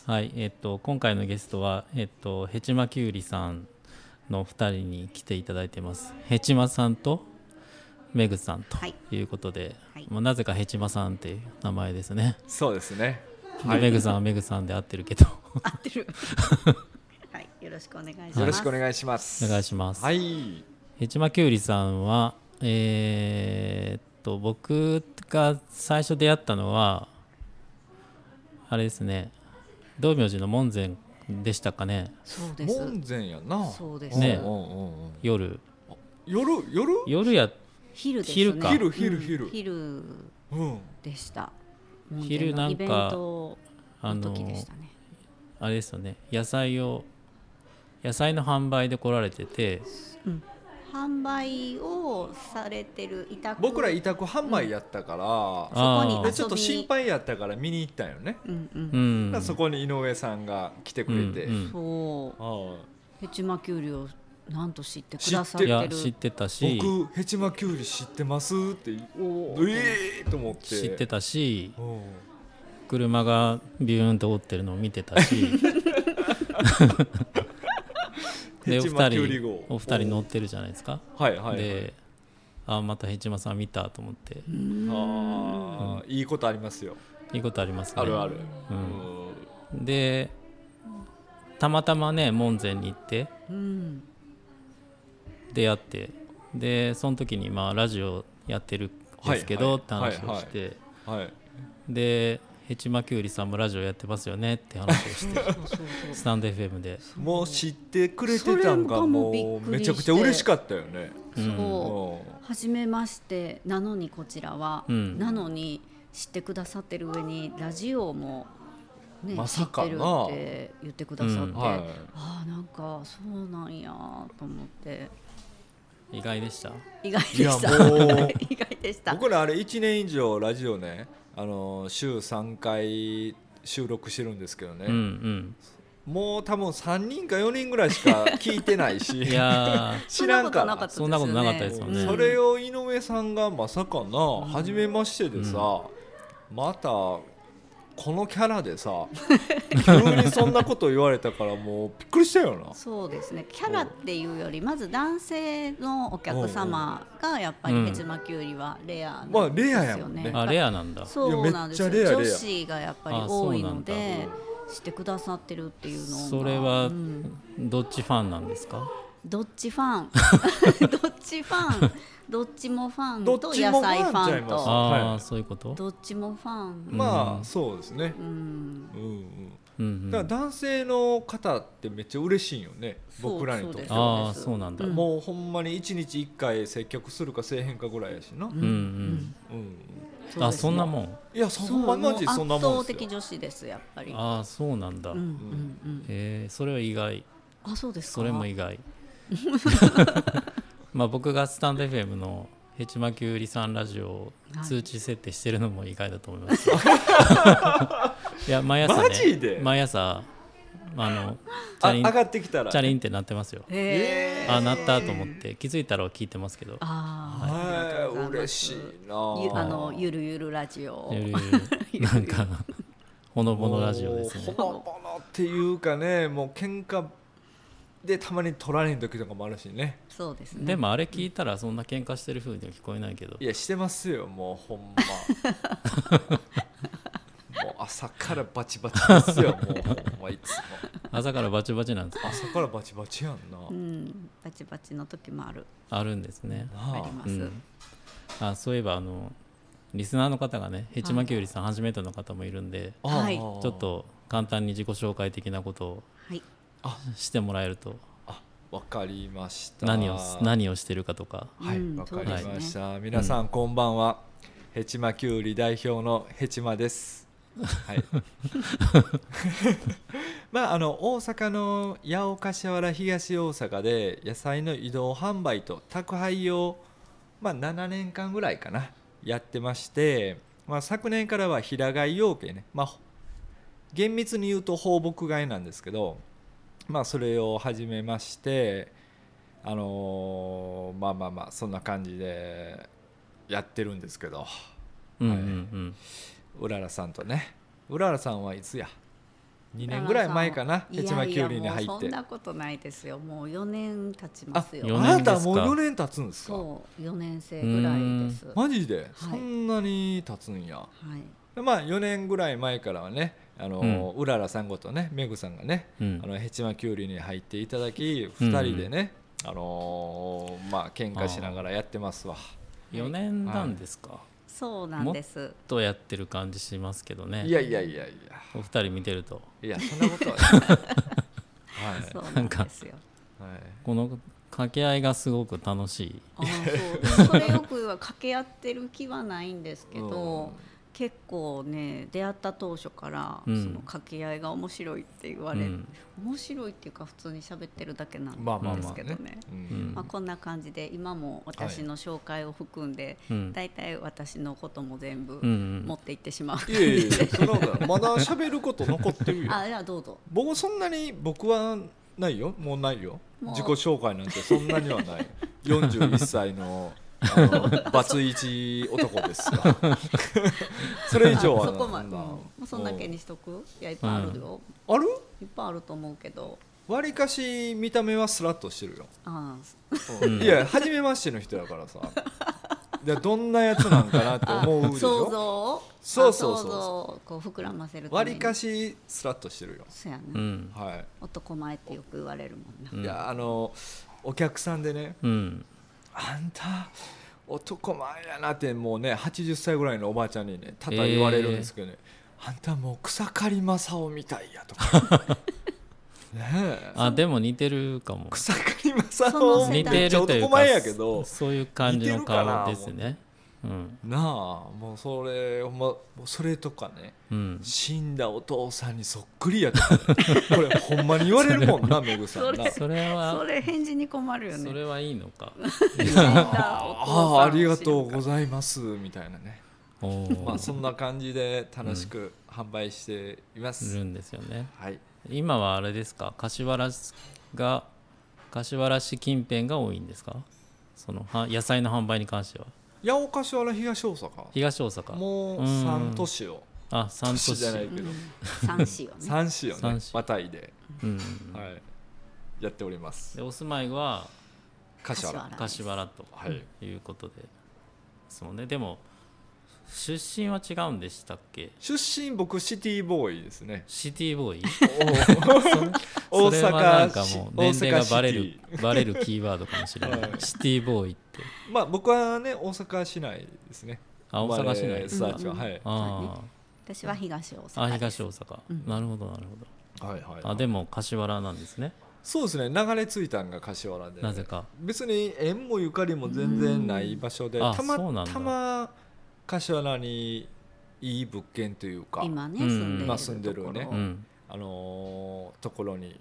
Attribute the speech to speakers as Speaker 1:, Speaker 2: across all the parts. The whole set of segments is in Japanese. Speaker 1: 。
Speaker 2: はい、えっと今回のゲストはえっとヘチマキュウリさんの二人に来ていただいてます。ヘチマさんとメグさんと
Speaker 1: はい
Speaker 2: いうことで、
Speaker 1: はい
Speaker 2: もうなぜかヘチマさんっていう名前ですね。
Speaker 3: そうですね。
Speaker 2: でメグさんはメグさんで合ってる けど
Speaker 1: 合って る。はい、よろしくお願いします。
Speaker 3: よろしくお
Speaker 1: い。
Speaker 3: 願いします。
Speaker 2: お願いします。
Speaker 3: はい。
Speaker 2: ヘチマキュウリさんはえーっと僕が最初出会ったのはあれですね道明寺の門前でしたかね
Speaker 1: そうです。
Speaker 3: 門前やな。
Speaker 1: そうです
Speaker 2: ね
Speaker 3: うんうんうん
Speaker 2: 夜
Speaker 3: 夜夜？
Speaker 2: 夜や
Speaker 1: 昼ですね。
Speaker 2: 昼か
Speaker 3: 昼昼
Speaker 1: うん
Speaker 3: 昼
Speaker 1: 昼
Speaker 3: うん。
Speaker 1: でした。
Speaker 2: 昼なんか
Speaker 1: イベント
Speaker 2: あ
Speaker 1: の
Speaker 2: の
Speaker 1: 時でしたね。
Speaker 2: あれですよね野菜を野菜の販売で来られてて
Speaker 1: うん販売をされてる委託。
Speaker 3: 僕ら委託販売やったから、
Speaker 1: そこ
Speaker 2: あー
Speaker 1: に遊
Speaker 2: うん
Speaker 1: び。
Speaker 3: でちょっと心。配やったから見に行ったんよね。
Speaker 1: うんう。
Speaker 2: うん
Speaker 3: だ
Speaker 2: ん
Speaker 3: からそこに井上さんが来てくれて、
Speaker 2: うんうん
Speaker 1: そう。
Speaker 3: あ
Speaker 1: ヘチマキュウリをなんと知ってくださっ
Speaker 2: い
Speaker 1: て
Speaker 2: や
Speaker 1: る。
Speaker 2: 知ってたし
Speaker 3: 僕ヘチマキュウリ知ってますって、
Speaker 1: おー
Speaker 3: ええー、と思って。
Speaker 2: 知ってたし
Speaker 3: うん。
Speaker 2: 車がビューンと追ってるのを見てたし で
Speaker 3: ヘ
Speaker 2: お
Speaker 3: チマ
Speaker 2: 二
Speaker 3: キュウリ号
Speaker 2: 人お二人乗ってるじゃないですか
Speaker 3: はいはい、はい。
Speaker 2: であまたヘチマさん見たと思って
Speaker 3: ああ、いいことありますよ。
Speaker 2: いいことありますね
Speaker 3: あるある。
Speaker 2: う
Speaker 3: うん
Speaker 2: でたまたまね門前に行って
Speaker 1: うん。
Speaker 2: 出会ってでその時にまあラジオやってるんですけ
Speaker 3: は
Speaker 2: ど
Speaker 3: い
Speaker 2: って話を
Speaker 3: はい
Speaker 2: して、
Speaker 3: はい。
Speaker 2: でヘチマキュウリさんもラジオやってますよねって話をし
Speaker 1: そう
Speaker 2: て
Speaker 1: そうそう
Speaker 2: ス。タンド FM で
Speaker 3: もう知ってくれてたん
Speaker 1: それが
Speaker 3: が
Speaker 1: も
Speaker 3: も
Speaker 1: うびっ
Speaker 3: う
Speaker 1: くりし
Speaker 3: めち
Speaker 1: て
Speaker 3: ゃくちゃ嬉しかったよね。
Speaker 1: そう。
Speaker 3: う
Speaker 1: はじめましてなのにこちらは、
Speaker 2: うん
Speaker 1: なのに知ってくださってる上にラジオも、ね
Speaker 3: まさかな
Speaker 1: 知ってるって言ってくださって、
Speaker 2: うん
Speaker 3: んはい。
Speaker 1: ああなんかそうなんやと思って
Speaker 2: 意外でした
Speaker 1: 意外でした
Speaker 3: い やもう
Speaker 1: 意外でした
Speaker 3: 僕らあれ1年以上ラジオね、あのー週3回収録してるんですけどね、
Speaker 2: うん
Speaker 3: もう多分3人か4人ぐらいしか聞いてないし
Speaker 2: うんいや
Speaker 3: 知らんか
Speaker 1: な
Speaker 3: ら
Speaker 1: そ
Speaker 2: そ
Speaker 1: ん
Speaker 2: ん
Speaker 1: な
Speaker 2: な
Speaker 1: こ
Speaker 2: ことと
Speaker 1: な
Speaker 2: な
Speaker 1: か
Speaker 2: か
Speaker 1: っ
Speaker 2: ったたです
Speaker 1: で
Speaker 2: す
Speaker 1: よ
Speaker 2: よ
Speaker 1: ね
Speaker 2: ね
Speaker 3: それを井上さんがまさかな、初めましてでさ、またこのキャラでさ急にそんなこと言われたからもうびっくりしたよな。
Speaker 1: そうですねキャラっていうよりまず男性のお客様がやっぱ
Speaker 2: う
Speaker 1: り
Speaker 2: ん
Speaker 1: ヘチマキュウリはレア
Speaker 3: ま
Speaker 1: な
Speaker 3: あ
Speaker 1: ん
Speaker 3: レア
Speaker 1: です
Speaker 3: や
Speaker 1: よ
Speaker 3: もん
Speaker 1: ね
Speaker 3: ね、
Speaker 2: あレアなんだ
Speaker 1: そうなんですよ
Speaker 3: いやめっちゃレア
Speaker 1: 女
Speaker 3: レア
Speaker 1: 子がやっぱり
Speaker 2: あ
Speaker 1: 多い
Speaker 2: そうな
Speaker 1: の
Speaker 2: んだ
Speaker 1: でしてくださってるっていうのが
Speaker 2: それは
Speaker 1: うん
Speaker 2: どっちファンなんですか
Speaker 1: どっちファ ンどっちファンどっちもファンと
Speaker 3: どっち
Speaker 1: 野
Speaker 3: もファン
Speaker 1: 菜フ
Speaker 3: ちゃ
Speaker 1: ァ
Speaker 3: い
Speaker 1: ン
Speaker 3: ます
Speaker 1: と
Speaker 2: ああ、
Speaker 3: はい
Speaker 2: そういうこと
Speaker 1: どっちもファン
Speaker 3: ま
Speaker 2: うん
Speaker 3: あそうですね
Speaker 1: う。ん
Speaker 3: うんうん
Speaker 2: うんう
Speaker 3: だ
Speaker 2: ん
Speaker 3: から男性の方ってめっちゃ嬉しいよね、
Speaker 1: そう
Speaker 3: 僕らにと
Speaker 1: そう
Speaker 3: っ
Speaker 1: で
Speaker 3: て
Speaker 1: す
Speaker 3: は
Speaker 2: ああそうなんだ
Speaker 1: うん
Speaker 3: もうほんまに1日1回接客するかせえへんかぐらいやしな、うん
Speaker 2: うんうんあそんなも
Speaker 1: ん
Speaker 2: ん
Speaker 3: いやそんまマジそんな
Speaker 1: 圧倒
Speaker 3: もんです
Speaker 1: 的
Speaker 3: よ
Speaker 1: 女子ですやっぱり
Speaker 2: ああそうなんだ、
Speaker 1: うんうんうん
Speaker 2: へえそれは意外
Speaker 1: あそうですか
Speaker 2: それも意 外まあ僕がスタンド FM のヘチマキュウリさんラジオを通知設定してるのも意外だと思い ます、い、や毎朝ね
Speaker 3: マジで
Speaker 2: 毎朝あのチ
Speaker 3: あ
Speaker 2: ャリ
Speaker 3: 上
Speaker 2: ン
Speaker 3: がってきたら
Speaker 2: チャリンってなってますよ
Speaker 1: へえ
Speaker 2: あなったと思って気づいたら聞いてますけど
Speaker 1: あ
Speaker 3: は
Speaker 1: りがとうございま
Speaker 3: い
Speaker 1: す
Speaker 3: 嬉しいな
Speaker 1: ーゆあのゆるゆるラジオ
Speaker 2: ゆるゆるなんかほのぼのラジオですね
Speaker 3: もうほぼぼのっていうかねもう喧嘩でたまに取られん時とかもあるしね
Speaker 1: そうですね
Speaker 2: でもあれ聞いたらそんな喧嘩してる風には聞こえないけど
Speaker 3: いやしてますよもうほんま もう朝からバチバチですよもうほんまいつも
Speaker 2: 朝からバチバチなんです
Speaker 3: 朝からバチバチやんな、
Speaker 1: うんバチバチの時もある
Speaker 2: あるんですね
Speaker 3: な
Speaker 1: ありま
Speaker 2: う
Speaker 1: す
Speaker 2: んあそういえばあのリスナーの方がねヘチマキュウリさん初めての方もいるんで、
Speaker 3: あ
Speaker 1: はい
Speaker 3: ああ
Speaker 2: ちょっと簡単に自己紹介的なことを
Speaker 1: はい
Speaker 2: してもらえると
Speaker 3: あわかりました
Speaker 2: 何を何をしてるかとか
Speaker 3: は
Speaker 1: うん
Speaker 3: いわかり
Speaker 1: そう
Speaker 3: ま
Speaker 1: で
Speaker 3: し
Speaker 1: す
Speaker 3: た、皆さんこんばんはヘチマキュウリ代表のヘチマですはい まああの大阪の八尾柏原東大阪で野菜の移動販売と宅配をまあ7年間ぐらいかなやってまして、まあ、昨年からは平飼い養鶏ね、まあ、厳密に言うと放牧飼いなんですけど、まあ、それを始めましてあのーまあまあまあそんな感じでやってるんですけど
Speaker 2: うんうんうん
Speaker 3: うららさんとねうららさんはいつや2年ぐらい前かな
Speaker 1: いやい
Speaker 3: ヘ
Speaker 1: や
Speaker 3: チマキュウリに入
Speaker 1: も
Speaker 3: っ
Speaker 1: うそん
Speaker 3: て
Speaker 1: なことないですよもう4年経ちま
Speaker 3: あ
Speaker 1: す
Speaker 2: 四
Speaker 1: よ
Speaker 2: 年
Speaker 3: あ
Speaker 2: ですか
Speaker 3: なたもう4年経つんですか
Speaker 1: そう4年生ぐらいですは
Speaker 3: マジで、そんなに経つんや
Speaker 1: い
Speaker 3: でまあ4年ぐらい前からはねあの、うららさんごとねめぐさんがね、
Speaker 2: うん
Speaker 3: あのヘチマキュウリに入っていただき
Speaker 2: うん
Speaker 3: 2人でね、あのーまあ喧嘩しながらやってますわ
Speaker 2: 4年なんですか、
Speaker 1: そうなんです
Speaker 2: とやってる感じしますけどね
Speaker 3: いやいやいやい
Speaker 2: お二人見てると
Speaker 3: やいやそんなことはないはい
Speaker 1: そうなんですよ
Speaker 3: はい
Speaker 2: この掛け合いがすごく楽しい
Speaker 1: あーそうそれよくは掛け合ってる気はないんですけど、
Speaker 3: うん
Speaker 1: 結構ね出会った当初から、
Speaker 2: うん
Speaker 1: その掛け合いが面白いって言われる、
Speaker 2: うん
Speaker 1: 面白いっていうか普通に喋ってるだけなん
Speaker 3: まあまあまあね
Speaker 1: ですけどね,、まあ
Speaker 3: うん
Speaker 1: こんな感じで今も私の紹介を含んで、
Speaker 2: うん
Speaker 1: だいたい私のことも全
Speaker 2: う
Speaker 1: 部
Speaker 2: んうん
Speaker 1: 持って行ってしまう、
Speaker 3: いやいやいやそんなことないまだ喋ること残ってるよ
Speaker 1: あじゃあどうぞ
Speaker 3: 僕そんなに僕はないよもうないよ
Speaker 1: もう
Speaker 3: 自己紹介なんて そんなにはない41歳のあのバツイチ男です よそれ以上は
Speaker 1: あそこまで、うん、
Speaker 3: な
Speaker 1: もうそんだけにしとくいやいっぱいあるよ、
Speaker 3: ある
Speaker 1: いっぱいあると思うけど
Speaker 3: わりかし見た目はスラッとしてるよ、
Speaker 1: あー
Speaker 3: いや初めましての人だからさいやどんなやつなんかなって思うでし
Speaker 1: 想
Speaker 3: ょ
Speaker 1: 像を
Speaker 3: そうそうそう
Speaker 1: あ想像をこう膨らませるた
Speaker 3: わ
Speaker 1: めに
Speaker 3: りかしスラッとしてるよ
Speaker 1: そうやね、
Speaker 2: うん
Speaker 3: はい、
Speaker 1: 男前ってよく言われるもんな、
Speaker 2: うん
Speaker 3: いやあのお客さんでね
Speaker 2: うん
Speaker 3: あんた男前やなってもうね80歳ぐらいのおばあちゃんにねただ言われるんですけどね、あんたもう草刈正雄みたいやとか ねえ
Speaker 2: あでも似てるかも
Speaker 3: 草刈正
Speaker 1: その
Speaker 3: 雄
Speaker 1: 世
Speaker 3: め
Speaker 2: 似
Speaker 1: 代
Speaker 2: て
Speaker 3: っちゃ
Speaker 2: るという
Speaker 3: 男
Speaker 2: か
Speaker 3: 前やけど
Speaker 2: そういう感じの顔です
Speaker 3: 似
Speaker 2: ねうん
Speaker 3: なあもうそれほんまもうそれとかね
Speaker 2: うん
Speaker 3: 死んだお父さんにそっくりやとか、ね、これほんまに言われるもんなめぐさんな。
Speaker 2: それ
Speaker 1: そ
Speaker 2: は
Speaker 1: れ返事に困るよ
Speaker 2: そ
Speaker 1: ね
Speaker 2: れはいいの か
Speaker 3: ああありがとうございますみたいなね
Speaker 2: お
Speaker 3: まあ
Speaker 2: ー
Speaker 3: そんな感じで楽しく販売しています。
Speaker 2: するんですよね
Speaker 3: はい。
Speaker 2: 今はあれですか柏原が柏原市近辺が多いんですかそのは野菜の販売に関しては
Speaker 3: 八尾柏東大阪。
Speaker 2: 東大阪う
Speaker 3: もうん三都市を。
Speaker 2: あ三都市
Speaker 3: じゃないけど。
Speaker 1: 三子よね
Speaker 3: 三市をね
Speaker 2: 三。市
Speaker 3: またいで。
Speaker 2: うん
Speaker 3: はい。やっております。
Speaker 2: でお住まいは
Speaker 3: 柏原。
Speaker 2: 柏原と
Speaker 3: はい
Speaker 2: いうことで、そうねでも出身は違うんでしたっけ
Speaker 3: 出身僕シティボーイです ね。
Speaker 2: シティボーイ そ
Speaker 3: 大
Speaker 2: れはなん
Speaker 3: 阪
Speaker 2: か
Speaker 3: 市
Speaker 2: もう。
Speaker 3: 大
Speaker 2: 年齢
Speaker 3: 阪
Speaker 2: が
Speaker 3: シテ
Speaker 2: バレ
Speaker 3: ィ
Speaker 2: る。バレるキーワードかもしれない、
Speaker 3: はい
Speaker 2: シティボーイって
Speaker 3: まあ僕はね大阪市内ですね。
Speaker 2: あ大阪市内です
Speaker 3: 生まれ
Speaker 2: か
Speaker 3: サーチははい。
Speaker 2: あ
Speaker 1: 私は東大
Speaker 2: ーあ
Speaker 1: 阪です
Speaker 2: 東大阪、なるほどなるほど
Speaker 3: はいはい。
Speaker 2: あでも柏原なんですね
Speaker 3: そうですね流れ着いたんが柏原で
Speaker 2: なぜか
Speaker 3: 別に縁もゆかりも全然ない場所で
Speaker 2: うんあそ
Speaker 3: た
Speaker 2: うな
Speaker 3: ま
Speaker 2: んだ
Speaker 3: たま柏原にいい物件というか
Speaker 1: 今ね
Speaker 2: うん
Speaker 1: 住んでいるところ、
Speaker 3: まあ住んでるね
Speaker 2: う、
Speaker 3: うんあのーところに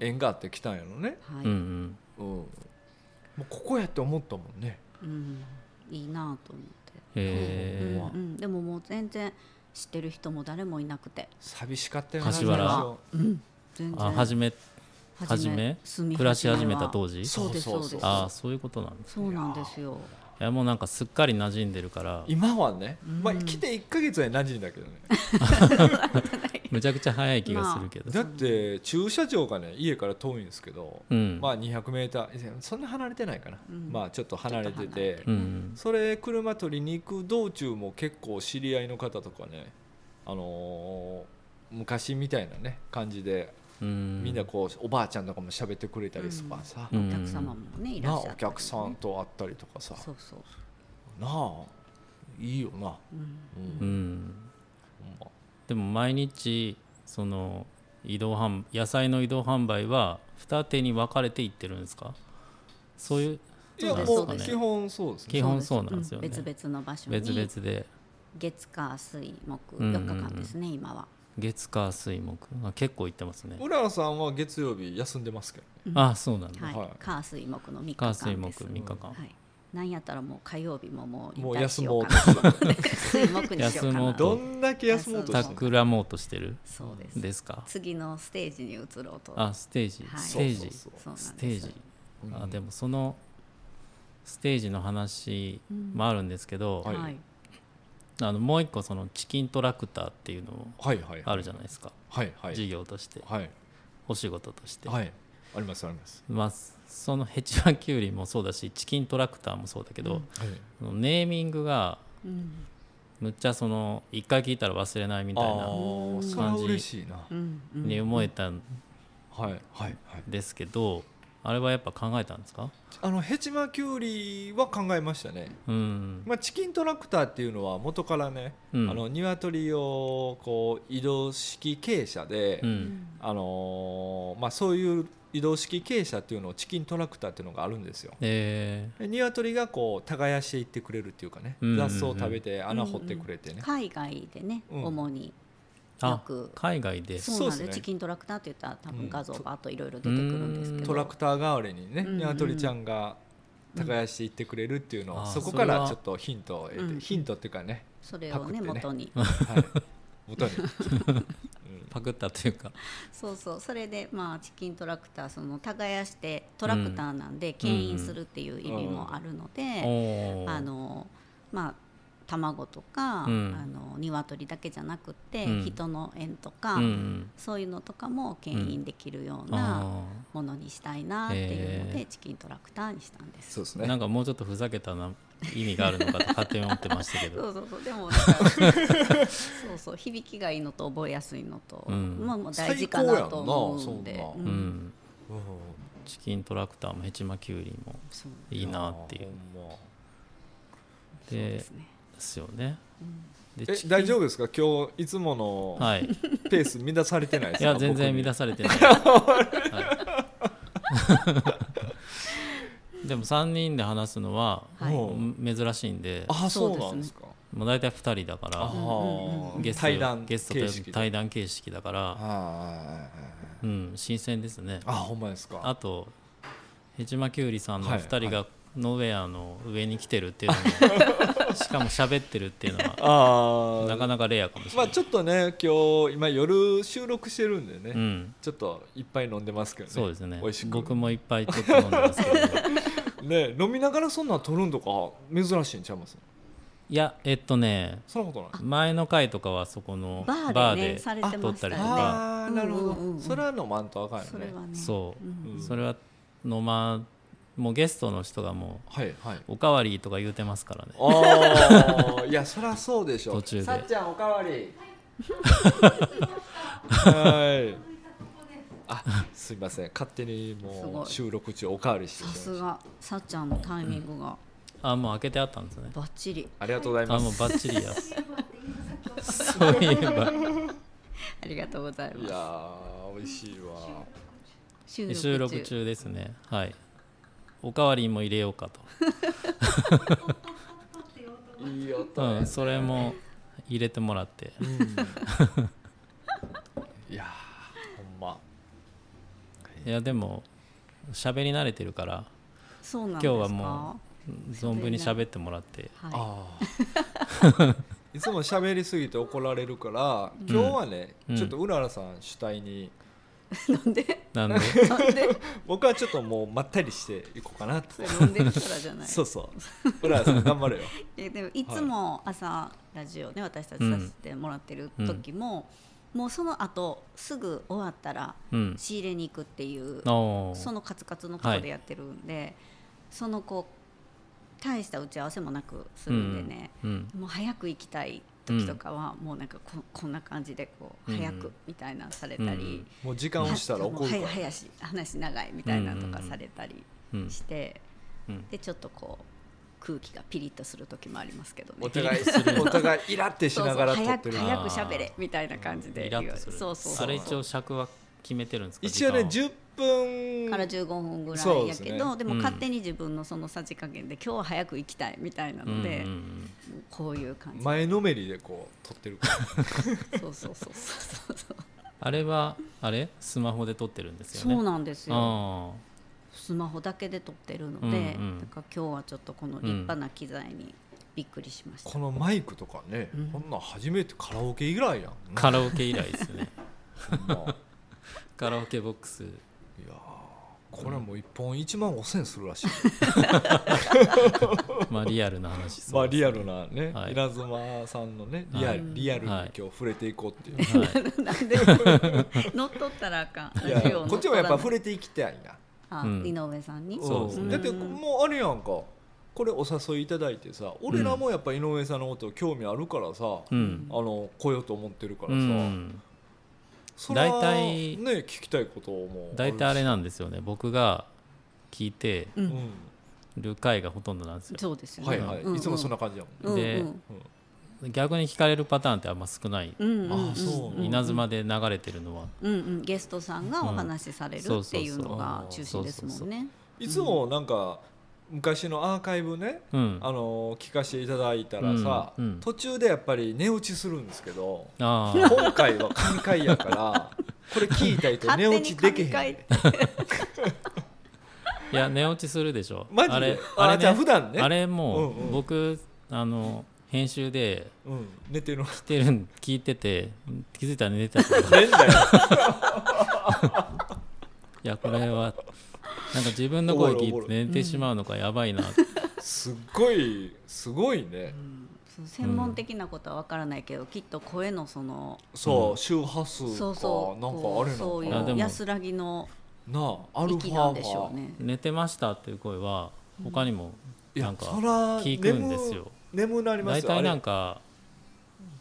Speaker 3: 縁があってきたんやろね、
Speaker 1: はい、
Speaker 2: う
Speaker 1: うん
Speaker 2: ん
Speaker 3: うん、もうここやって思ったもんね
Speaker 1: いいなぁと思って、
Speaker 2: うんへ
Speaker 1: うんうんでももう全然知ってる人も誰もいなくて
Speaker 3: 寂しかったよ
Speaker 2: 柏原
Speaker 1: 全
Speaker 3: 最初
Speaker 2: え
Speaker 1: 然
Speaker 2: あ初め
Speaker 1: 初
Speaker 2: 初め
Speaker 1: 住み
Speaker 2: 暮らし始め
Speaker 1: は
Speaker 2: た当時
Speaker 1: そうですそうです
Speaker 3: そうそうそう
Speaker 2: ああそういうことなんです
Speaker 1: そうなんですよ
Speaker 2: いやもうなんかすっかり馴染んでるから
Speaker 3: 今はね、まあ、来て1か月は馴染んだけどね
Speaker 2: むちゃくちゃ早い気がするけど、
Speaker 3: だって駐車場がね家から遠いんですけど、
Speaker 2: うん
Speaker 3: まあ 200m そんな離れてないかな、
Speaker 1: うん
Speaker 3: まあちょっと離れてて
Speaker 2: うんうん
Speaker 3: それ車取りに行く道中も結構知り合いの方とかね、あのー昔みたいなね感じで
Speaker 2: うん
Speaker 3: みんなこうおばあちゃんとかも喋ってくれたりとかさ、
Speaker 2: うん
Speaker 1: お客様もねい
Speaker 3: な
Speaker 1: ら
Speaker 3: あ
Speaker 1: っしゃったり
Speaker 3: お
Speaker 1: ね
Speaker 3: 客さんと会ったりとかさ
Speaker 1: そうそう
Speaker 3: なあいいよな、うん
Speaker 2: うん
Speaker 3: ほんま
Speaker 2: でも毎日その移動販野菜の移動販売は二手に分かれていってるんですかそういう
Speaker 3: いや
Speaker 2: そ
Speaker 3: も
Speaker 2: うなんで
Speaker 3: う
Speaker 2: す
Speaker 3: 基
Speaker 2: かね
Speaker 3: 本そうですね
Speaker 2: 基本そうなんですよね
Speaker 1: 別々の場所に
Speaker 2: 別々で
Speaker 1: 月火水木
Speaker 2: うんうんうん
Speaker 1: 4日間ですね、今は
Speaker 2: 月火水木あ結構行ってますね、
Speaker 3: うららさんは月曜日休んでますけど
Speaker 2: あそうなんだ、
Speaker 1: はい、
Speaker 3: はい
Speaker 1: 火水木の3日間
Speaker 2: 火
Speaker 1: です
Speaker 2: 水木3日間、
Speaker 1: はい、なんやったらもう火曜日ももう
Speaker 3: もう
Speaker 1: 引退
Speaker 3: 休
Speaker 1: しよ
Speaker 3: も
Speaker 1: う
Speaker 3: う
Speaker 1: か
Speaker 3: と
Speaker 1: な
Speaker 3: する
Speaker 1: 水木にしようか
Speaker 2: 休もう
Speaker 1: な
Speaker 2: と
Speaker 3: どんだけ休もうと
Speaker 2: た
Speaker 3: してんの
Speaker 2: くらもうとしてる
Speaker 1: そうです、
Speaker 2: ですか
Speaker 1: 次のステージに移ろうと
Speaker 2: あステージ、
Speaker 1: はい
Speaker 2: ステージ
Speaker 3: そうそう
Speaker 1: そ
Speaker 3: そう
Speaker 1: うなんです
Speaker 2: ステージ、
Speaker 3: う
Speaker 2: あ
Speaker 3: ん
Speaker 2: でもそのステージの話もあるんですけど、
Speaker 1: はい、
Speaker 3: はい
Speaker 2: あのもう一個そのチキントラクターっていうのも
Speaker 3: はいはい
Speaker 2: あるじゃないですか
Speaker 3: はいはい
Speaker 2: 事業として、
Speaker 3: はい
Speaker 2: お仕事として、
Speaker 3: はいありますあります
Speaker 2: まあそのヘチマキュウリもそうだしチキントラクターもそうだけど、
Speaker 3: はい
Speaker 2: そのネーミングが
Speaker 1: うん
Speaker 2: むっちゃその一回聞いたら忘れないみ
Speaker 3: あ
Speaker 2: たいな
Speaker 3: あそれは嬉しいな
Speaker 1: うんうん
Speaker 2: に思えたん
Speaker 3: はいはいはい
Speaker 2: ですけどあれはやっぱ考えたんですか
Speaker 3: あのヘチマキュウリは考えましたね
Speaker 2: うん
Speaker 3: まあ、チキントラクターっていうのは元からね、
Speaker 2: うん
Speaker 3: あの鶏をこう移動式傾斜で、
Speaker 2: うん
Speaker 3: あのーまあ、そういう移動式傾斜っていうのをチキントラクターっていうのがあるんですよ。
Speaker 2: え
Speaker 3: で鶏がこう耕していってくれるっていうかね、
Speaker 2: うんうんうん
Speaker 3: 雑草を食べて穴掘ってくれてね、
Speaker 1: 海外でね、
Speaker 3: うん
Speaker 1: 主に
Speaker 2: ー
Speaker 1: よ
Speaker 2: あ
Speaker 1: く
Speaker 2: 海外で
Speaker 1: そうなん
Speaker 3: そ
Speaker 1: で、
Speaker 3: うですすね
Speaker 1: チキントラクターって言ったら多
Speaker 3: う
Speaker 1: 分
Speaker 3: ん
Speaker 1: 画像があといろいろ出てくるんですけど
Speaker 3: トラクター代わりにね
Speaker 1: うんうん
Speaker 3: 鶏ちゃんが耕していってくれるっていうのを、
Speaker 2: あー
Speaker 3: そこから
Speaker 2: それ
Speaker 3: ちょっとヒントを得て、
Speaker 1: うん
Speaker 3: ヒントっていう かね、
Speaker 1: それをね
Speaker 3: パクってね
Speaker 1: 元 に
Speaker 3: はい、元に、うん
Speaker 2: パクったというか
Speaker 1: そうそうそれでまあチキントラクターその耕してトラクターなんで牽引するっていう意味もあるので、
Speaker 2: おー
Speaker 1: あのまあ卵とか、
Speaker 2: うん
Speaker 1: あの鶏だけじゃなくって、
Speaker 2: うん
Speaker 1: 人の縁とか、
Speaker 2: うんうん
Speaker 1: そういうのとかも牽引できるような
Speaker 2: あ
Speaker 1: ものにしたいなっていうの
Speaker 2: へ
Speaker 1: で
Speaker 2: え
Speaker 1: チキントラクターにしたんです。
Speaker 3: そうです
Speaker 2: ー
Speaker 3: ね
Speaker 2: なんかもうちょっとふざけたな意味があるのかと勝手に思ってましたけ
Speaker 1: そ
Speaker 2: ど
Speaker 1: うそうそうでもだからそうそう響きがいいのと覚えやすいのと、
Speaker 2: うん
Speaker 1: まあもう大事かなと思
Speaker 3: 最高や
Speaker 1: う
Speaker 3: んな
Speaker 1: んで
Speaker 3: そん
Speaker 2: う、
Speaker 3: なん
Speaker 1: ん
Speaker 3: うん
Speaker 2: チキントラクターもヘチマキュウリも
Speaker 1: そうなん
Speaker 2: いいなっていう
Speaker 3: やー。ほんま
Speaker 2: で
Speaker 1: ですね。
Speaker 2: ですよね、で
Speaker 3: え
Speaker 2: チキン
Speaker 3: 大丈夫ですか今日いつもの
Speaker 2: はい
Speaker 3: ペース乱されてないです
Speaker 2: い
Speaker 3: か
Speaker 2: や全然
Speaker 3: 僕
Speaker 2: 乱
Speaker 3: に
Speaker 2: されてない、はい、でも3人で話すのは
Speaker 1: はい
Speaker 3: もう
Speaker 2: 珍しいんで
Speaker 3: あそ
Speaker 1: そう
Speaker 3: う
Speaker 1: ですね
Speaker 3: なんですか
Speaker 2: もう大体2人だか
Speaker 3: あ
Speaker 2: ら
Speaker 1: うんうんうん
Speaker 3: ー
Speaker 2: ゲスト
Speaker 3: 対談
Speaker 2: ゲストと
Speaker 3: 形式
Speaker 2: 対
Speaker 3: 談
Speaker 2: 談形式だから、うん、新鮮ですね
Speaker 3: あほんまです
Speaker 2: あ
Speaker 3: か
Speaker 2: とヘチマキュウリさんの
Speaker 3: はい
Speaker 2: 2人
Speaker 3: は
Speaker 2: がノーウェアの上に来てるっていうのも、 しかも喋ってるっていうのは
Speaker 3: あ
Speaker 2: なか
Speaker 3: か
Speaker 2: なかレアかもしれ
Speaker 3: ま
Speaker 2: な
Speaker 3: あ
Speaker 2: い、
Speaker 3: ちょっとね今日今夜収録してるんで
Speaker 2: う
Speaker 3: ね
Speaker 2: ん、
Speaker 3: ちょっといっぱい飲んでますけどね
Speaker 2: そうですね
Speaker 3: 美味しく
Speaker 2: 僕もいっぱいちょっと飲んでます けど
Speaker 3: ね飲みながらそんなん撮るんとか珍しいんちゃいます
Speaker 2: いやえっとね
Speaker 3: そんなことない
Speaker 2: 前の回とかはそこの
Speaker 1: バーでね
Speaker 2: バーで
Speaker 1: されて
Speaker 2: 撮
Speaker 1: ま
Speaker 2: っ
Speaker 1: した
Speaker 2: た
Speaker 1: よ
Speaker 2: り
Speaker 1: ね
Speaker 2: とか
Speaker 3: ああなるほ
Speaker 1: うんうんう
Speaker 3: ど
Speaker 1: ん
Speaker 3: それは飲まんとあかんよ
Speaker 1: それ
Speaker 3: ね
Speaker 1: はね。
Speaker 2: そう
Speaker 1: うん
Speaker 3: うん
Speaker 2: それはのまもうゲストの人がも
Speaker 3: はいはいう
Speaker 2: おかわりとか言うてますからね
Speaker 3: ああいやそりゃそうでしょ
Speaker 2: 途中で
Speaker 3: さっちゃんおかわりはいあすいません勝手に
Speaker 1: す
Speaker 3: も
Speaker 1: ご
Speaker 3: う
Speaker 1: い
Speaker 3: 収録中おかわりして
Speaker 1: さ
Speaker 3: しまいました
Speaker 1: すがさっちゃんのタイミングが
Speaker 2: あもう開けてあったんですね
Speaker 1: バッチリ。
Speaker 3: ありがとうござい
Speaker 2: あ
Speaker 3: ま
Speaker 2: もう
Speaker 3: す
Speaker 2: バッチリやそういえ ば
Speaker 1: ありがとうござい
Speaker 3: い
Speaker 1: ま
Speaker 3: やー美味しいわ
Speaker 1: す。収録中
Speaker 2: 収録中ですねはいおかわりも入れようかと、
Speaker 3: いい音
Speaker 2: う
Speaker 3: ね
Speaker 2: ん、それも入れてもらって
Speaker 3: うんいやーほんま
Speaker 2: いやでも喋り慣れてるから
Speaker 1: そうなんですか。
Speaker 2: 今日はも存分に喋ってもらって
Speaker 1: うは
Speaker 3: あーいつも喋りすぎて怒られるから今日はね、
Speaker 2: うん
Speaker 3: ちょっとうららさん主体に
Speaker 1: い。なんで
Speaker 2: なんで
Speaker 1: なんで
Speaker 3: 僕はちょっともうまったりしていこうかなと
Speaker 1: それ飲んでるからじゃない。
Speaker 3: そうそう。浦さん頑張れよ。
Speaker 1: えでもいつも朝ラジオね私たちさせてもらってる時も、もうその後すぐ終わったら
Speaker 2: うん
Speaker 1: 仕入れに行くっていう、
Speaker 2: おー
Speaker 1: そのカツカツのとこでやってるんで、そのこう大した打ち合わせもなくするんでね、
Speaker 2: うん
Speaker 1: もう早く行きたい時とかは、もうなんかここんな感じでこう
Speaker 2: うん
Speaker 1: 早くみたいなのされたり、
Speaker 3: もう時間をしたら怒るから。
Speaker 1: 早し話長いみたいなのとかされたり
Speaker 2: うん
Speaker 1: して、
Speaker 2: うん
Speaker 1: でちょっとこう空気がピリッとする時もありますけどね
Speaker 3: お。互い お互いイラってし
Speaker 1: そうそ
Speaker 3: な
Speaker 1: う
Speaker 3: がら撮
Speaker 1: 早
Speaker 3: って
Speaker 1: く
Speaker 3: る。
Speaker 1: 早く喋れみたいな感じで
Speaker 2: イ
Speaker 1: 言
Speaker 2: ラッ
Speaker 1: う
Speaker 2: とする
Speaker 1: そうそうそう
Speaker 2: あれ一応尺は決めてるんですか
Speaker 3: 一応ね
Speaker 2: 時
Speaker 3: 10分
Speaker 1: から15分ぐら
Speaker 3: そ
Speaker 1: いう
Speaker 3: で
Speaker 1: や
Speaker 3: す
Speaker 1: け
Speaker 3: ね
Speaker 1: どで,、も
Speaker 2: うん
Speaker 1: 勝手に自分のそのさじ加減で今日は早く行きたいみたいな
Speaker 2: 間
Speaker 1: の
Speaker 2: は
Speaker 1: で、
Speaker 2: うんうん
Speaker 1: もうこういう感じ
Speaker 3: 前のめりでこう撮ってるから。
Speaker 1: そうそうそうそうそう
Speaker 2: あれはあれスマホで撮ってるんですよね
Speaker 1: そうなんですよ
Speaker 2: あ
Speaker 1: スマホだけで撮ってるので、
Speaker 2: うんうん
Speaker 1: だから今日はちょっとこの立派な機材にびっくりしました、
Speaker 3: このマイクとかね、こんなん初めてカラオケ以来や
Speaker 2: ー。
Speaker 3: ん
Speaker 2: カラオケ以来ですね
Speaker 3: ほんま
Speaker 2: カラオケボックス
Speaker 3: いやーこれはもう1本1万5000円するらしい
Speaker 2: まあリアルな話そう
Speaker 3: まあ
Speaker 2: です
Speaker 3: リアルなね、
Speaker 2: はい
Speaker 3: 稲妻さんのねリアル,、
Speaker 1: はい
Speaker 3: リアルに
Speaker 2: は
Speaker 3: 今
Speaker 2: い
Speaker 3: 日触れていこうっていう、
Speaker 2: はい
Speaker 1: なんで 乗っ取ったらあかん
Speaker 3: いや
Speaker 1: ラジオ乗取らない
Speaker 3: こっちもやっぱ触れていきたいな
Speaker 1: あ
Speaker 2: うん
Speaker 1: 井上さんに
Speaker 2: そうですね
Speaker 3: んだってもうあれやんかこれお誘いいただいてさ俺らもやっぱ井上さんのこと興味あるからさ、
Speaker 2: う
Speaker 3: あ
Speaker 2: ん
Speaker 3: の来ようと思ってるから
Speaker 2: う
Speaker 3: さ、
Speaker 2: ん
Speaker 3: そら
Speaker 2: 大体
Speaker 3: ね聞きたいことも
Speaker 2: 大体あれ
Speaker 3: な、
Speaker 2: なんですよね僕が聞いて
Speaker 1: う
Speaker 3: うん
Speaker 1: ん
Speaker 2: る回がほとんどなんですよ
Speaker 1: そうですよね
Speaker 3: はいはい、
Speaker 1: うんうん
Speaker 3: いつもそんな感じやもんね、
Speaker 2: で
Speaker 1: うんうん
Speaker 2: 逆に聞かれるパターンってあんま少ない、
Speaker 1: うんうん
Speaker 3: あそうん
Speaker 2: 稲妻で流れてるのは
Speaker 1: うんうんゲストさんがお話しされる
Speaker 2: うん
Speaker 1: っていうのが中
Speaker 3: そ
Speaker 2: そう
Speaker 1: 心
Speaker 3: う
Speaker 2: そう
Speaker 1: ですもんね
Speaker 3: いつもなんか昔のアーカイブね
Speaker 2: うん
Speaker 3: あの聞かせていただいたらさ、
Speaker 2: うんうん
Speaker 3: 途中でやっぱり寝落ちするんですけど
Speaker 2: あー
Speaker 3: 今回は神回や からこれ聞いたりと寝
Speaker 1: 勝手
Speaker 3: 落
Speaker 1: に
Speaker 3: ちできへ
Speaker 1: 神
Speaker 3: ん
Speaker 1: 回
Speaker 2: いや寝落ちするでしょ
Speaker 3: マジで
Speaker 2: あれ
Speaker 3: あ
Speaker 2: あれ,、
Speaker 3: じゃあ普段ね
Speaker 2: あれもう
Speaker 3: うんうん
Speaker 2: 僕あの編集で
Speaker 3: うん、寝てる
Speaker 2: 来てるん聞いてて気づいたら寝 てたけどい
Speaker 3: 寝んだよ
Speaker 2: やこれはなんか自分の声
Speaker 3: お
Speaker 2: 聞
Speaker 3: もろいおも
Speaker 2: い
Speaker 3: ろ
Speaker 2: て寝てしまうのかやばいな、
Speaker 3: すっごいすごいね
Speaker 1: そう専門的なことはわからないけどきっと声のその
Speaker 3: そう、周波数か
Speaker 1: そうそう
Speaker 3: なんか
Speaker 1: こ
Speaker 3: あれ
Speaker 1: うそう
Speaker 2: あで
Speaker 1: いう
Speaker 2: も
Speaker 3: なのか
Speaker 1: 安らぎの
Speaker 3: なあアルファ
Speaker 1: 息なんでしょうね
Speaker 2: 寝てましたっていう声は他にも
Speaker 3: いや
Speaker 2: なんか
Speaker 3: そら
Speaker 2: 聞くんですよ
Speaker 3: 眠眠なりま
Speaker 2: 大
Speaker 3: すよあ
Speaker 2: 体
Speaker 3: れ
Speaker 2: なんか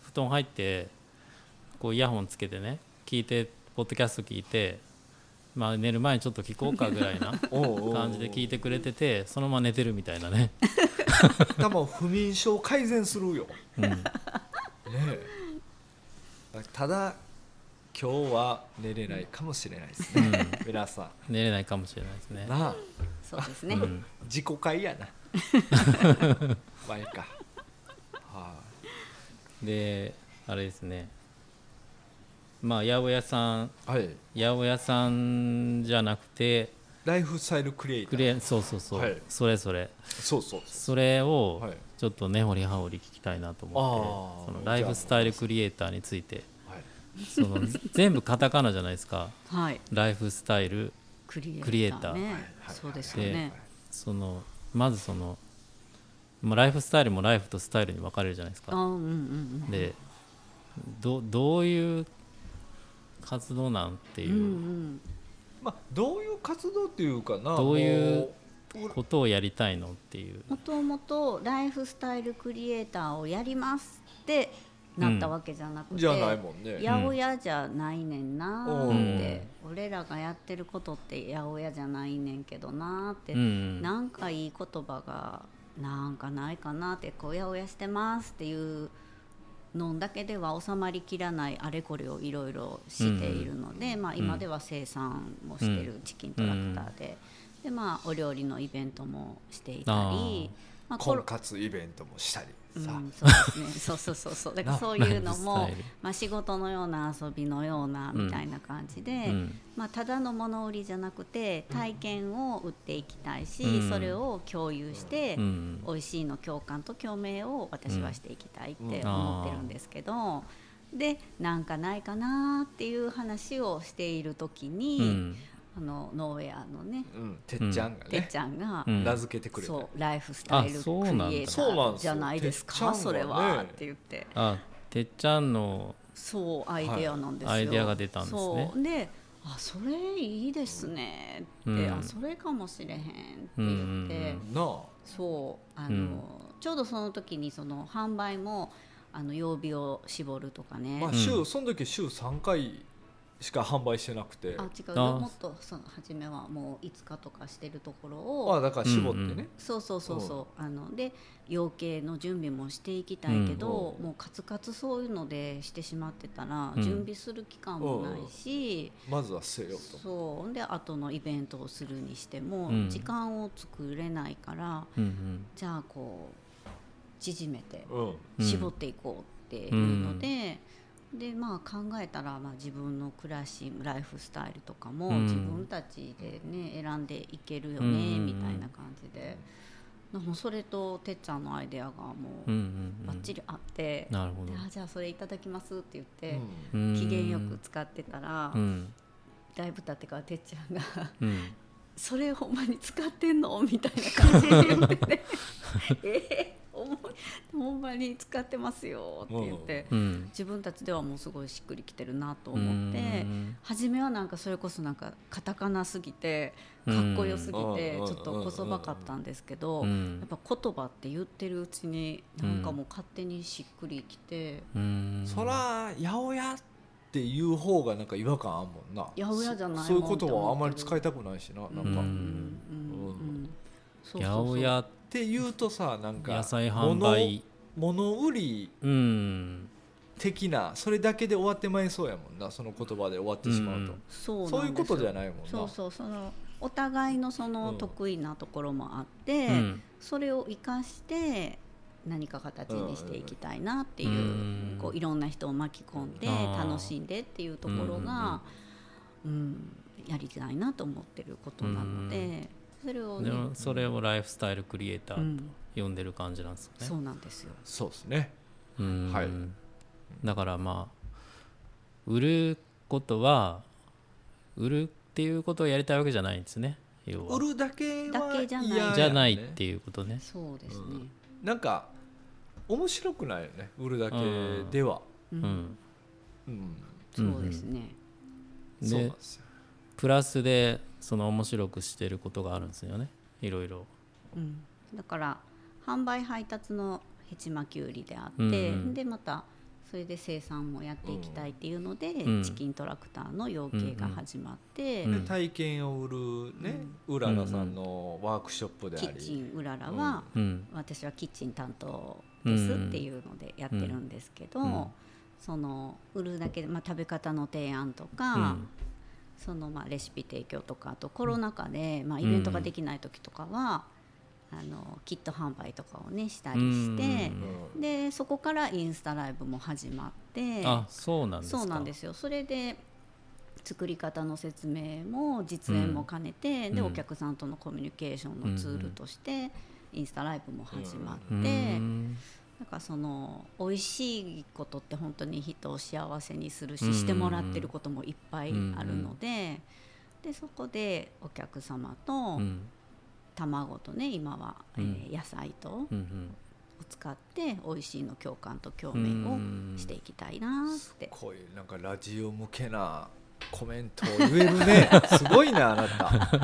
Speaker 2: 布団入ってこうイヤホンつけてね聞いてポッドキャスト聞いてまあ寝る前にちょっと聞こうかぐらいな
Speaker 3: お うおう
Speaker 2: 感じで聞いてくれててそのまま寝てるみたいなね、
Speaker 3: 多分不眠症改善するよ
Speaker 2: うん、
Speaker 3: ねえただ今日は寝れないかもしれないですね、皆さ
Speaker 2: 寝れないかもしれないですね
Speaker 3: ん。なあ
Speaker 1: そうですね、
Speaker 2: うん
Speaker 3: 自己会やなまあいいかは
Speaker 2: であれですねまあ八百屋さん
Speaker 3: い、はい、
Speaker 2: 八百屋さんじゃなくて
Speaker 3: ライフスタイルクリエイタ
Speaker 2: ク
Speaker 3: ー
Speaker 2: レそうそうそう、
Speaker 3: はい
Speaker 2: それそれ
Speaker 3: そうそうそ
Speaker 2: それを
Speaker 3: はい
Speaker 2: ちょっと根掘り葉掘り聞きたいなと思って、
Speaker 3: あー
Speaker 2: そのライフスタイルクリエイターについて
Speaker 3: う、はい、
Speaker 2: その 全部カタカナじゃないですか
Speaker 1: はい
Speaker 2: ライフスタイル
Speaker 1: クリエイターね
Speaker 2: クリエイター
Speaker 1: ね
Speaker 3: はい
Speaker 1: そうですよ
Speaker 2: で、
Speaker 1: ね
Speaker 2: そのまずその、まあ、ライフスタイルもライフとスタイルに分かれるじゃないです
Speaker 1: あー
Speaker 2: か
Speaker 1: うんうんうん
Speaker 2: でどどういう活動なんって
Speaker 1: うんう
Speaker 2: いうん
Speaker 3: まあどういう活動っていうかな
Speaker 2: どういう
Speaker 3: も
Speaker 2: ことをやりたいのっていう
Speaker 1: もともとライフスタイルクリエイターをやりますってなったわけじゃなくて、
Speaker 3: じゃないもんね
Speaker 1: 八百屋じゃないねんなーって、俺らがやってることって八百屋じゃないねんけどなーって、
Speaker 2: うん
Speaker 1: なんかいい言葉がなんかないかなってこう八百屋してますっていうのだけでは収まりきらないあれこれをいろいろしているので、まあ、今では生産もしてるチキントラクターで,、でまあ、お料理のイベントもしていた
Speaker 2: あー
Speaker 1: り。まあコロ
Speaker 3: 婚活イベントもしたりさ、
Speaker 1: うん、そうですねそうそうそうそうだからそういうの
Speaker 2: ライ
Speaker 1: も
Speaker 2: フスタイル、
Speaker 1: まあ、仕事のような遊びのようなみたいな感じで、
Speaker 2: うん
Speaker 1: まあ、ただの物売りじゃなくて体験を売っていきたいし、
Speaker 2: うん
Speaker 1: それを共有して、
Speaker 2: うん
Speaker 1: 美味しいの共感と共鳴を私はしていきたいって思ってるんですけど、でなんかないかなっていう話をしている時に、
Speaker 2: うん
Speaker 1: あのノーウェアのね、
Speaker 3: うん、てっちゃんが
Speaker 1: てっ
Speaker 3: ね
Speaker 1: ち、ゃんが、
Speaker 2: うん
Speaker 3: 名付けてくれた、
Speaker 1: そうライフスタイル
Speaker 2: あ
Speaker 1: ク
Speaker 2: そ
Speaker 1: リ
Speaker 2: うなんだ
Speaker 1: エイターじゃないです
Speaker 3: そう
Speaker 1: か
Speaker 3: なんです
Speaker 1: そ
Speaker 3: よ
Speaker 1: れは、って
Speaker 3: て
Speaker 1: 言って
Speaker 2: あてっちゃんの
Speaker 1: そうアイデアなんですよ、
Speaker 2: はいアイデアが出たんですね
Speaker 1: そうであそれいいですねって、
Speaker 2: うん
Speaker 1: あそれかもしれへんって言って、
Speaker 2: うんうんうん
Speaker 3: なあ
Speaker 1: そうあの、
Speaker 2: うん
Speaker 1: ちょうどその時にその販売もあの曜日を絞るとかね、
Speaker 3: まあ
Speaker 2: ん
Speaker 3: 週、その時週3回しか販売してなくて
Speaker 1: あ
Speaker 3: あ
Speaker 1: 違う
Speaker 2: あ
Speaker 1: よもっとその初めはもう5日とかしてるところを
Speaker 3: だから絞ってね、
Speaker 2: うんうん
Speaker 1: そうそうそうそう、あので養鶏の準備もしていきたいけど、
Speaker 3: うん
Speaker 1: もうカツカツそういうのでしてしまってたら、
Speaker 2: うん
Speaker 1: 準備する期間もないし、
Speaker 3: まずはせよと
Speaker 1: そうほんで後のイベントをするにしても、
Speaker 2: うん
Speaker 1: 時間を作れないから
Speaker 2: うん
Speaker 1: じゃあこう縮めて
Speaker 3: うん
Speaker 2: うん
Speaker 1: 絞っていこうっていうので。でまあ、考えたら、まあ、自分の暮らしライフスタイルとかも
Speaker 2: うん
Speaker 1: 自分たちで、ね選んでいけるよね、
Speaker 2: うん
Speaker 1: みたいな感じででもそれとてっちゃんのアイデアがも
Speaker 2: うんうんう
Speaker 1: うんバッチリあって、
Speaker 2: なるほど
Speaker 1: であじゃあそれいただきますって言
Speaker 3: う
Speaker 1: って、
Speaker 2: う
Speaker 3: ん
Speaker 2: ん
Speaker 1: 機嫌よく使ってたら、
Speaker 2: うん
Speaker 1: だいぶ経ってからてっちゃんが
Speaker 2: うん
Speaker 1: それほんまに使ってんのみたいな感じで言って てえーほんまほんまに使ってますよって言って
Speaker 2: うん
Speaker 1: 自分たちではもうすごいしっくりきてるなと
Speaker 2: う
Speaker 1: 思って
Speaker 2: ん
Speaker 1: 初めはなんかそれこそなんかカタカナすぎてかっこよすぎて
Speaker 3: うん
Speaker 1: ちょっとこそばかったんですけど
Speaker 2: う
Speaker 1: や
Speaker 2: ん
Speaker 1: っぱ言葉って言ってるうちになんかもう勝手にしっくりきて
Speaker 2: うん
Speaker 3: そら八百屋っていう方がなんか違和感あんもんな
Speaker 1: 八百屋じゃないもん
Speaker 3: そそういうこと
Speaker 1: って思ってる
Speaker 3: はあんまり使いたくないしななんか、
Speaker 1: うんうんう
Speaker 3: っ
Speaker 1: んそう
Speaker 2: 八
Speaker 1: そうそう
Speaker 2: 百屋
Speaker 3: ていうとさなんか
Speaker 2: 野菜販売
Speaker 3: 物物売り
Speaker 2: うん
Speaker 3: 的なそれだけで終わってまいそうやもんなその言葉で終わってしまうと、
Speaker 2: うん
Speaker 1: そうなんですよ
Speaker 3: そういうことじゃないもんな
Speaker 1: そうそうそのお互いのその
Speaker 3: うん
Speaker 1: 得意なところもあって、
Speaker 2: うん
Speaker 1: それを生かして何か形にしていきたいなっていう,、
Speaker 2: うん
Speaker 1: こういろんな人を巻き込んで
Speaker 2: あー
Speaker 1: 楽しんでっていうところが、うんやりたいなと思ってることなので、それを、
Speaker 2: で
Speaker 1: ね、
Speaker 2: もそれをライフスタイルクリエイタ
Speaker 1: う
Speaker 2: ーと
Speaker 1: ん
Speaker 2: 呼んでる感じなんですよね
Speaker 1: そうなんですよ。
Speaker 3: そうですね
Speaker 2: うん
Speaker 3: はい
Speaker 2: だからまあ売ることは売るっていうことをやりたいわけじゃないんですね要は
Speaker 3: 売るだけは
Speaker 1: だけじゃない
Speaker 3: 嫌やね
Speaker 2: じゃないっていうことね
Speaker 1: そうですね、
Speaker 3: なんか面白くないよね売るだけでは、
Speaker 1: う
Speaker 2: うんん
Speaker 3: うん
Speaker 1: そうですね、
Speaker 3: そうなん
Speaker 2: で
Speaker 3: ですよ
Speaker 2: プラスでその面白くしてることがあるんですよねいろいろ
Speaker 1: うん、だから販売配達のヘチマキュウリであって、
Speaker 2: うんうん
Speaker 1: でまたそれで生産もやっていきたいっていうので、
Speaker 2: うん
Speaker 1: チキントラクターの養鶏が始まって、
Speaker 2: うん
Speaker 3: で体験を売るね、うららさんのワークショップであ
Speaker 1: キ
Speaker 3: り、
Speaker 1: ッチンうららは、
Speaker 2: うん
Speaker 1: 私はキッチン担当ですっていうのでやってるんですけど、
Speaker 2: うんうん
Speaker 1: その売るだけで、まあ、食べ方の提案とか、そのまあレシピ提供とかあとコロナ禍でまあイベントができない時とかは、あのキット販売とかをねしたりして。
Speaker 2: うん
Speaker 3: うん
Speaker 1: でそこからインスタライブも始まって
Speaker 2: あそうなんですか
Speaker 1: そうなんですよそれで作り方の説明も実演も兼ねて、
Speaker 2: うん
Speaker 1: で
Speaker 2: うん
Speaker 1: お客さんとのコミュニケーションのツールとしてインスタライブも始まって、
Speaker 2: うん
Speaker 1: なんかその美味しいことって本当に人を幸せにするし、
Speaker 2: うん
Speaker 1: してもらってることもいっぱいあるので,、でそこでお客様と
Speaker 2: うん
Speaker 1: 卵とね今は、えー野菜と。
Speaker 2: うん
Speaker 1: を使って美味しいの共感と共鳴をしていきたいなっ
Speaker 3: で
Speaker 1: て
Speaker 3: こういうなんかラジオ向けなコメントを言える ねすごいなあなた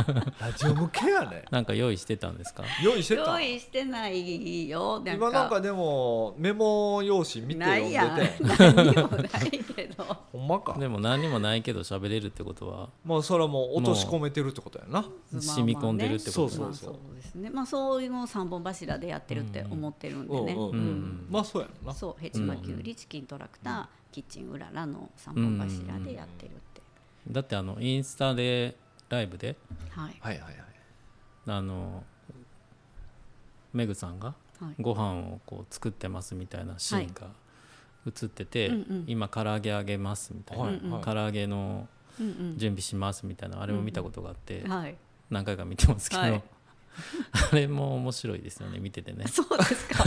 Speaker 3: ラジオ向けやね
Speaker 2: なんか用意してたんですか
Speaker 3: 用意してた
Speaker 1: 用意してないよなんか
Speaker 3: 今なんかでもメモ用紙見て
Speaker 1: な
Speaker 3: 読ん
Speaker 1: い
Speaker 3: で
Speaker 1: やん
Speaker 3: て
Speaker 1: 何もないけど
Speaker 3: ほんまか
Speaker 2: でも何にもないけど喋れるってことは
Speaker 3: もうそれはもう落とし込めてるってことやな
Speaker 2: 染み込んでるってこと
Speaker 3: ね
Speaker 1: まあまあね
Speaker 3: そうそうそ
Speaker 1: ま
Speaker 3: う
Speaker 1: あそうですねまあそういうのを三本柱でやってるって思ってるんでね、
Speaker 3: うんうん
Speaker 2: うん
Speaker 3: まあそうやろな
Speaker 1: そうヘチマキュウリチキントラクター、キッチンうららの三本柱でやってるって、
Speaker 2: だってあのインスタでライブで
Speaker 1: はい
Speaker 3: はいはいはい
Speaker 2: あのメグさんが
Speaker 1: はい
Speaker 2: ご飯をこう作ってますみたいなシーンが映ってて、
Speaker 1: うんうん
Speaker 2: 今唐揚げ揚げますみたいな、
Speaker 3: はいはい
Speaker 2: 唐揚げの
Speaker 1: うん
Speaker 2: 準備しますみたいなあれも見たことがあって、
Speaker 1: うんはい
Speaker 2: 何回か見てますけど、
Speaker 1: はい
Speaker 2: あれも面白いですよね見ててね。
Speaker 1: そうですか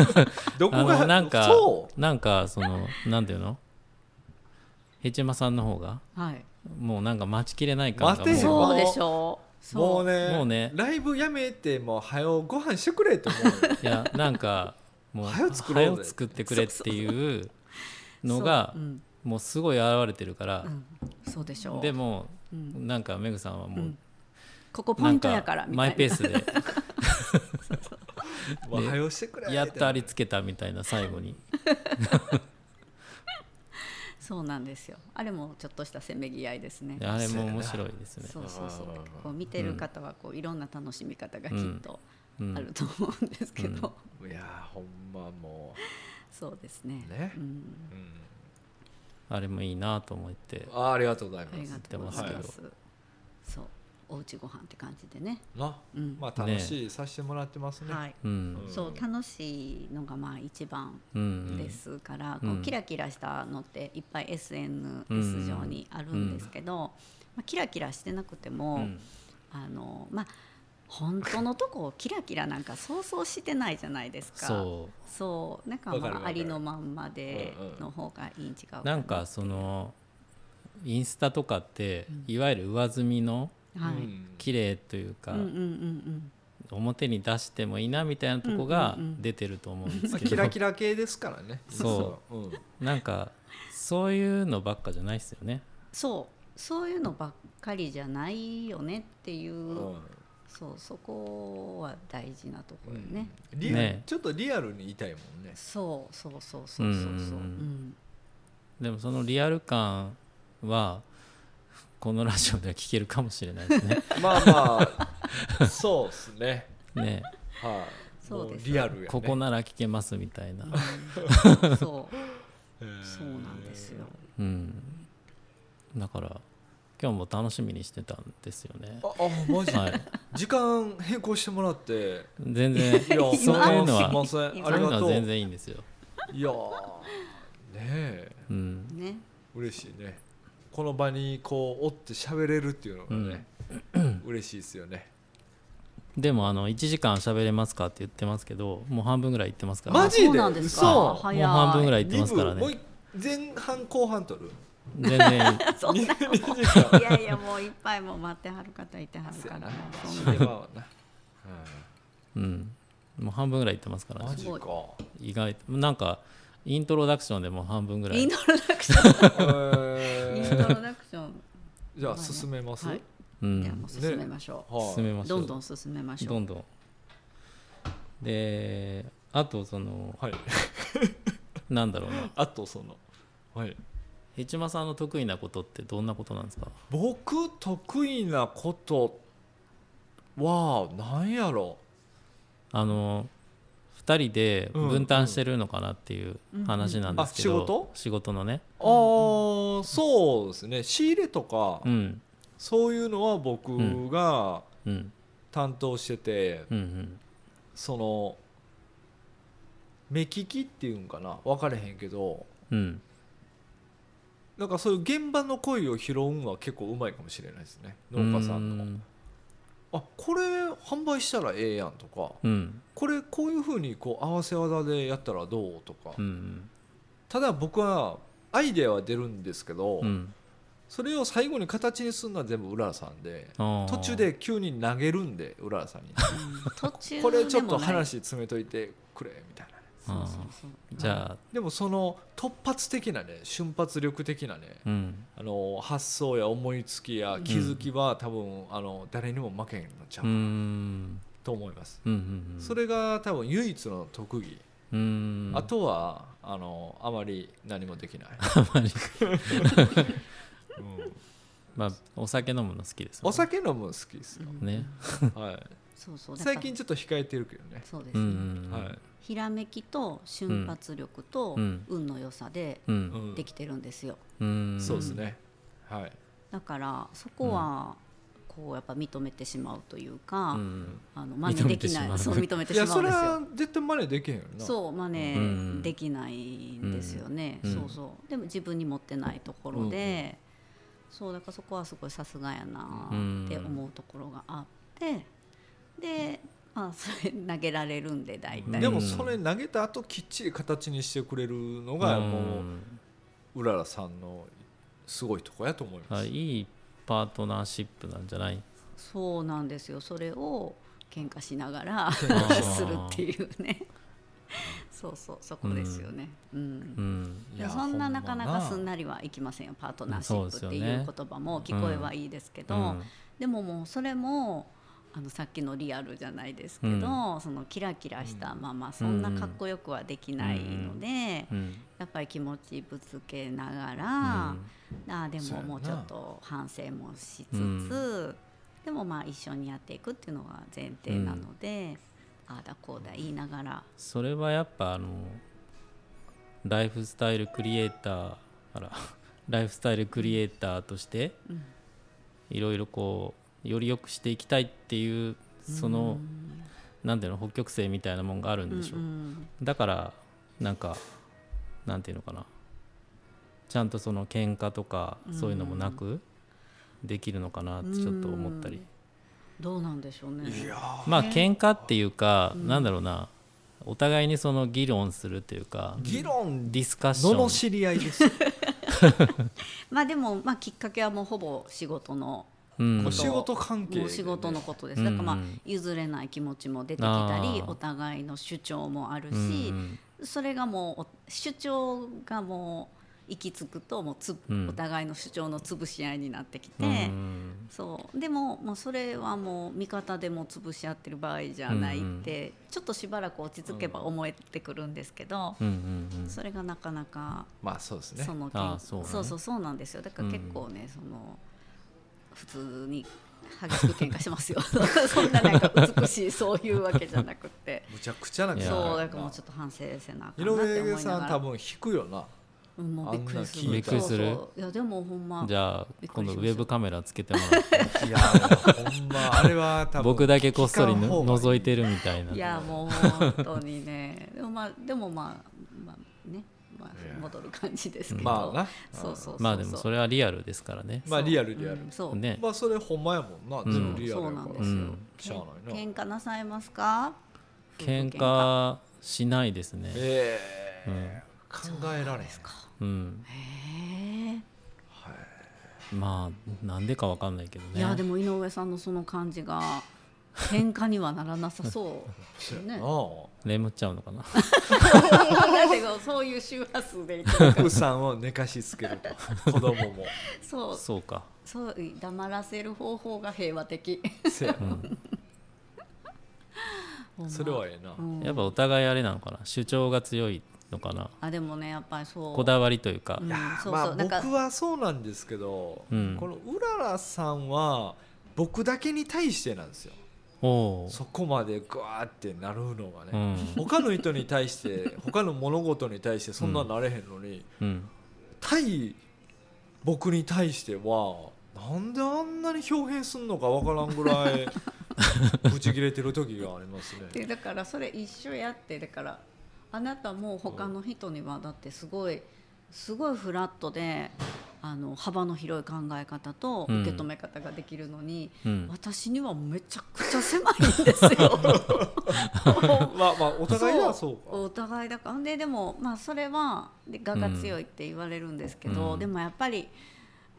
Speaker 3: どこ
Speaker 2: あの
Speaker 3: が
Speaker 2: なんか
Speaker 3: そう
Speaker 2: なんかそのなんていうのヘチマさんの方が
Speaker 1: はい
Speaker 2: もうなんか待ちきれない感が
Speaker 3: 待てよ
Speaker 2: もう
Speaker 1: そうでしょうそ
Speaker 3: もうね
Speaker 2: もうね
Speaker 3: ライブやめてもう早うご飯してくれと思う よ
Speaker 2: いやなんかもう
Speaker 3: 早作ろう
Speaker 2: 早
Speaker 3: ぜ
Speaker 2: 作ってくれっていうのが
Speaker 1: そううん
Speaker 2: もうすごい現れてるから
Speaker 1: う、ん、そうでしょう
Speaker 2: でも、
Speaker 1: うん
Speaker 2: なんかメグさんはもう、
Speaker 1: うんここポ
Speaker 2: な
Speaker 1: イ
Speaker 2: ん
Speaker 1: ントやからみたいな
Speaker 2: マイペースで
Speaker 3: もう早うしてくれ
Speaker 2: やっとあ
Speaker 3: り
Speaker 2: りつけたみたいな最 後に
Speaker 1: そうなんですよあれもちょっとしたせめぎ合いですね
Speaker 2: であれも面白いですね
Speaker 1: そうそうそう
Speaker 3: あー
Speaker 1: こう見てる方はこういろんな楽しみ方がきっと
Speaker 2: うん
Speaker 1: あると思うんですけど、
Speaker 3: いやーほんまも
Speaker 1: そうですね
Speaker 3: ね
Speaker 1: うん、
Speaker 3: う、うん
Speaker 2: あれもいいなと思って
Speaker 3: あーありがとうござい
Speaker 1: あ
Speaker 3: ま
Speaker 1: り
Speaker 3: す
Speaker 1: がとうございます、そうおうちご飯って感じでね、
Speaker 3: な
Speaker 1: うん
Speaker 3: まあ楽しいさせてもらってますね
Speaker 1: はい、
Speaker 2: うん
Speaker 1: そう楽しいのがまあ一番
Speaker 2: うん
Speaker 1: ですから、
Speaker 2: うん
Speaker 1: こうキラキラしたのっていっぱい SNS
Speaker 2: うん
Speaker 1: 上にあるんですけど、まあ、キラキラしてなくても、
Speaker 2: うん
Speaker 1: あのまあ本当のとこキラキラなんかそうそうしてないじゃないですか
Speaker 2: そう
Speaker 1: そうなんか
Speaker 3: わかるわ
Speaker 1: ま
Speaker 3: か
Speaker 1: あ
Speaker 3: る
Speaker 1: ありのまんまで
Speaker 3: うんうん
Speaker 1: の方がいいん違う
Speaker 2: うなんかそのインスタとかっていわゆる上積みの
Speaker 1: なはい
Speaker 3: うん
Speaker 2: 綺麗というか、
Speaker 1: うんうんうん
Speaker 2: 表に出してもいいなみたいなとこが
Speaker 1: うんうんうん
Speaker 2: 出てると思うんで
Speaker 3: ますあ
Speaker 2: けど、
Speaker 3: キラキラ系ですからね
Speaker 2: そ
Speaker 3: うん、うん
Speaker 2: なんかそういうのばっかじゃないですよね。
Speaker 1: そうそういうのばっかりじゃないよねっていう、そうそこは大事なところよね、
Speaker 3: リアル
Speaker 2: ね
Speaker 3: ちょっとリアルに言いたいもんね
Speaker 1: そうそうそうそうそうそう
Speaker 2: うんうんうん
Speaker 1: うん
Speaker 2: でもそのリアル感はこのラジオでは聞けるかもしれない ですね。
Speaker 3: まあまあ そうですね
Speaker 2: ね
Speaker 3: はい
Speaker 1: そうです
Speaker 3: もリアルやね
Speaker 2: ここなら聞けますみたいな。
Speaker 1: うんそう
Speaker 3: えー
Speaker 1: そうなんですよ
Speaker 2: うん、だから今日も楽しみにしてたんですよね
Speaker 3: あ。あマジ、
Speaker 2: はい、
Speaker 3: 時間変更してもらって
Speaker 2: 全然
Speaker 3: いや
Speaker 2: そういう
Speaker 3: ほん
Speaker 2: の
Speaker 3: すいま
Speaker 2: は
Speaker 3: せんあり
Speaker 1: 今
Speaker 2: そういうの
Speaker 3: が
Speaker 2: は
Speaker 3: とう
Speaker 2: 全然いいんですよ。
Speaker 3: いやーねえ
Speaker 2: うん、
Speaker 1: ね
Speaker 3: 嬉しいねこの場にこうおって喋れるっていうのがね、嬉しいですよね
Speaker 2: でもあの1時間喋れますかって言ってますけどもう半分ぐらい言ってますから
Speaker 3: マジで
Speaker 1: そうなんですか
Speaker 3: 嘘
Speaker 1: 早い
Speaker 2: もう半分ぐらい言って
Speaker 3: 二
Speaker 2: ますから
Speaker 3: 部もう
Speaker 2: ね
Speaker 3: 一前半後半取る
Speaker 2: 全然
Speaker 1: そんな
Speaker 3: 2時間
Speaker 1: いやいやもういっぱいもう待ってはる方いてはる
Speaker 3: せ
Speaker 1: か
Speaker 3: や
Speaker 1: ら
Speaker 3: な
Speaker 1: もうそん
Speaker 3: 死
Speaker 1: な
Speaker 3: ねばはな
Speaker 2: うんもう半分ぐらい言ってますから
Speaker 3: マ
Speaker 2: ね
Speaker 3: ジか
Speaker 1: す
Speaker 2: 意外なんかイントロダクションでもう半分ぐら
Speaker 1: イン
Speaker 2: い
Speaker 1: トロダクションイン
Speaker 3: え
Speaker 1: ト
Speaker 3: ー
Speaker 1: ロダクション
Speaker 3: じゃあ進めます
Speaker 1: は
Speaker 3: はいい
Speaker 2: うん
Speaker 1: じゃあもう進めましょ
Speaker 2: 進め
Speaker 1: う
Speaker 2: ましょ
Speaker 1: ど
Speaker 2: うん
Speaker 1: どん進めましょ
Speaker 2: ど
Speaker 1: うん
Speaker 2: どんであとその
Speaker 3: はい
Speaker 2: なんだろうな
Speaker 3: あとそのはい
Speaker 2: ヘチマさんの得意なことってどんなことなんですか
Speaker 3: 僕得意なことはなんやろ
Speaker 2: あの2人で
Speaker 3: うん
Speaker 2: 分担してるのかなっていう話なんですけど、
Speaker 3: うんうんうんあ仕事
Speaker 2: 仕事のね
Speaker 3: あーそうですね仕入れとか
Speaker 2: うん
Speaker 3: そういうのは僕が
Speaker 2: うん
Speaker 3: 担当してて
Speaker 2: うんうん
Speaker 3: その目利きっていうんかな分かれへんけど
Speaker 2: うん
Speaker 3: なんかそういう現場の声を拾うんは結構うまいかもしれないですね農家さんの
Speaker 2: うん
Speaker 3: あこれ販売したらええやんとか
Speaker 2: うん
Speaker 3: これこういうふうにこう合わせ技でやったらどうとか、
Speaker 2: うん
Speaker 3: ただ僕はアイデアは出るんですけど、
Speaker 2: うん
Speaker 3: それを最後に形にするのは全部うららさんで
Speaker 2: あー
Speaker 3: 途中で急に投げるんでうららさ んに
Speaker 1: うん途中
Speaker 3: これちょっ
Speaker 1: でも
Speaker 3: と
Speaker 1: ない
Speaker 3: 話詰めといてくれみたいなね
Speaker 1: そうそうそう
Speaker 2: じゃあ
Speaker 3: でもその突発的なね瞬発力的なね
Speaker 2: うん
Speaker 3: あの発想や思いつきや気づきは多分あの誰にも負けへんのちゃ
Speaker 2: う
Speaker 3: う、
Speaker 2: ーん
Speaker 3: と思います、
Speaker 2: うんうんうん
Speaker 3: それが多分唯一の特技、
Speaker 2: うーん
Speaker 3: あとはあのあまり何もできない、
Speaker 2: あまり
Speaker 3: うん
Speaker 2: まあお酒飲むの好きですも
Speaker 3: お
Speaker 2: ん
Speaker 3: 酒飲むの好きですよ、
Speaker 1: うん
Speaker 2: ね
Speaker 3: はい、
Speaker 1: そうそうだから
Speaker 3: 最近ちょっと控えてるけどね、
Speaker 1: そうです
Speaker 2: う
Speaker 1: ね、
Speaker 2: んうん
Speaker 3: はい
Speaker 1: ひらめきと瞬発力と
Speaker 2: うん
Speaker 1: 運の良さで
Speaker 2: う
Speaker 3: うんん
Speaker 1: できてるんですよ、
Speaker 2: うん
Speaker 3: そうですね、はい、
Speaker 1: だからそこはこうやっぱ認めてしまうという
Speaker 2: う
Speaker 1: か、
Speaker 2: ん
Speaker 1: あの真似でき
Speaker 2: 認めて
Speaker 1: な
Speaker 2: しま
Speaker 1: いうそう認めて
Speaker 3: い
Speaker 1: しま
Speaker 3: や
Speaker 1: う
Speaker 3: そ
Speaker 1: んで
Speaker 3: れ
Speaker 1: すよ
Speaker 3: は絶対真似できへんよな
Speaker 1: そう真
Speaker 2: う
Speaker 1: 似
Speaker 2: ん
Speaker 1: できないんですよね、
Speaker 2: うん
Speaker 1: そうそうでも自分に持ってないところで、そうだからそこはすごいさすがやなって思うところがあってでまあそれ投げられるんで大体
Speaker 3: でもそれ投げた後きっちり形にしてくれるのがもううららさんのすごいとこやと思います、
Speaker 2: あいいパートナーシップなんじゃない
Speaker 1: そうなんですよそれを喧嘩しながら
Speaker 2: 嘩
Speaker 1: するっていうねそうそうそこですよね、うん
Speaker 2: うん
Speaker 3: いや
Speaker 1: そんな
Speaker 3: ほ
Speaker 1: なかなかすん
Speaker 3: な
Speaker 1: なりはいきませんよパートナーシ
Speaker 2: そう
Speaker 1: ッ
Speaker 2: で
Speaker 1: プっ
Speaker 2: すよ
Speaker 1: て
Speaker 2: ね
Speaker 1: いう言葉も聞こえはいいですけど、
Speaker 2: うん
Speaker 1: でももうそれもあのさっきのリアルじゃないですけど、そのキラキラしたままそんなかっこよくはできないので、
Speaker 2: うん
Speaker 1: やっぱり気持ちぶつけながら、あーで
Speaker 3: そ
Speaker 1: も
Speaker 3: うやな
Speaker 1: もうちょっと反省もしつつ、
Speaker 2: うん
Speaker 1: でもまあ一緒にやっていくっていうのが前提なので、ああだこうだ言いながら
Speaker 2: それはやっぱあのライフスタイルクリエイターあら ライフスタイルクリエイターとしていろいろこうより良くしていきたいっていうそのなんていうの北極星みたいなもんがあるんでしょう、
Speaker 1: うん
Speaker 2: だからなんかなんていうのかなちゃんとその喧嘩とかそういうのもなくできるのかなってちょっと思ったり、
Speaker 1: どうなんでしょうね。
Speaker 3: いやー
Speaker 2: まあ喧嘩っていうか、なんだろうなお互いにその議論するというか
Speaker 3: 議論
Speaker 2: ディスカッシ
Speaker 3: のの
Speaker 2: ョン
Speaker 3: 知り合いです
Speaker 1: まあでもまあきっかけはもうほぼ仕事の
Speaker 2: うん
Speaker 1: こ
Speaker 3: お
Speaker 1: と
Speaker 3: 仕事関係でね
Speaker 1: もう仕事のことです
Speaker 2: うん
Speaker 1: だ
Speaker 2: う
Speaker 1: か
Speaker 2: ん
Speaker 1: らまあ譲れない気持ちも出てきたり
Speaker 2: あー
Speaker 1: お互いの主張もある
Speaker 2: うん
Speaker 1: し
Speaker 2: うん
Speaker 1: それがもう主張がもう行き着くともうつ
Speaker 2: うん
Speaker 1: お互いの主張の潰し合いになってきて
Speaker 2: うん
Speaker 1: そうでももうそれはもう味方でも潰し合ってる場合じゃないってちょっとしばらく落ち着けば思えてくるんですけど
Speaker 2: うんうん
Speaker 1: それがなかなか
Speaker 3: まあそうですね
Speaker 1: その
Speaker 2: あ
Speaker 1: けん
Speaker 2: ーそうね
Speaker 1: そうそうそうなんですよだか
Speaker 2: う
Speaker 1: ら
Speaker 2: ん
Speaker 1: 結構ね、その普通に激しく喧嘩しますよ そんななんか美しいそういうわけじゃなくて
Speaker 3: むちゃくちゃな
Speaker 2: や
Speaker 3: 喧嘩
Speaker 1: そう
Speaker 3: や
Speaker 1: だ
Speaker 3: な
Speaker 1: からもうちょっと反省せなあか
Speaker 3: 井
Speaker 1: んなって思
Speaker 3: 上
Speaker 1: いな
Speaker 3: さ
Speaker 1: が
Speaker 3: ん
Speaker 1: ら
Speaker 3: 多分引くよな
Speaker 1: うんもうびっくりす
Speaker 3: あん
Speaker 1: る
Speaker 3: な
Speaker 2: びっくりする
Speaker 1: そうそういやでもほんま
Speaker 2: じゃあ
Speaker 1: びっ
Speaker 2: 今
Speaker 1: く
Speaker 2: 度
Speaker 1: り
Speaker 2: ウ
Speaker 1: しました
Speaker 2: ェブカメラつけてもらって
Speaker 3: いやほんまあれは多分
Speaker 2: 僕だけこっそり
Speaker 3: 聞かん方
Speaker 2: の
Speaker 3: が
Speaker 2: 覗いてるみたいない
Speaker 1: やもう本当にねでもまあでもまあまあねま
Speaker 3: いや
Speaker 1: あ戻る感じですけど
Speaker 3: まあな
Speaker 1: そうそうそうそう
Speaker 2: まあでもそれはリアルですからね
Speaker 3: まあリアルリアル
Speaker 1: うんそう
Speaker 2: ね
Speaker 3: まあそれほんまやもんな、
Speaker 2: ん
Speaker 3: 全部リアル
Speaker 1: そ
Speaker 3: や
Speaker 1: う
Speaker 3: か
Speaker 1: なん
Speaker 3: ら
Speaker 1: です
Speaker 2: う
Speaker 1: よ
Speaker 2: ん
Speaker 3: しゃあない
Speaker 1: 喧
Speaker 3: な
Speaker 1: 嘩なさいますか
Speaker 2: 喧
Speaker 1: 夫婦喧
Speaker 2: 嘩しないですね
Speaker 3: ええ考えられへんか
Speaker 2: うん
Speaker 1: へ
Speaker 2: まあなんでかわかんないけど
Speaker 1: え
Speaker 2: ね
Speaker 1: いやでも井上さんのその感じが喧嘩にはならなさ そうね
Speaker 2: 眠っちゃうのか な
Speaker 1: だけどそういう周波数でいく
Speaker 3: なあ奥さんを寝かしつける と子供も
Speaker 1: そう
Speaker 2: そうか
Speaker 1: そう黙らせる方法が平和的
Speaker 3: せや
Speaker 2: う
Speaker 3: なん
Speaker 1: ほんま
Speaker 3: それはええな、
Speaker 1: うん
Speaker 2: やっぱお互いあれなのかな主張が強いのかな
Speaker 1: あでもねやっぱりそう
Speaker 2: こだわりというか
Speaker 1: うんそう
Speaker 3: ま
Speaker 1: そ
Speaker 3: あ
Speaker 1: うなんか
Speaker 3: 僕はそうなんですけど、
Speaker 2: うん
Speaker 3: このうららさんは僕だけに対してなんですよ
Speaker 2: おう
Speaker 3: そこまでグワーってなるのがね、
Speaker 2: うん
Speaker 3: 他の人に対して他の物事に対してそんななれへんのに、
Speaker 2: うん
Speaker 3: 対僕に対してはなんであんなに表現すんのかわからんぐ らいブチ切れてる時がありますね
Speaker 1: でだからそれ一緒やってだからあなたも他の人にはだってすごいすごいフラットであの幅の広い考え方と
Speaker 2: うん
Speaker 1: 受け止め方ができるのに、
Speaker 2: うん
Speaker 1: 私にはめちゃくちゃ狭いんです よ。
Speaker 3: まあまあお互いはそうか
Speaker 1: お互いだからででもまあそれはで我が強いって言われるんですけど、
Speaker 2: うん
Speaker 1: でもやっぱり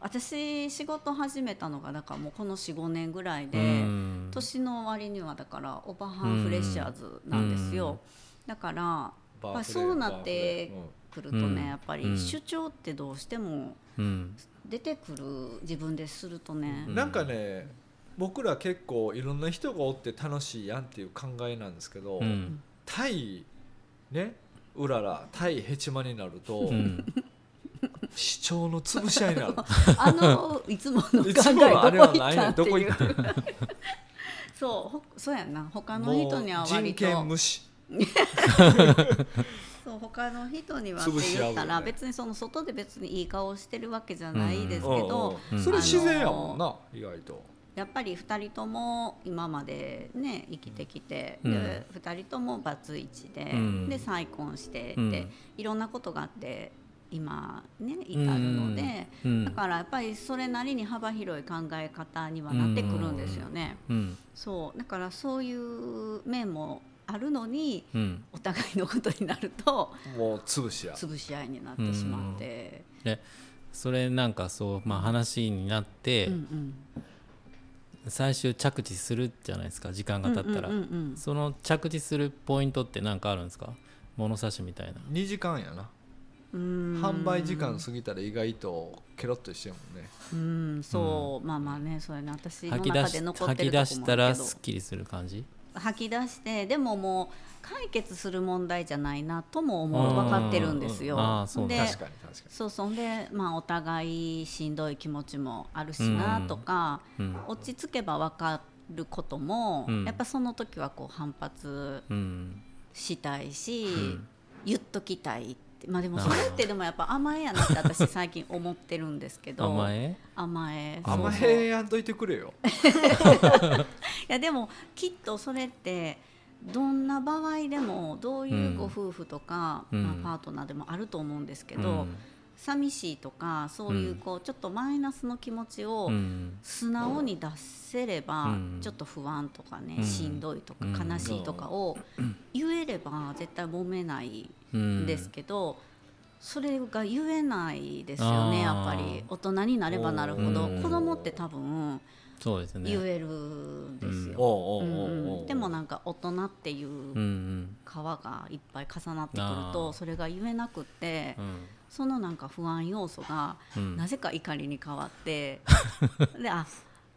Speaker 1: 私仕事始めたのがだからもうこの45年ぐらいで、
Speaker 2: うん
Speaker 1: 年の割にはだからオバハンフレッシャーズなんで
Speaker 2: う
Speaker 1: す
Speaker 2: ん
Speaker 1: よ、だからやっぱりそうなってくると
Speaker 2: うん
Speaker 1: ね、やっぱ
Speaker 2: うん
Speaker 1: り主張ってどうしても
Speaker 2: うん
Speaker 1: 出てくる自分でするとね、
Speaker 2: うん
Speaker 3: なんかね僕ら結構いろんな人がおって楽しいやんっていう考えなんですけど、
Speaker 2: うん
Speaker 3: 対ねうらら対ヘチマになると、
Speaker 2: うん
Speaker 3: 主張の潰し合いにな る
Speaker 1: あのいつもの考え
Speaker 3: い
Speaker 1: ど
Speaker 3: つものあれは
Speaker 1: こ行
Speaker 3: な
Speaker 1: っ
Speaker 3: い
Speaker 1: た
Speaker 3: ね
Speaker 1: って
Speaker 3: どこ
Speaker 1: い
Speaker 3: 行
Speaker 1: う
Speaker 3: ったん
Speaker 1: そうほそうやんな他の
Speaker 3: も
Speaker 1: 人には
Speaker 3: う人
Speaker 1: 割と
Speaker 3: 権無視
Speaker 1: そう他の人にはって
Speaker 3: 潰し合
Speaker 1: 言
Speaker 3: うよ
Speaker 1: っ
Speaker 3: ね
Speaker 1: たら、別にその外で別にいい顔してるわけじゃないですけ
Speaker 3: うん
Speaker 1: ど、
Speaker 3: うん
Speaker 2: うん
Speaker 3: それ自然やもんな、意外と
Speaker 1: やっぱり2人とも今までね生きてきて、
Speaker 2: うん
Speaker 1: で2人ともバツイチで、
Speaker 2: うん
Speaker 1: で再婚してって、
Speaker 2: うん
Speaker 1: いろんなことがあって今ね至るので、
Speaker 2: うん
Speaker 1: だからやっぱりそれなりに幅広い考え方にはなってくるんですよね。
Speaker 2: うん
Speaker 1: そうだからそういう面もあるのに
Speaker 2: うん
Speaker 1: お互いのことになると
Speaker 3: もう潰し合う
Speaker 1: 潰し合いになってしまって。
Speaker 2: でそれなんかそうまあ話になって、
Speaker 1: うんうん
Speaker 2: 最終着地するじゃないですか時間が経ったら、
Speaker 1: うんうんうん
Speaker 2: その着地するポイントって何かあるんですか物差しみたいな
Speaker 3: 2時間やな
Speaker 1: うんうん
Speaker 3: 販売時間過ぎたら意外とケロッとしてるもんね
Speaker 1: うん、そう、まあまあね、それね、私の
Speaker 2: 吐き
Speaker 1: 中
Speaker 2: 出し
Speaker 1: で残っ
Speaker 2: 吐
Speaker 1: て
Speaker 2: き出
Speaker 1: るとこもあるけど
Speaker 2: したらすっきりする感じ
Speaker 1: 吐き出して、でももう解決する問題じゃないなとも思う、分かってるんですよ。
Speaker 2: うんあーそう
Speaker 1: で
Speaker 2: ね
Speaker 3: 確かに確か
Speaker 1: そうそんで、まあ、お互いしんどい気持ちもあるしなとか、
Speaker 2: うん
Speaker 1: 落ち着けば分かることも、
Speaker 2: うん
Speaker 1: やっぱその時はこう反発
Speaker 2: うん
Speaker 1: したいし、
Speaker 2: ん
Speaker 1: 言っときたいってまあでもそれってでもやっぱ甘えやなって私最近思ってるんですけど
Speaker 2: 甘え
Speaker 1: 甘え
Speaker 3: に甘
Speaker 1: そうそう
Speaker 3: えやんといてくれよ
Speaker 1: いやでもきっとそれってどんな場合でもどういうご夫婦とか、
Speaker 2: うん
Speaker 1: まあ、パートナーでもあると思うんですけど、
Speaker 2: うん
Speaker 1: 寂しいとかそういううんこうちょっとマイナスの気持ちを
Speaker 2: うん
Speaker 1: 素直に出せれば、
Speaker 2: うん
Speaker 1: ちょっと不安とかね、
Speaker 2: うん
Speaker 1: しんどいとか
Speaker 2: うん
Speaker 1: 悲しいとかを言えれば絶対揉めない
Speaker 2: うん
Speaker 1: んですけど。それが言えないですよねやっぱり
Speaker 2: あ
Speaker 1: 大人になればなるほ
Speaker 2: う
Speaker 1: ど
Speaker 2: ん
Speaker 1: 子供って多分
Speaker 2: そうですね
Speaker 1: 言えるんですよ。
Speaker 3: おうおうおうおう
Speaker 1: うんでもなんか大人っていう
Speaker 2: うんうん
Speaker 1: 皮がいっぱい重なってくる
Speaker 2: あー
Speaker 1: とそれが言えなくって
Speaker 2: うん
Speaker 1: そのなんか不安要素が
Speaker 2: うん
Speaker 1: なぜか怒りに変わって であ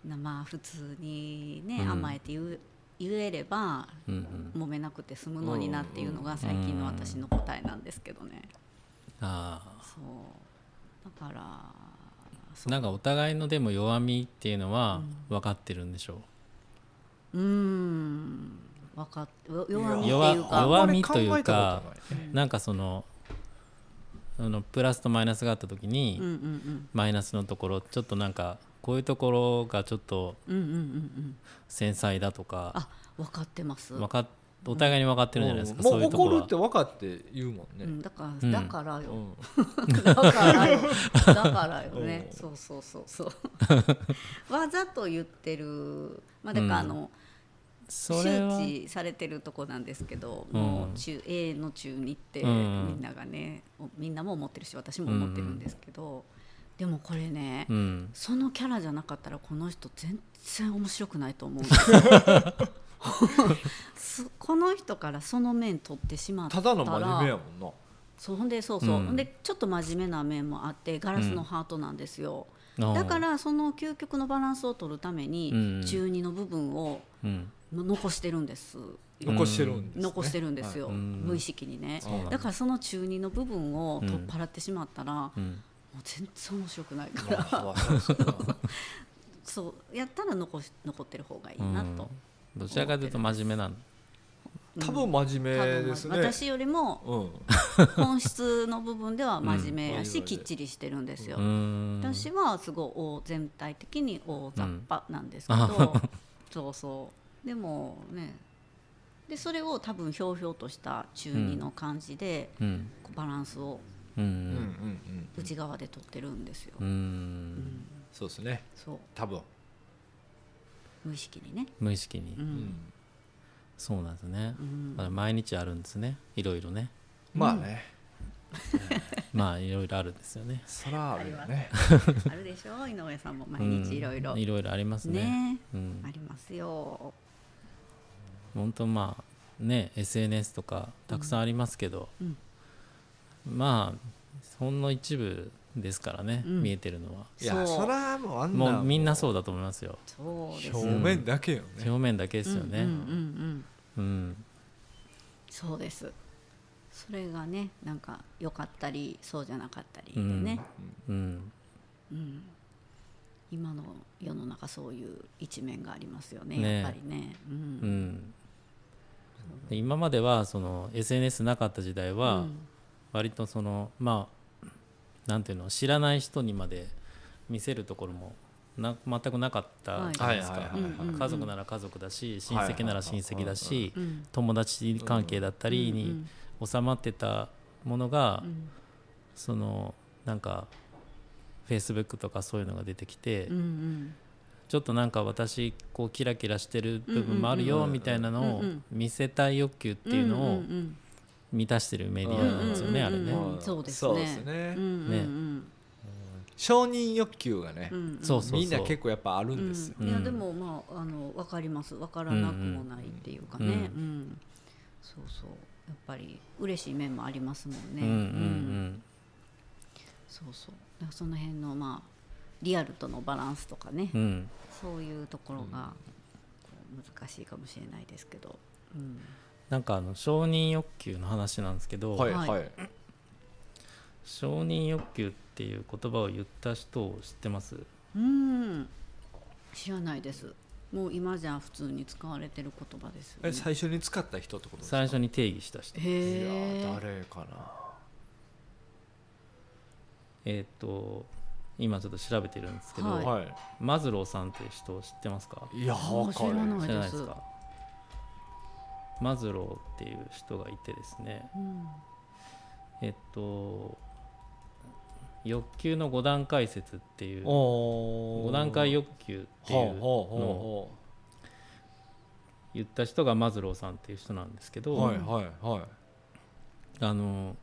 Speaker 1: なまあ普通にね
Speaker 2: うん
Speaker 1: 甘えて言う言えれば
Speaker 2: うんうん
Speaker 1: 揉めなくて済むのになっていうのが最近の私の答えなんですけどね。
Speaker 2: あ
Speaker 1: そうだからそ
Speaker 2: あなんかお互いのでも弱みっていうのは分かってるんでしょう、
Speaker 1: うーん分かってよ弱みって
Speaker 2: 弱
Speaker 1: いうか
Speaker 2: 弱みというか
Speaker 3: あんまり考えたことない
Speaker 2: なんかそのあのプラスとマイナスがあった時に、
Speaker 1: うんうん
Speaker 2: マイナスのところちょっとなんかこういうところがちょっと
Speaker 1: うんうんうんうんうん
Speaker 2: 繊細だとか
Speaker 1: あ分かってます
Speaker 2: わかっお互いに分かってるじゃないですか、
Speaker 3: うん
Speaker 2: そうい
Speaker 3: も
Speaker 2: う
Speaker 3: う
Speaker 2: とこ
Speaker 3: 怒
Speaker 2: ろ
Speaker 3: る
Speaker 2: は
Speaker 3: って分かって言うもん
Speaker 1: う
Speaker 3: ね
Speaker 1: ん、だか
Speaker 2: う
Speaker 1: ら
Speaker 2: ん
Speaker 1: だから
Speaker 3: う
Speaker 1: よ、
Speaker 3: ん
Speaker 1: だからよだからよね
Speaker 3: うん
Speaker 1: そうそうそうそう わざと言ってるまあだからあの、
Speaker 2: それは
Speaker 1: 周知されてるとこなんですけど、
Speaker 2: うん
Speaker 1: もう中 A の中2って
Speaker 2: う
Speaker 1: み
Speaker 2: ん
Speaker 1: んながね、みんなも思ってるし私も思ってるんですけど、でもこれね、
Speaker 2: うん
Speaker 1: そのキャラじゃなかったらこの人全然面白くないと 思うん ですよすこの人からその面取ってしまった
Speaker 3: た
Speaker 1: ら
Speaker 3: だの真面目やもんな
Speaker 1: そうほんでそうそう、
Speaker 2: うん
Speaker 1: ほんでちょっと真面目な面もあってガラスのハートなんですよ、だか
Speaker 2: あ
Speaker 1: らその究極のバランスを取るために、
Speaker 2: うん
Speaker 1: 中二の部分を
Speaker 2: ーうん
Speaker 1: 残してるんです
Speaker 3: 残してるんですね
Speaker 1: 残してるんですよ、
Speaker 2: はいうん
Speaker 1: 無意識にね、
Speaker 3: そうなんだ
Speaker 1: だからその中二の部分を
Speaker 2: うん
Speaker 1: 取っ払ってしまったら、もう
Speaker 2: うん
Speaker 1: 全然面白くないから、
Speaker 3: あそうそうそう
Speaker 1: そうやったら残し残ってる方がいいうなと、
Speaker 2: んどちらかというと真面目なの
Speaker 3: 多分真面
Speaker 1: 多
Speaker 3: 目
Speaker 1: 分
Speaker 3: ですね
Speaker 1: 私よりも
Speaker 3: うん
Speaker 1: 本質の部分では真面目やし、
Speaker 3: うん
Speaker 1: きっちりしてるんですよ、
Speaker 2: うーん
Speaker 1: 私はすごい大全体的に大雑把なんですけ
Speaker 2: う
Speaker 1: ど、
Speaker 2: んあ
Speaker 1: そうそうでもねでそれを多分ひょうひょうとした中二の感じで、
Speaker 2: うん
Speaker 1: こうバランスを
Speaker 2: う
Speaker 3: うんうん
Speaker 2: ん
Speaker 3: うん
Speaker 1: 内側で取ってるんですよ、
Speaker 2: うん、うん、
Speaker 3: そうですね
Speaker 1: そう
Speaker 3: 多分
Speaker 1: 無意識にね、
Speaker 2: 無意識に、
Speaker 1: うん
Speaker 3: うん
Speaker 2: そうなんですね
Speaker 1: う、ん
Speaker 2: だから毎日あるんですねいろいろ ね
Speaker 3: まあね
Speaker 2: まあいろいろあるんですよね
Speaker 3: そらあるよね
Speaker 1: あるでしょ井上さんも毎日いろいろ
Speaker 2: うんいろいろありますね
Speaker 1: ね
Speaker 2: うん
Speaker 1: あ、りますよ、
Speaker 2: 本当まあね SNS とかたくさんありますけど、
Speaker 1: うん
Speaker 2: まあほんの一部ですからね、
Speaker 1: うん
Speaker 2: 見えてるのは、
Speaker 3: いや
Speaker 1: そう
Speaker 3: そらもうあんな
Speaker 2: もうみんなそうだと思いますよ
Speaker 1: そうですよ
Speaker 3: 表面だけよね
Speaker 2: 表面だけですよね
Speaker 1: うんうんうんうん
Speaker 2: うん
Speaker 1: そうですそれがねなんか良かったりそうじゃなかったりでね、
Speaker 2: うん
Speaker 1: うん今の世の中そういう一面がありますよね
Speaker 2: ね
Speaker 1: やっぱりね、う
Speaker 2: うんんで今まではその SNS なかった時代
Speaker 1: う
Speaker 2: は
Speaker 1: ん
Speaker 2: 割とそのまあなんていうの知らない人にまで見せるところもな全くなかったじゃないです
Speaker 3: はい
Speaker 2: か
Speaker 3: はいはいはい
Speaker 1: はい
Speaker 2: 家族なら家族だし親
Speaker 3: はいはい
Speaker 2: 戚なら親戚だし
Speaker 1: うん
Speaker 2: 友達関係だったりに収まってたものが
Speaker 1: うん
Speaker 2: そのなんか Facebook とかそういうのが出てきて
Speaker 1: うんうん
Speaker 2: ちょっとなんか私こうキラキラしてる部分もある
Speaker 3: うんうん
Speaker 2: よ
Speaker 3: うん
Speaker 2: みたいなのを
Speaker 1: うんうん
Speaker 2: 見せたい欲求っていうの
Speaker 1: ん
Speaker 2: を
Speaker 1: んん
Speaker 2: 満たしてるメディアなんですよねあれね
Speaker 1: うん
Speaker 3: まあ
Speaker 1: そうですね
Speaker 3: そうですね
Speaker 1: うんうんうん
Speaker 3: 承認欲求がね
Speaker 1: うん
Speaker 2: そうそうそう
Speaker 3: みんな結構やっぱある
Speaker 1: うん
Speaker 3: ですよ
Speaker 1: んいやでもまああの分かります分からなくもないっていうかね、
Speaker 2: うん
Speaker 1: うん
Speaker 2: うん
Speaker 1: そうそうやっぱり嬉しい面もありますもん
Speaker 2: う
Speaker 1: ね、
Speaker 2: んうんう
Speaker 1: うん
Speaker 2: ん
Speaker 1: そうそうだからその辺のまあリアルとのバランスとかね、
Speaker 2: うん
Speaker 1: そういうところがこう難しいかもしれないですけど、うん
Speaker 2: なんかあの承認欲求の話なんですけど、
Speaker 3: はい
Speaker 1: はい
Speaker 3: はい
Speaker 2: 承認欲求っていう言葉を言った人を知ってます
Speaker 1: うん知らないですもう今じゃ普通に使われてる言葉ですよね
Speaker 3: え最初に使った人ってことですか
Speaker 2: 最初に定義した人
Speaker 3: いや
Speaker 1: へ
Speaker 3: ー
Speaker 1: え
Speaker 3: 誰かな
Speaker 2: えーっと今ちょっと調べてるんですけど、
Speaker 1: はい
Speaker 3: は
Speaker 2: マズローさんっていう人を知ってますか
Speaker 3: い。いや、わかる。
Speaker 1: 面白
Speaker 2: 知らない
Speaker 1: いで
Speaker 2: ですすかマズローっていう人がいてですね
Speaker 1: うん
Speaker 2: えっと欲求の5段階説っていう
Speaker 3: お
Speaker 2: 5段階欲求っていうのを
Speaker 3: ほ
Speaker 2: 言った人がマズローさんっていう人なんですけ
Speaker 3: う
Speaker 2: ど、
Speaker 3: ほうほうはいはいはい。
Speaker 2: あの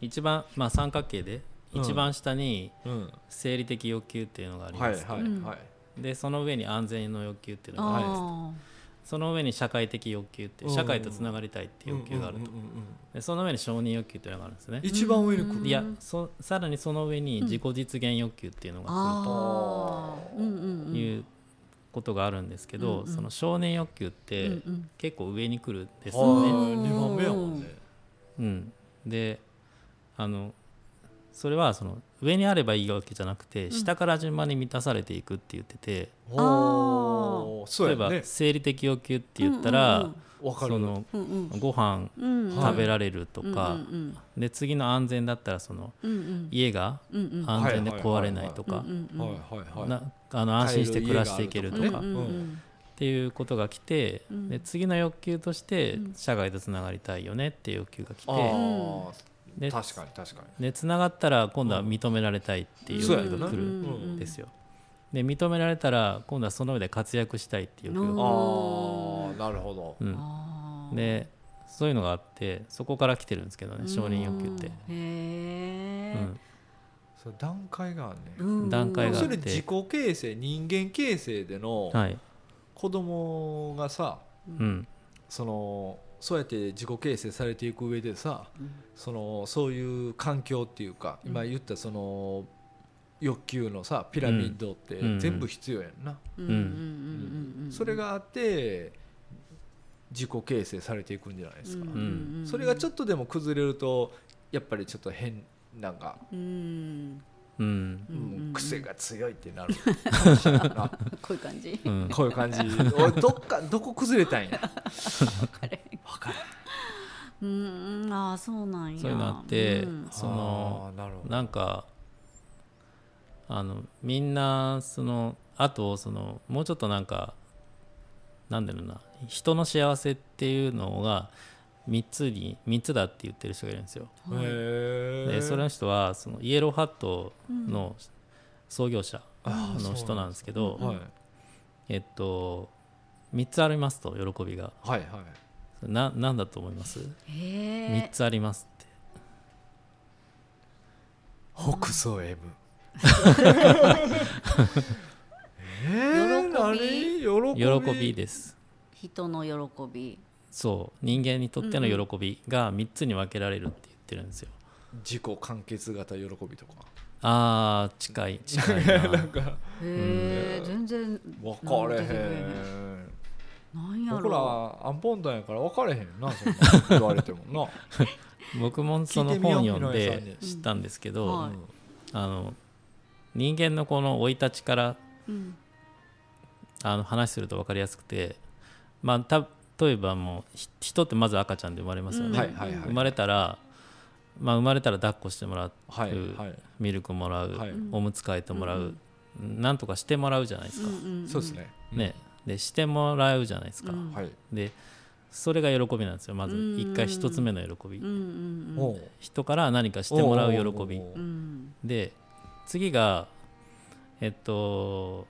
Speaker 2: 一番、まあ、三角形で
Speaker 3: うん
Speaker 2: 一番下に
Speaker 3: うん。
Speaker 2: 生理的欲求っていうのがあり
Speaker 3: はい
Speaker 2: ま
Speaker 3: はい
Speaker 2: すと、
Speaker 3: はい。
Speaker 2: でその上に安全の欲求っていうのがあるんです
Speaker 1: あ
Speaker 2: その上に社会的欲求っていう社会とつながりたいっていう欲求があると
Speaker 3: うんうんうんうん
Speaker 2: でその上に承認欲求っていうのがあるんですね
Speaker 3: 一番上に来
Speaker 1: うん
Speaker 3: る
Speaker 2: いやそさらにその上に自己実現欲求っていうの
Speaker 1: ー
Speaker 2: が来
Speaker 1: あーうんうん
Speaker 2: る
Speaker 1: うん
Speaker 2: ということがあるんですけど、
Speaker 1: うんうん
Speaker 2: その承認欲求って
Speaker 1: うんうん
Speaker 2: 結構上に来るんですよね。
Speaker 3: はい二番目やもんね
Speaker 2: うん、であのそれはその上にあればいいわけじゃなくて下から順番に満たされていくって言ってて、
Speaker 1: あー
Speaker 3: おーそう
Speaker 2: 例え
Speaker 3: や
Speaker 2: ば
Speaker 3: ね
Speaker 2: 生理的欲求って言ったら、
Speaker 1: うん
Speaker 3: わかる
Speaker 2: その
Speaker 1: うんうん
Speaker 2: ご飯
Speaker 1: うんうん
Speaker 2: 食べられるとか、
Speaker 1: うんうん
Speaker 2: で次の安全だったらその
Speaker 1: うんうん
Speaker 2: 家が
Speaker 1: うんうん
Speaker 2: 安全で壊れないとか
Speaker 1: うんうんうん
Speaker 3: はいはいはい
Speaker 2: なあの安心して暮らしていけると
Speaker 1: うん
Speaker 2: か
Speaker 1: う
Speaker 2: っ
Speaker 1: んうん
Speaker 2: ていうことが来て、
Speaker 1: うん
Speaker 2: で次の欲求として社外とつながりたいよねっていう欲求が来て、
Speaker 3: あ
Speaker 2: で
Speaker 3: あ確かに確かに
Speaker 2: でつながったら今度は認められたいっていう欲求が来
Speaker 3: そうや
Speaker 2: る
Speaker 3: んなうん
Speaker 2: ですよ。で認められたら今度はその上で活躍したいっていう欲求
Speaker 1: う
Speaker 2: が、
Speaker 1: ん
Speaker 3: ああなるほど
Speaker 2: うん
Speaker 1: あー
Speaker 2: でそういうのがあってそこから来てるんですけどね承認欲求って、
Speaker 1: うんへ
Speaker 2: うん
Speaker 3: それ段階があるね
Speaker 1: ーうん
Speaker 2: 段階が
Speaker 3: それ自己形成人間形成での
Speaker 2: はい
Speaker 3: 子供がさ
Speaker 2: うん
Speaker 3: そのそうやって自己形成されていく上でさ
Speaker 1: うん
Speaker 3: そのそういう環境っていうか今言ったその欲求のさピラミッドって
Speaker 2: うん
Speaker 3: 全部必要やんな、
Speaker 1: うんうんうんうんうん
Speaker 3: それがあって自己形成されていくんじゃないですか、
Speaker 2: ん
Speaker 3: それがちょ
Speaker 1: っ
Speaker 3: っとでも崩れるとやっぱりちょっと変なんか、
Speaker 1: とうん
Speaker 2: うん
Speaker 1: うんうんうん
Speaker 3: もう癖が強いってなる な
Speaker 1: こういう感じ
Speaker 2: うん
Speaker 3: こういう感じ俺どっかどこ崩れたんや
Speaker 1: うんああそうなんや
Speaker 2: そういうのあって
Speaker 1: うん
Speaker 2: その
Speaker 3: あーなるほど
Speaker 2: なんかあのみんなそのあとそのもうちょっとなんかなんだろうな人の幸せっていうのが3つに3つだって言ってる人がいるんですよ。
Speaker 1: はい
Speaker 3: へ
Speaker 2: でその人はそのイエローハットの創業者
Speaker 3: あー
Speaker 2: の
Speaker 3: そ
Speaker 2: 人
Speaker 3: う
Speaker 2: な
Speaker 3: なんん
Speaker 2: で
Speaker 3: です
Speaker 2: けど、
Speaker 3: はい、
Speaker 2: えっと3つありますと喜びが
Speaker 3: はいはい
Speaker 2: な何だと思います
Speaker 1: へ
Speaker 2: 3
Speaker 1: え
Speaker 2: つありますって
Speaker 3: 北総 M え
Speaker 2: 喜
Speaker 3: ー、喜び
Speaker 2: びです
Speaker 1: 人の喜び
Speaker 2: そう人間にとっての喜びが3つに分けられるって言ってるんですよ、
Speaker 3: 自己完結型喜びとか
Speaker 2: あー近い近いな
Speaker 1: へえ全然
Speaker 3: 分かれへ
Speaker 1: 出てくれ
Speaker 3: ん
Speaker 1: なんや
Speaker 3: 僕ら
Speaker 1: ろ
Speaker 3: アンポンタンやから分かれへんなそんなん言われ ても
Speaker 2: 僕もその
Speaker 3: 聞いてみよ
Speaker 2: 本
Speaker 3: う
Speaker 2: 読ん
Speaker 3: 井上さん
Speaker 2: で
Speaker 3: に
Speaker 2: 知ったんですけど、
Speaker 1: うん
Speaker 3: な、
Speaker 1: はい
Speaker 2: あの人間のこの生い立ちから
Speaker 1: うん
Speaker 2: あの話すると分かりやすくてまあた例えばもうひ人ってまず赤ちゃんで生まれますよね、
Speaker 1: うん
Speaker 3: はいはいはい
Speaker 2: 生まれたら、まあ、生まれたら抱っこしてもらう、
Speaker 3: はいはい
Speaker 2: ミルクもらう、
Speaker 3: はい
Speaker 2: おむつ替えてもらう、なんとかしてもらうじゃないですか、
Speaker 1: うん
Speaker 3: そうですね
Speaker 2: ねでしてもらうじゃないですか、
Speaker 1: うん
Speaker 3: はい
Speaker 2: でそれが喜びなんですよまず
Speaker 1: うん
Speaker 2: 一回一つ目の喜び、
Speaker 1: うんうんうん
Speaker 3: おう
Speaker 2: 人から何かしてもらう喜び
Speaker 3: おう
Speaker 1: うん
Speaker 2: で次がえっと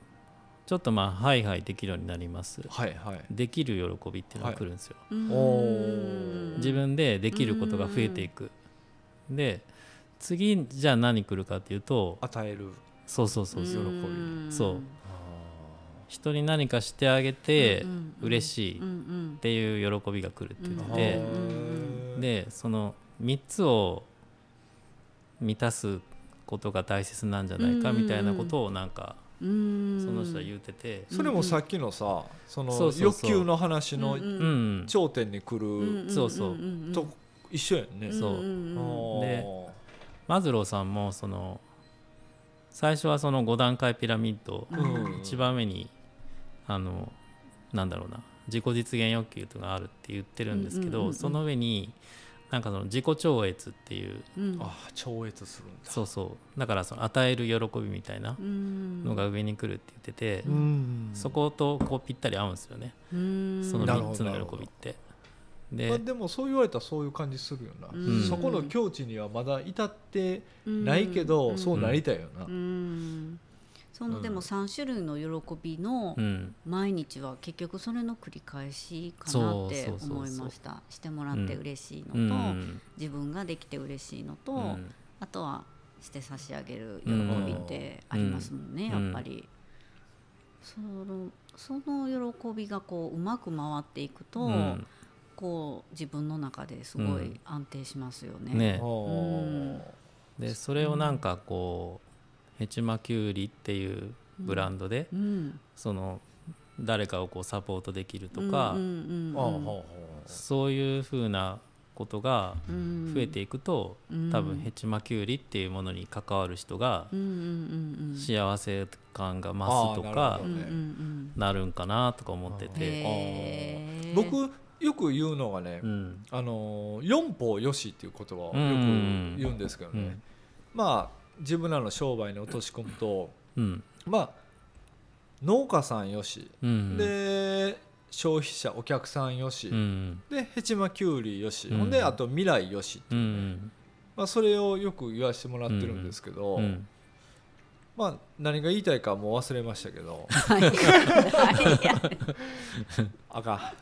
Speaker 2: ちょっとまあハイハイできるようになります
Speaker 3: はいはい
Speaker 2: できる喜びっていうのが来るんですよ、
Speaker 1: うん
Speaker 3: おー
Speaker 2: 自分でできることが増えていく、で次じゃあ何来るかっていうと
Speaker 3: 与える
Speaker 2: そうそうそうそう、
Speaker 1: うん
Speaker 2: そう人に何かしてあげて
Speaker 1: うんうんうん
Speaker 2: 嬉しいっ
Speaker 1: うんうん
Speaker 2: ていう喜びが来るっていうので、
Speaker 3: うん
Speaker 2: でその3つを満たすことが大切なんじゃないかみたいなことをなんか
Speaker 1: そ
Speaker 2: その
Speaker 1: の
Speaker 2: 人は言うてて、
Speaker 3: それもさっきのさ
Speaker 2: そ
Speaker 3: そ
Speaker 2: う
Speaker 3: の
Speaker 2: そう
Speaker 3: 欲
Speaker 2: そう
Speaker 3: 求の話の
Speaker 1: うん
Speaker 2: うん
Speaker 3: 頂点に来る
Speaker 2: そうそう
Speaker 3: と一緒やんね
Speaker 2: そう
Speaker 3: あ
Speaker 1: ん
Speaker 2: で
Speaker 3: ー
Speaker 2: マズローさんもその最初はその5段階ピラミッド、
Speaker 3: うん
Speaker 2: 一番目にあのなんだろうな自己実現欲求とかあるって言ってるんですけど、
Speaker 1: うんうんうんうん
Speaker 2: その上になんかその自己超越っていう
Speaker 1: うん
Speaker 3: あー超越するんだ
Speaker 2: そうそうだからその与える喜びみたいな
Speaker 1: うん
Speaker 2: のが上に来るって言ってて、
Speaker 3: うん
Speaker 2: そことこうぴったり合うんですよね、
Speaker 1: うん
Speaker 2: その
Speaker 3: なるほ
Speaker 2: 3
Speaker 3: ど
Speaker 2: つの喜びって。で、
Speaker 3: まあ、でもそう言われたらそういう感じするよな、
Speaker 1: うん
Speaker 3: そこの境地にはまだ至ってないけど、
Speaker 1: うん
Speaker 3: そうなりたいよな、
Speaker 1: うんそのでも3種類の喜びの
Speaker 2: うん
Speaker 1: 毎日は結局それの繰り返しか
Speaker 2: そ
Speaker 1: な
Speaker 2: う
Speaker 1: って
Speaker 2: そうそうそう
Speaker 1: 思いましたしてもらって嬉しいのと、
Speaker 2: うん
Speaker 1: 自分ができて嬉しいのと、
Speaker 2: うん
Speaker 1: あとはして差し上げる喜
Speaker 2: うん
Speaker 1: びってありますもんね、
Speaker 2: うん
Speaker 1: やっぱり、そのその喜びがこううまく回っていくと、
Speaker 2: うん
Speaker 1: こう自分の中ですご
Speaker 2: うん
Speaker 1: い安定しますよね。
Speaker 2: ね
Speaker 3: ほ
Speaker 2: でそれをなんかこうヘチマキュウリっていうブランドで、
Speaker 1: うん、
Speaker 2: その誰かをこうサポートできるとか、
Speaker 1: うん
Speaker 3: う
Speaker 1: うんうん
Speaker 3: ほう
Speaker 1: うん
Speaker 3: ほう
Speaker 2: そういうふうなことが
Speaker 1: うん
Speaker 2: 増えていくと、
Speaker 1: うん
Speaker 2: 多分ヘチマキュウリっていうものに関わる人が
Speaker 1: うんうん
Speaker 2: 幸せ感が増すと
Speaker 3: あ
Speaker 2: か
Speaker 1: う
Speaker 3: ーなるほ
Speaker 1: んう
Speaker 3: ど
Speaker 1: んうん
Speaker 2: なるんかなとか思って
Speaker 1: うん
Speaker 2: て、
Speaker 1: へー
Speaker 3: 僕よく言うのがね、
Speaker 2: うん
Speaker 3: あのー四方よしっていう言葉をよく言うんですけどね、
Speaker 2: うん
Speaker 3: まあ自分らの商売に落とし込むと
Speaker 2: うん
Speaker 3: まあ農家さんよし、
Speaker 2: うん、
Speaker 3: で消費者お客さんよし、
Speaker 2: うん
Speaker 3: でヘチマキュウリよし、
Speaker 2: うん
Speaker 3: ほんであと未来よしって
Speaker 2: う
Speaker 3: いうね、
Speaker 2: ん
Speaker 3: まあ、それをよく言わせてもらってるんですけど、
Speaker 2: うん
Speaker 3: まあ何が言いたいかはもう忘れましたけ ど
Speaker 1: はいや
Speaker 3: あか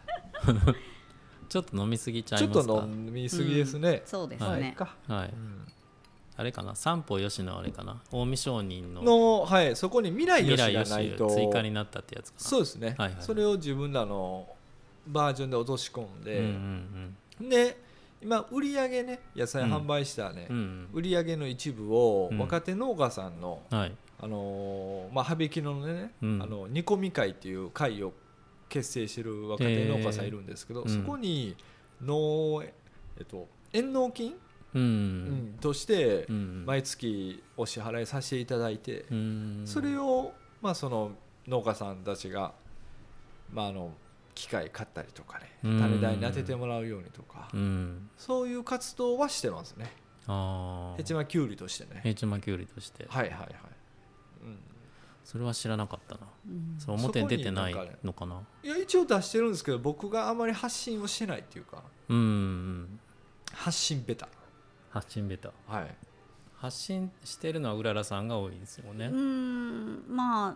Speaker 2: ちょっと飲みすぎち
Speaker 3: ん
Speaker 2: ゃ
Speaker 3: ちょ
Speaker 2: い
Speaker 3: っ
Speaker 2: ますか
Speaker 3: と飲みすぎですね、
Speaker 1: そうです
Speaker 3: はい
Speaker 1: ね。
Speaker 3: か、
Speaker 2: はい、あれかな三方よしのあれかな近江商人の
Speaker 3: の、はい、そこに未来よ
Speaker 2: 未
Speaker 3: し
Speaker 2: 来よ
Speaker 3: が
Speaker 2: し
Speaker 3: ないと
Speaker 2: 追加になったってやつかな
Speaker 3: そうですね、
Speaker 2: はいはい
Speaker 3: それを自分らのバージョンで落とし込ん
Speaker 2: うんうん
Speaker 3: で、で今売り上げね野菜
Speaker 2: うん
Speaker 3: 販売したね、
Speaker 2: うんうん
Speaker 3: 売り上げの一部を
Speaker 2: うん
Speaker 3: 若手農家さんの、
Speaker 2: うんはい
Speaker 3: あのーまあ、羽引きのね、
Speaker 2: うん
Speaker 3: あの煮込み会っていう会を結成してる若手農家さんいるんですけど、
Speaker 2: えーうん
Speaker 3: そこに農、えっと、縁農金、
Speaker 2: う
Speaker 3: うん
Speaker 2: ん
Speaker 3: として
Speaker 2: うん
Speaker 3: 毎月お支払いさせていただいて、
Speaker 2: うん
Speaker 3: それを、まあ、その農家さんたちが、まあ、あの機械買ったりとかね
Speaker 2: うん
Speaker 3: 種代に当ててもらうようにとか、
Speaker 2: うん
Speaker 3: そういう活動はしてますね
Speaker 2: ああ
Speaker 3: ヘチマキュウリとしてね
Speaker 2: ヘチマキュウリとして
Speaker 3: はいはいはい、うん、
Speaker 2: それは知らなかったな
Speaker 1: うん
Speaker 2: そう表に出てない
Speaker 3: そこになんかね
Speaker 2: のかない
Speaker 3: や一応出してるんですけど僕があまり発信をしてないっていうか
Speaker 2: うんうん
Speaker 3: 発信ベタ
Speaker 2: 発信ベタ
Speaker 3: はい
Speaker 2: 発信してるのはうららさんが多いですよね
Speaker 1: うーんまあ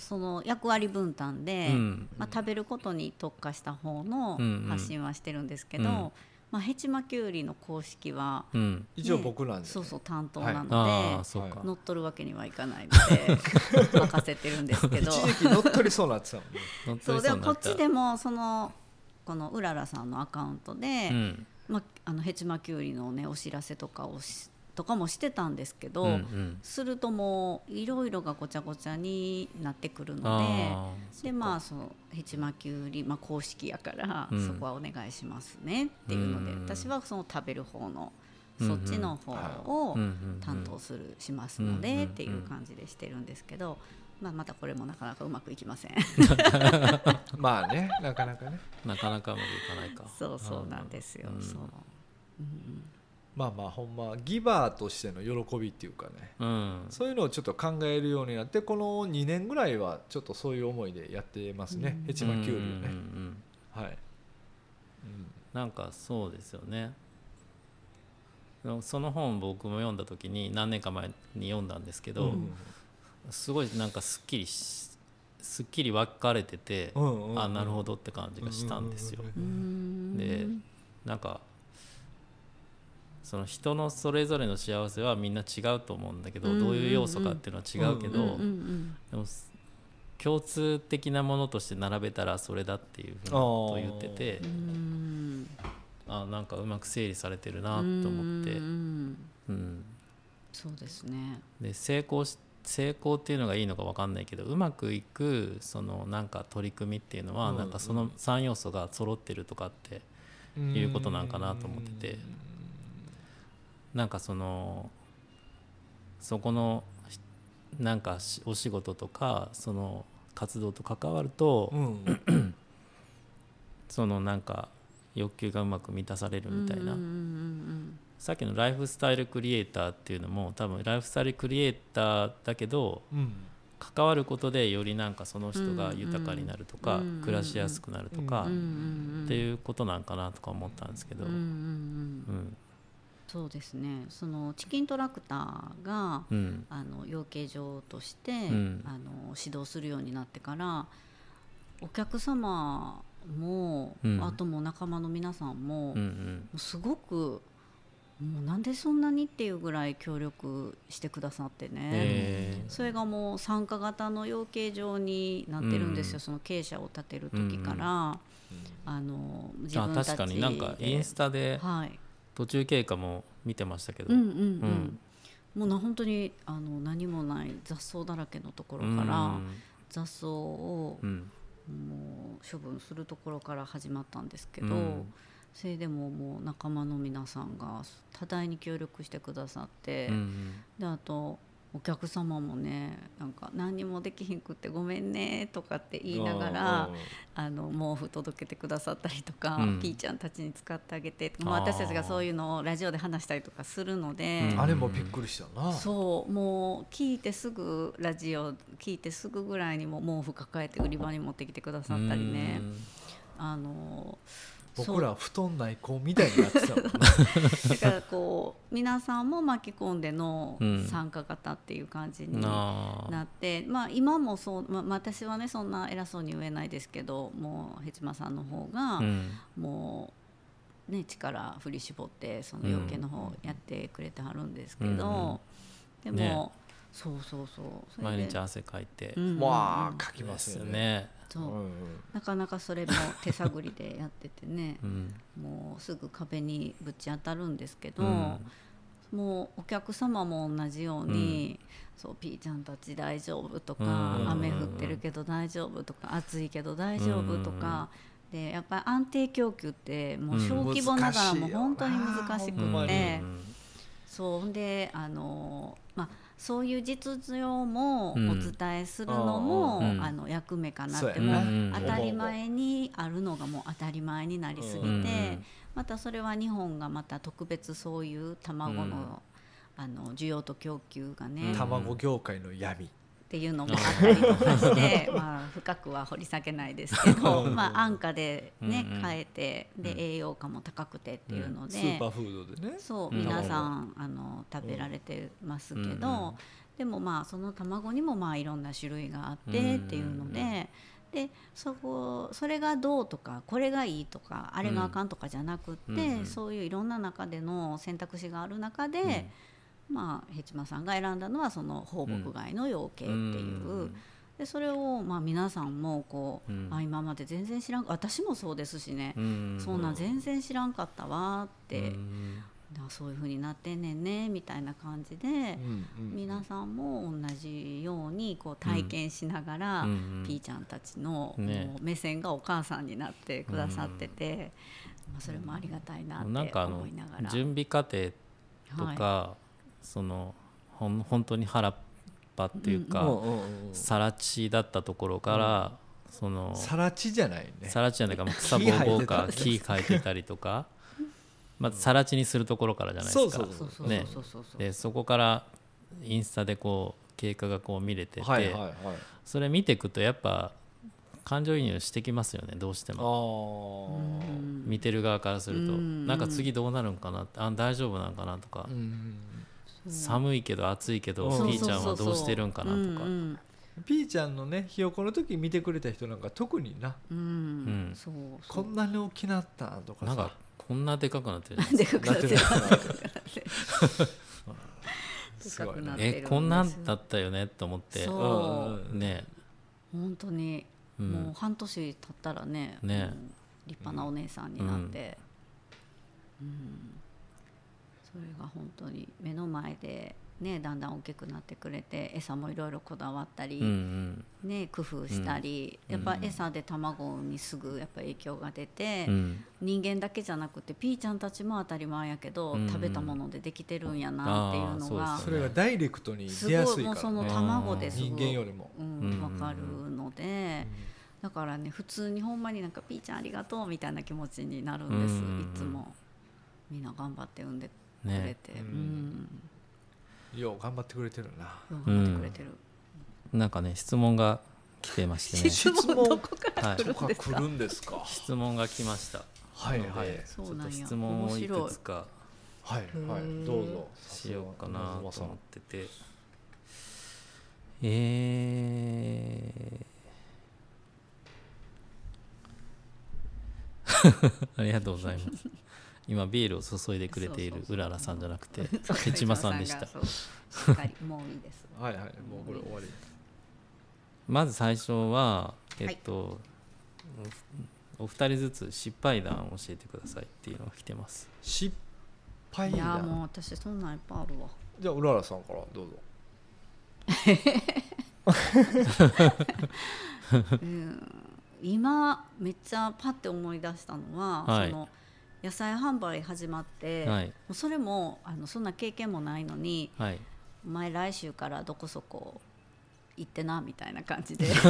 Speaker 1: その役割分担で、
Speaker 2: うん
Speaker 1: まあ、食べることに特化した方の
Speaker 2: うんうん
Speaker 1: 発信はしてるんですけど、
Speaker 2: うん
Speaker 1: まあ、ヘチマキュウリの公式は、
Speaker 2: うん
Speaker 3: 一応僕なんで、
Speaker 1: そうそう担当なので、
Speaker 2: ああそうか
Speaker 1: 乗っ取るわけにはいかないので 任せてるんですけど
Speaker 3: 一時期乗っ取りそうになってたもんね
Speaker 2: 乗っ取
Speaker 1: そう
Speaker 2: り
Speaker 1: で
Speaker 2: そう
Speaker 1: も
Speaker 2: にな
Speaker 1: こっ
Speaker 2: った
Speaker 1: ちでもそのこのうららさんのアカウントで、
Speaker 2: うん
Speaker 1: まあ、あのヘチマキュウリの、ね、お知らせとかをしとかもしてたんですけど、
Speaker 2: うんうん
Speaker 1: するともういろいろがごちゃごちゃになってくるの
Speaker 2: あ
Speaker 1: ででまあそのヘチマキュウリ、まあ、公式やから、
Speaker 2: うん
Speaker 1: そこはお願いしますねっていうので、
Speaker 2: うん
Speaker 1: 私はその食べべる方の、
Speaker 2: うんう
Speaker 1: そ
Speaker 2: ん
Speaker 1: っちの方
Speaker 2: あ
Speaker 1: を
Speaker 2: うんうんうん
Speaker 1: 担当するしますので、っていう感じでしてるんですけど、まあ、またこれもなかなかうまくいきません
Speaker 3: まあねなかなかね
Speaker 2: なかなかうまくいかないか
Speaker 1: そうそうなんですよ、
Speaker 2: うん
Speaker 1: そう
Speaker 3: まあまあほんまギバーとしての喜びっていうかね
Speaker 2: うん
Speaker 3: そういうのをちょっと考えるようになってこの2年ぐらいはちょっとそういう思いでやってますね、
Speaker 1: うん
Speaker 3: ヘチマキュウリを
Speaker 2: うんうんう
Speaker 3: ね、
Speaker 2: ん
Speaker 3: はい、うん
Speaker 2: なんかそうですよねその本僕も読んだ時に何年か前に読んだんですけど、
Speaker 3: うん
Speaker 2: すごいなんかすっきりしすっきり分かれてて、
Speaker 3: うんうんうん
Speaker 2: あなるほどって感じがしたんですよ。
Speaker 3: うんうん
Speaker 1: うーん
Speaker 2: でなんかその人のそれぞれの幸せはみんな違うと思うんだけど、
Speaker 1: うんうんうん
Speaker 2: どういう要素かっていうのは違うけど、
Speaker 1: うんうんうん
Speaker 2: でも共通的なものとして並べたらそれだっていうふうなことを言ってて
Speaker 1: うーん
Speaker 2: あなんかうまく整理されてるなと思って
Speaker 1: うー。ん
Speaker 2: うん
Speaker 1: そうですね
Speaker 2: で成功し成功っていうのがいいのか分かんないけどうまくいくそのなんか取り組みっていうのは、
Speaker 3: うんうん
Speaker 2: なんかその3要素が揃ってるとかっていうことなんかなと思っててなんかそのそこのひなんかしお仕事とかその活動と関わると、
Speaker 3: うんうん
Speaker 2: そのなんか欲求がうまく満たされるみたいな、
Speaker 1: うんうんうん
Speaker 2: さっきのライフスタイルクリエイターっていうのも多分ライフスタイルクリエイターだけど
Speaker 3: うん
Speaker 2: 関わることでよりなんかその人が豊かになるとか、
Speaker 1: うんうん
Speaker 2: 暮らしやすくなるとか、
Speaker 3: うん
Speaker 1: うん
Speaker 2: っていうことなんかなとか思ったんですけど、
Speaker 1: うんうんうんうん
Speaker 2: うん
Speaker 1: そうですねそのチキントラクターが、
Speaker 2: うん
Speaker 1: あの養鶏場として、
Speaker 2: ん
Speaker 1: あの指導するようになってからお客様も、
Speaker 2: うん
Speaker 1: あともう仲間の皆さん
Speaker 2: うんう
Speaker 1: も、も
Speaker 2: ん
Speaker 1: うすごくもうなんでそんなにっていうぐらい協力してくださってね、
Speaker 2: えー
Speaker 1: それがもう参加型の養鶏場になってるんですよ、
Speaker 2: うん
Speaker 1: その経営者を建てる時から、あの自
Speaker 2: あ
Speaker 1: 分たち
Speaker 2: 確かになんかインスタで
Speaker 1: はい、
Speaker 2: 途中経過も見てましたけど、
Speaker 1: うんうんうん
Speaker 2: うん
Speaker 1: もうな本当にあの何もない雑草だらけのところ
Speaker 2: うん
Speaker 1: から雑草を
Speaker 2: うん
Speaker 1: もう処分するところから始まったんですけど、
Speaker 2: うん
Speaker 1: それでももう仲間の皆さんが多大に協力してくださって、
Speaker 2: うん
Speaker 1: であとお客様もねなんか何にもできひんくってごめんねとかって言いながらあの毛布届けてくださったりとか、
Speaker 2: うん
Speaker 1: ピーちゃんたちに使ってあげて、まあ、
Speaker 2: あー
Speaker 1: 私たちがそういうのをラジオで話したりとかするので
Speaker 2: う、ん
Speaker 3: あれもびっくりしたな
Speaker 1: そうもう聞いてすぐラジオ聞いてすぐぐらいにもう毛布抱えて売り場に持ってきてくださったりね。あの
Speaker 3: 僕ら布団ない子みたいになって たもんな
Speaker 1: だからこう皆さんも巻き込んでの
Speaker 2: うん
Speaker 1: 参加型っていう感じ
Speaker 2: うん
Speaker 1: に
Speaker 2: なあ
Speaker 1: なって、まあ、今もそう、まあ、私はねそんな偉そうに言えないですけどもうヘチマさんの方が、
Speaker 2: うん
Speaker 1: もう、ね、力振り絞ってその養鶏の方やってくれてはるんですけど、
Speaker 2: ん
Speaker 1: でも、
Speaker 2: ね
Speaker 1: そうそうそうそれで
Speaker 2: 毎日汗かいて
Speaker 1: うんうんうん
Speaker 3: まあ書きますよね
Speaker 2: ね
Speaker 1: そううんなかなかそれも手探りでやっててね
Speaker 2: うん
Speaker 1: もうすぐ壁にぶち当たるんですけど。
Speaker 2: うん
Speaker 1: もうお客様も同じように、そうピーちゃんたち大丈夫とか、
Speaker 2: うん
Speaker 1: 雨降ってるけど大丈夫とか暑いけど大丈夫とか、でやっぱり安定供給ってもう小規模ながらも
Speaker 3: うん
Speaker 1: 本当に難しく
Speaker 2: うん
Speaker 1: て、
Speaker 3: ほんまに
Speaker 1: そうほんであの、まあ、そういう実情もお
Speaker 2: うん
Speaker 1: 伝えするのも、
Speaker 2: うん
Speaker 1: あの役目かな
Speaker 3: そう
Speaker 1: っ
Speaker 3: や
Speaker 1: て、
Speaker 3: な
Speaker 1: もう
Speaker 2: うん
Speaker 1: 当たり前にあるのがもう当たり前になりすぎて、
Speaker 3: うんうん
Speaker 2: うん
Speaker 1: またそれは日本がまた特別そういう卵の,、あの需要と供給がね、
Speaker 2: うん
Speaker 1: っ
Speaker 3: 卵業界の闇
Speaker 1: ていうのもあったりと かして、まあ、深くは掘り下げないですけど、まあ、安価で、ね
Speaker 2: うんうん
Speaker 1: 買えてで栄養価も高くてっていうので。
Speaker 3: スーパーフードでね
Speaker 1: そ
Speaker 2: う
Speaker 1: う
Speaker 2: ん
Speaker 1: 皆さんあの食べられてますけど、
Speaker 2: うんうん
Speaker 1: でもまあその卵にもまあいろんな種類があっ
Speaker 2: うんうん
Speaker 1: てっていうので。でそこそれがどうとかこれがいいとかあれがあかんとかじゃなくって、
Speaker 2: うんうんうん
Speaker 1: そういういろんな中での選択肢がある中で、まあヘチマさんが選んだのはその放牧外の養鶏っていう、
Speaker 2: うん
Speaker 1: でそれをまあ皆さんもこう、
Speaker 2: うん
Speaker 1: あ今まで全然知らん私もそうですしね、
Speaker 2: うん
Speaker 1: そんなん全然知らんかったわーって、
Speaker 2: うん
Speaker 1: だからそういう風になってんねんねみたいな感じで
Speaker 3: う、んうん
Speaker 1: 皆さんも同じようにこう体験しながら、
Speaker 2: うんうん
Speaker 1: ピーちゃんたちの、
Speaker 2: ね
Speaker 1: もう目線がお母さんになってくださってて、まあ、それもありがたいなって
Speaker 2: なんかあ
Speaker 1: 思
Speaker 2: の
Speaker 1: いながら。
Speaker 2: 準備過程とか、
Speaker 1: は
Speaker 2: そのほん本当に腹っぱっていうか、
Speaker 3: うんうんうんうん
Speaker 2: さら地だったところから、その
Speaker 3: さらちじゃないね
Speaker 2: さら地じゃないかもう草ぼうぼうか木生えてたりと か、まあ、さら地にするところからじゃないですか。
Speaker 3: そうそう
Speaker 1: いそうそう
Speaker 2: ね
Speaker 1: そうそうそう、
Speaker 2: でそこからインスタでこう経過がこう見れてて、
Speaker 3: はいはいはい
Speaker 2: それ見ていくとやっぱ感情移入してきますよねどうして
Speaker 3: あ
Speaker 2: も
Speaker 1: うん
Speaker 3: ー
Speaker 2: 見てる側からすると、
Speaker 1: うん
Speaker 2: なんか次どうなるんかなってあ大丈夫なんかなとか
Speaker 3: う、ん
Speaker 2: 寒いけど暑いけど
Speaker 3: うん
Speaker 2: ピーちゃんはどうしてるんかなとか
Speaker 1: うんうん
Speaker 3: ピーちゃんのねひよこの時見てくれた人なんか特にな
Speaker 1: うん
Speaker 2: うん
Speaker 1: そうそ
Speaker 3: こ
Speaker 1: うん
Speaker 3: なに大きなったとか
Speaker 2: なん
Speaker 3: さ
Speaker 2: かこんなでかくなってる
Speaker 1: でかくなってる
Speaker 3: なってる
Speaker 1: でかくな ってる
Speaker 3: すご い
Speaker 1: な
Speaker 3: ね
Speaker 1: っ
Speaker 2: えこんなんだったよねと思って
Speaker 1: そう
Speaker 3: うんうん
Speaker 2: ね
Speaker 1: 本当に
Speaker 2: うん
Speaker 1: もう半年経ったらね,、
Speaker 2: ね
Speaker 1: もう立派なお姉さんになって、うんそれが本当に目の前で、ね、だんだん大きくなってくれて餌もいろいろこだわった
Speaker 2: うんう
Speaker 1: り、
Speaker 2: ん
Speaker 1: ね、工夫したり、やっぱ餌で卵にすぐやっぱ影響が出て、
Speaker 2: うん
Speaker 1: 人間だけじゃなくてピーちゃんたちも当たり前やけど、
Speaker 2: うん
Speaker 1: 食べたものでできてるんやなっていうの
Speaker 2: あ
Speaker 1: が
Speaker 2: ー
Speaker 3: それがダイレクトに
Speaker 1: す
Speaker 3: 出や
Speaker 1: ご
Speaker 3: す
Speaker 1: い
Speaker 3: い
Speaker 1: も
Speaker 3: か
Speaker 1: う
Speaker 3: ら
Speaker 1: そ
Speaker 3: ね
Speaker 1: の卵ですごい
Speaker 3: 人間よりも
Speaker 1: うん、わかるので、だからね普通にほんまになんか「ピーちゃんありがとう」みたいな気持ちになるんです、
Speaker 2: うんうんうん
Speaker 1: いつもみんな頑張って産んでくれ
Speaker 2: ね
Speaker 1: て、
Speaker 3: ね
Speaker 1: うん
Speaker 3: よう頑張ってくれてるな
Speaker 1: 頑張ってくれてる、
Speaker 2: なんかね質問が来てま してね
Speaker 3: 質問どこか
Speaker 2: はい
Speaker 3: ら来るんですか
Speaker 2: 質問が来ました
Speaker 3: はいはい
Speaker 2: なのでち
Speaker 1: そ
Speaker 2: ょ
Speaker 1: う
Speaker 2: っ
Speaker 1: なん
Speaker 2: と
Speaker 1: や
Speaker 2: 質問をいくつか
Speaker 3: はいはいどうぞ
Speaker 2: しようかな
Speaker 3: さす
Speaker 2: と
Speaker 3: が
Speaker 2: 思っててえ ーありがとうございます今ビールを注いでくれているうららさんじゃなくて
Speaker 1: そう
Speaker 2: ヘチマさんでした
Speaker 1: ヘチマさんがそうしっかりもういいです
Speaker 3: はいはいもうこれ終わり
Speaker 2: まず最初はえっと、おお二人ずつ失敗談を教えてくださいっていうのが来てます
Speaker 3: 失敗
Speaker 1: いや
Speaker 3: だ
Speaker 1: ーもう私そんなんいっぱいあるわ
Speaker 3: じゃあうららさんからどうぞ
Speaker 1: 今めっちゃパッて思い出したのは、
Speaker 2: はい
Speaker 1: その野菜販売始まって、
Speaker 2: は
Speaker 1: も
Speaker 2: いう
Speaker 1: それもあのそんな経験もないのに
Speaker 2: はい
Speaker 1: 「お前来週からどこそこ行ってな」みたいな感じで
Speaker 3: そ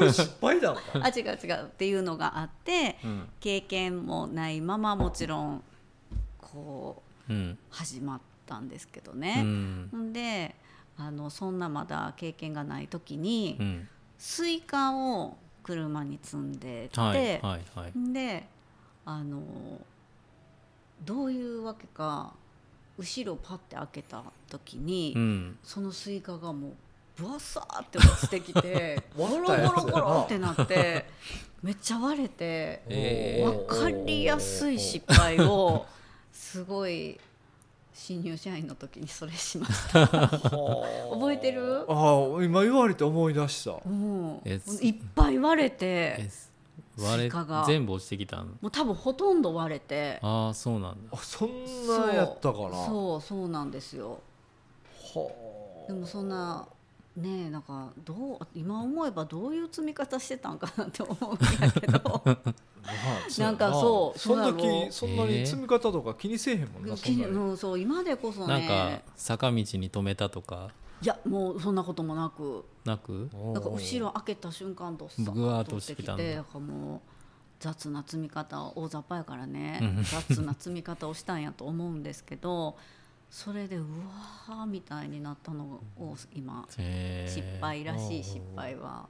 Speaker 3: れ失敗だもん
Speaker 1: あ違う違うっていうのがあって
Speaker 2: うん
Speaker 1: 経験もないままもちろんこう
Speaker 2: うん
Speaker 1: 始まったんですけど
Speaker 2: う
Speaker 1: ね。
Speaker 2: ん
Speaker 1: ほん、であのそんなまだ経験がない時に、
Speaker 2: うん
Speaker 1: スイカを車に積んでて。
Speaker 2: はいはいはい
Speaker 1: であのどういうわけか後ろパッて開けた時に、
Speaker 2: うん
Speaker 1: そのスイカがもうブワサーって落ちて きてゴロゴロゴロってなってめっちゃ割れて
Speaker 2: え
Speaker 1: 分かりやすい失敗をすごい新入社員の時にそれしました。
Speaker 3: 覚
Speaker 1: 覚えてる
Speaker 3: ああ今言われて思い出した
Speaker 1: もう
Speaker 2: え
Speaker 1: いっぱい割れて
Speaker 2: え割
Speaker 1: スイ
Speaker 2: れ
Speaker 1: カが
Speaker 2: 全部落ちてきたん
Speaker 1: もう多分ほとんど割れて
Speaker 2: ああそうなんだ
Speaker 3: あそん
Speaker 1: そう
Speaker 3: なやったかなは
Speaker 1: そうそうなんですよでもそんなねえなんかどう今思えばどういう積み方してたんかなって思うんやけど
Speaker 3: あそうや
Speaker 1: なんかそう
Speaker 3: そん
Speaker 1: そうやろ
Speaker 3: 時そんなに積み方とか気にせえへんもんなそ
Speaker 1: き
Speaker 3: んなに
Speaker 1: うん、そう今でこそ
Speaker 2: なんか
Speaker 1: ね
Speaker 2: 坂道に止めたとか
Speaker 1: いやもうそんなこともなく
Speaker 2: なく
Speaker 1: なんか後ろ開けた瞬間どっさ
Speaker 2: ぐわー
Speaker 1: っ
Speaker 2: っと
Speaker 1: と
Speaker 2: 落ちて
Speaker 1: 落て
Speaker 2: き
Speaker 1: き
Speaker 2: たんだ
Speaker 1: てなんかもう雑な積み方大雑把やからね
Speaker 2: うん
Speaker 1: 雑な積み方をしたんやと思うんですけどそれでうわーみたいになったのを今
Speaker 2: へー
Speaker 1: 失敗らしい失敗は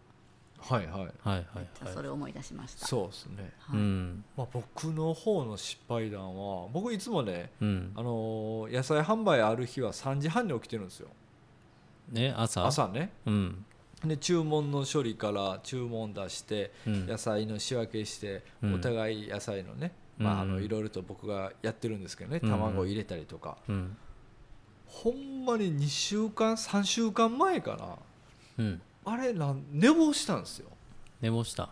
Speaker 3: はいはい
Speaker 2: はいはいはい
Speaker 1: それを思い出しました。
Speaker 3: そうですね
Speaker 2: う
Speaker 1: はい
Speaker 2: ん
Speaker 3: まあ僕の方の失敗談は僕いつもね
Speaker 2: うん
Speaker 3: あのー野菜販売ある日は3時半に起きてるんですよ
Speaker 2: ね朝
Speaker 3: 朝ね
Speaker 2: うん
Speaker 3: で注文の処理から注文出して
Speaker 2: うん
Speaker 3: 野菜の仕分けして、
Speaker 2: うん
Speaker 3: お互い野菜のね、
Speaker 2: うん
Speaker 3: まあ、あのいろいろと僕がやってるんですけどね、
Speaker 2: うん
Speaker 3: 卵入れたりとか
Speaker 2: うん
Speaker 3: ほんまに2週間3週間前かな
Speaker 2: うん
Speaker 3: あれなん寝坊したんですよ
Speaker 2: 寝坊 した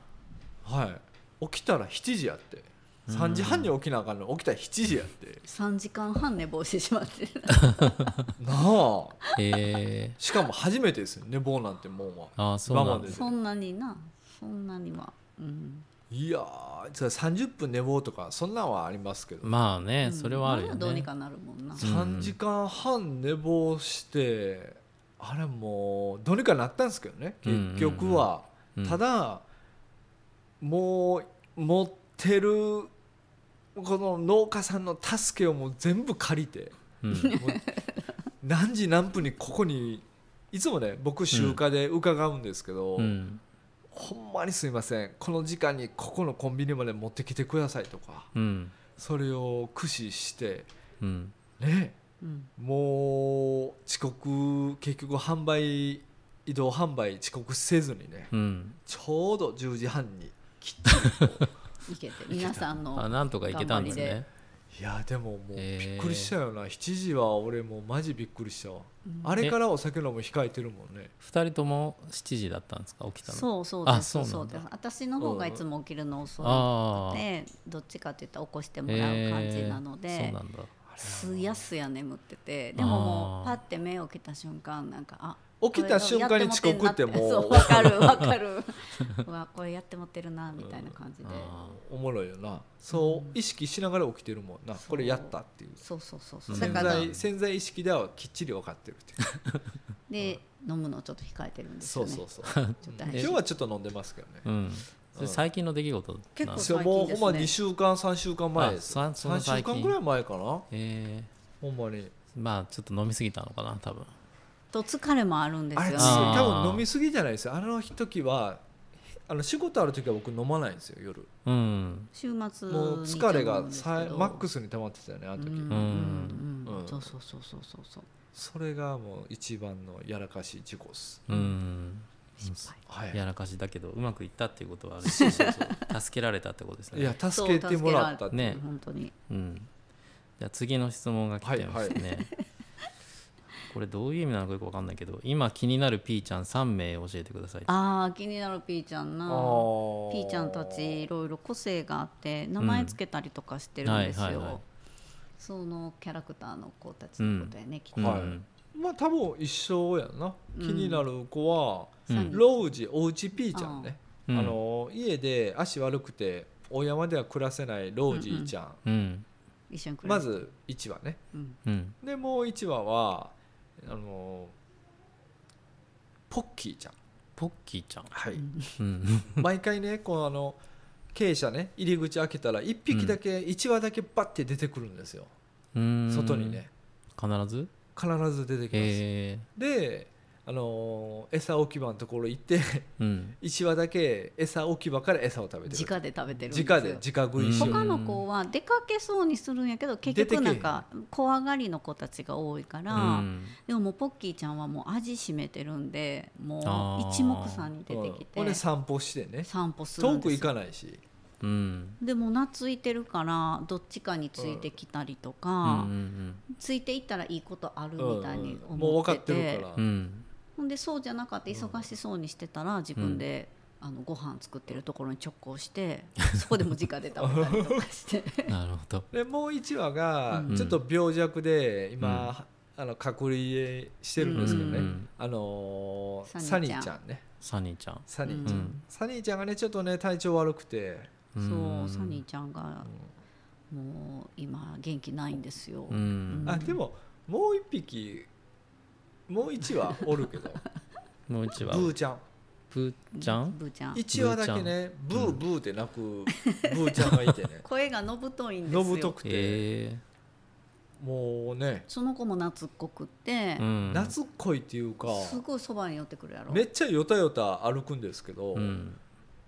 Speaker 3: はい起きたら7時やって3時半に起きなあかんの起きたら7時 やって
Speaker 1: 3時間半寝坊してしまって
Speaker 3: なあ
Speaker 2: え
Speaker 3: しかも初めてですよ寝坊なんてもんは
Speaker 2: ー、ああそうなんだ
Speaker 3: で
Speaker 1: そんなになそんなには、うん、
Speaker 3: いやーそれ30分寝坊とかそんなんはありますけど
Speaker 2: まあねそれはあるよ
Speaker 1: まだどうに
Speaker 2: ね
Speaker 1: かなるもんな、
Speaker 3: 3時間半寝坊してあれもうどうにかなったんですけどね結局は
Speaker 2: うん
Speaker 3: ただもう持ってるこの農家さんの助けをもう全部借りて
Speaker 2: うん
Speaker 3: もう何時何分にここにいつもね僕集荷で伺うんですけど、
Speaker 2: うん
Speaker 3: ほんまにすいませんこの時間にここのコンビニまで持ってきてくださいとか
Speaker 2: うん
Speaker 3: それを駆使して
Speaker 2: うん
Speaker 3: ね
Speaker 1: うん
Speaker 3: もう遅刻結局販売移動販売遅刻せずにね、
Speaker 2: うん
Speaker 3: ちょうど10時半に
Speaker 1: いけて皆さん
Speaker 2: あ
Speaker 1: の
Speaker 2: なんとかいけたんですね
Speaker 3: いやでももう
Speaker 2: えー
Speaker 3: びっくりしたよな、7時は俺もうマジびっくりしたわ、あれからお酒飲む控えてるもんね
Speaker 2: 二人とも7時だったんですか起きたの
Speaker 1: そうそう
Speaker 2: あ
Speaker 1: です
Speaker 2: そうなんだ
Speaker 1: です私の方がいつも起きるの遅
Speaker 2: ああ
Speaker 1: くてどっちかっていったら起こしてもらう感じなの
Speaker 2: えーそう
Speaker 1: で、
Speaker 2: なんだ
Speaker 1: すやすや眠っててでもも
Speaker 2: あ
Speaker 1: うパ
Speaker 2: ー
Speaker 1: ッて目を起きた瞬間なんかあ
Speaker 3: 起きた瞬間に遅刻ってもう
Speaker 1: そうわかるわかるうわこれやってもってるなみたいな感じで
Speaker 2: あ
Speaker 3: おもろいよなそう意識しながら起きてるもんな、
Speaker 1: そう
Speaker 3: これやったっていう
Speaker 1: そうそうそうそうだ
Speaker 3: 潜
Speaker 1: から
Speaker 3: 在潜在意識ではきっちり分かってるっていう
Speaker 1: で飲むのをちょっと控えてるんです
Speaker 3: そ
Speaker 1: よ
Speaker 3: う
Speaker 1: ね
Speaker 3: そうそう
Speaker 1: ちょっと
Speaker 3: 今
Speaker 1: 大
Speaker 3: 日
Speaker 1: 事
Speaker 3: はちょっと飲んでますけどね
Speaker 2: ーうんそれ最近の出来事なんだ
Speaker 1: 結構
Speaker 3: そうもう
Speaker 1: 最近ですね
Speaker 3: ほんま2週間3週間前です
Speaker 2: あさその
Speaker 3: 3週
Speaker 2: 最近
Speaker 3: 間ぐらい前かな
Speaker 2: え
Speaker 3: ほんまに
Speaker 2: ー、まあちょっと飲みすぎたのかな多分
Speaker 1: と疲れもあるんです
Speaker 3: あ
Speaker 1: よ
Speaker 3: れ
Speaker 1: ね
Speaker 2: あー
Speaker 3: 多分飲みすぎじゃないですよあの時はあの仕事ある時は僕飲まないんですよ夜
Speaker 2: うん
Speaker 1: 週末に
Speaker 3: もう疲れがさ
Speaker 1: ちょうど
Speaker 3: マックスに溜まってたよねあの時、
Speaker 1: うんうんうん
Speaker 3: う
Speaker 1: うんんそうそうそうそうそうそう
Speaker 3: それがもう一番のやらかし事故っす
Speaker 2: うん
Speaker 1: 失敗
Speaker 3: は
Speaker 2: や
Speaker 3: い
Speaker 2: らかしだけどうまくいったっていうことはあるし助けられたってことです
Speaker 3: い
Speaker 2: ね
Speaker 3: や助けてもらっ
Speaker 1: そ
Speaker 3: た
Speaker 1: う助けら
Speaker 3: って
Speaker 1: れ
Speaker 2: ね
Speaker 1: 本当に
Speaker 2: うん、じゃあ次の質問が来てますね、
Speaker 3: は
Speaker 2: これどういう意味なのかよく分かんないけど今気になる P ちゃん3名教えてください
Speaker 1: ああ気になるピーちゃんな
Speaker 3: あー
Speaker 1: ピーちゃんたちいろいろ個性があって名前つけたりとかしてるんですよ、
Speaker 2: うんはいはいはい
Speaker 1: そのキャラクターの子たちのことやね、きっと、
Speaker 2: うん
Speaker 3: はいまあ多分一緒やんな
Speaker 1: う
Speaker 3: 気
Speaker 1: ん
Speaker 3: になる子は、
Speaker 2: うん
Speaker 3: ロウジおうちピーちゃんね、
Speaker 2: うん
Speaker 3: あの家で足悪くてお山では暮らせないロウジーちゃん、
Speaker 2: うん
Speaker 1: 一緒に暮
Speaker 3: ま
Speaker 1: らす、
Speaker 3: ず1話ね
Speaker 1: うん
Speaker 2: うん
Speaker 3: でもう1話はあのポッキーちゃん、
Speaker 2: ポッキーちゃん、
Speaker 3: はい
Speaker 2: うん、
Speaker 3: 毎回ねこうあの傾斜ね入り口開けたら1匹だけ、一1羽だけバッて出てくるんですよ
Speaker 2: うん
Speaker 3: 外にね
Speaker 2: 必ず
Speaker 3: 必ず出てきます、
Speaker 2: え
Speaker 3: であの餌置き場のところ行って
Speaker 2: ー、うん
Speaker 3: 1羽だけ餌置き場から餌を食べてる
Speaker 1: 直で食べてるんですよ
Speaker 3: 直で直食いしよう
Speaker 1: 他の子は出かけそうにするんやけど結局なんか怖がりの子たちが多いから、
Speaker 2: うん
Speaker 1: でももうポッキーちゃんはもう味占めてるんでも
Speaker 2: あー
Speaker 1: う一目散に出てき
Speaker 3: うんほんで
Speaker 1: て
Speaker 3: 散歩してね
Speaker 1: 散歩する
Speaker 3: 遠
Speaker 1: ん
Speaker 3: く
Speaker 1: で
Speaker 3: 行
Speaker 1: すよ
Speaker 3: かないし
Speaker 2: うん
Speaker 1: でも懐いてるからどっちかについてきたりと
Speaker 2: う
Speaker 1: か、
Speaker 2: ん
Speaker 1: ついていったらいいことあるみたいに
Speaker 3: うんも
Speaker 1: 思
Speaker 3: う分
Speaker 1: っ
Speaker 3: か
Speaker 1: て
Speaker 3: って
Speaker 1: て,、
Speaker 3: るから、
Speaker 2: うんうん
Speaker 1: ほんでそうじゃなかった忙しそうにしてたら自分で、あのご飯作ってるところに直行してそこでも直で食べたりとかして
Speaker 2: なるほど
Speaker 3: でもう1羽が
Speaker 1: うん
Speaker 3: ちょっと病弱で今、あの隔離してるんですけどね、
Speaker 2: うんうん
Speaker 3: あのーサ
Speaker 1: サ
Speaker 3: ニ
Speaker 1: ニ
Speaker 3: ー
Speaker 1: ー
Speaker 3: ち
Speaker 1: ち
Speaker 3: ゃ
Speaker 1: ゃ
Speaker 3: んね
Speaker 2: サニーちゃん
Speaker 3: サニー
Speaker 1: う
Speaker 3: ちゃん、
Speaker 1: ん
Speaker 3: サニーちゃんがねちょっとね体調悪くて、
Speaker 1: そうサ
Speaker 2: ー
Speaker 1: ニーちゃんがもう今元気ないんですよ、
Speaker 2: うん
Speaker 3: あでももう1匹もう1羽おるけど
Speaker 2: もう一
Speaker 3: ブ
Speaker 2: 話
Speaker 3: ーちゃん
Speaker 2: プーちゃん
Speaker 1: ブーちゃん
Speaker 3: 1羽だけねブーブーって鳴くブーちゃんがい てね
Speaker 1: 声がのぶといんです
Speaker 3: の
Speaker 1: よ
Speaker 3: ぶとくて、
Speaker 2: え
Speaker 3: もうね
Speaker 1: その子も懐っこくって
Speaker 2: ー、う、ん
Speaker 3: 夏っこいっていうか
Speaker 1: すごいそばに寄ってくるやろ
Speaker 3: めっちゃよたよた歩くんですけど、
Speaker 2: うん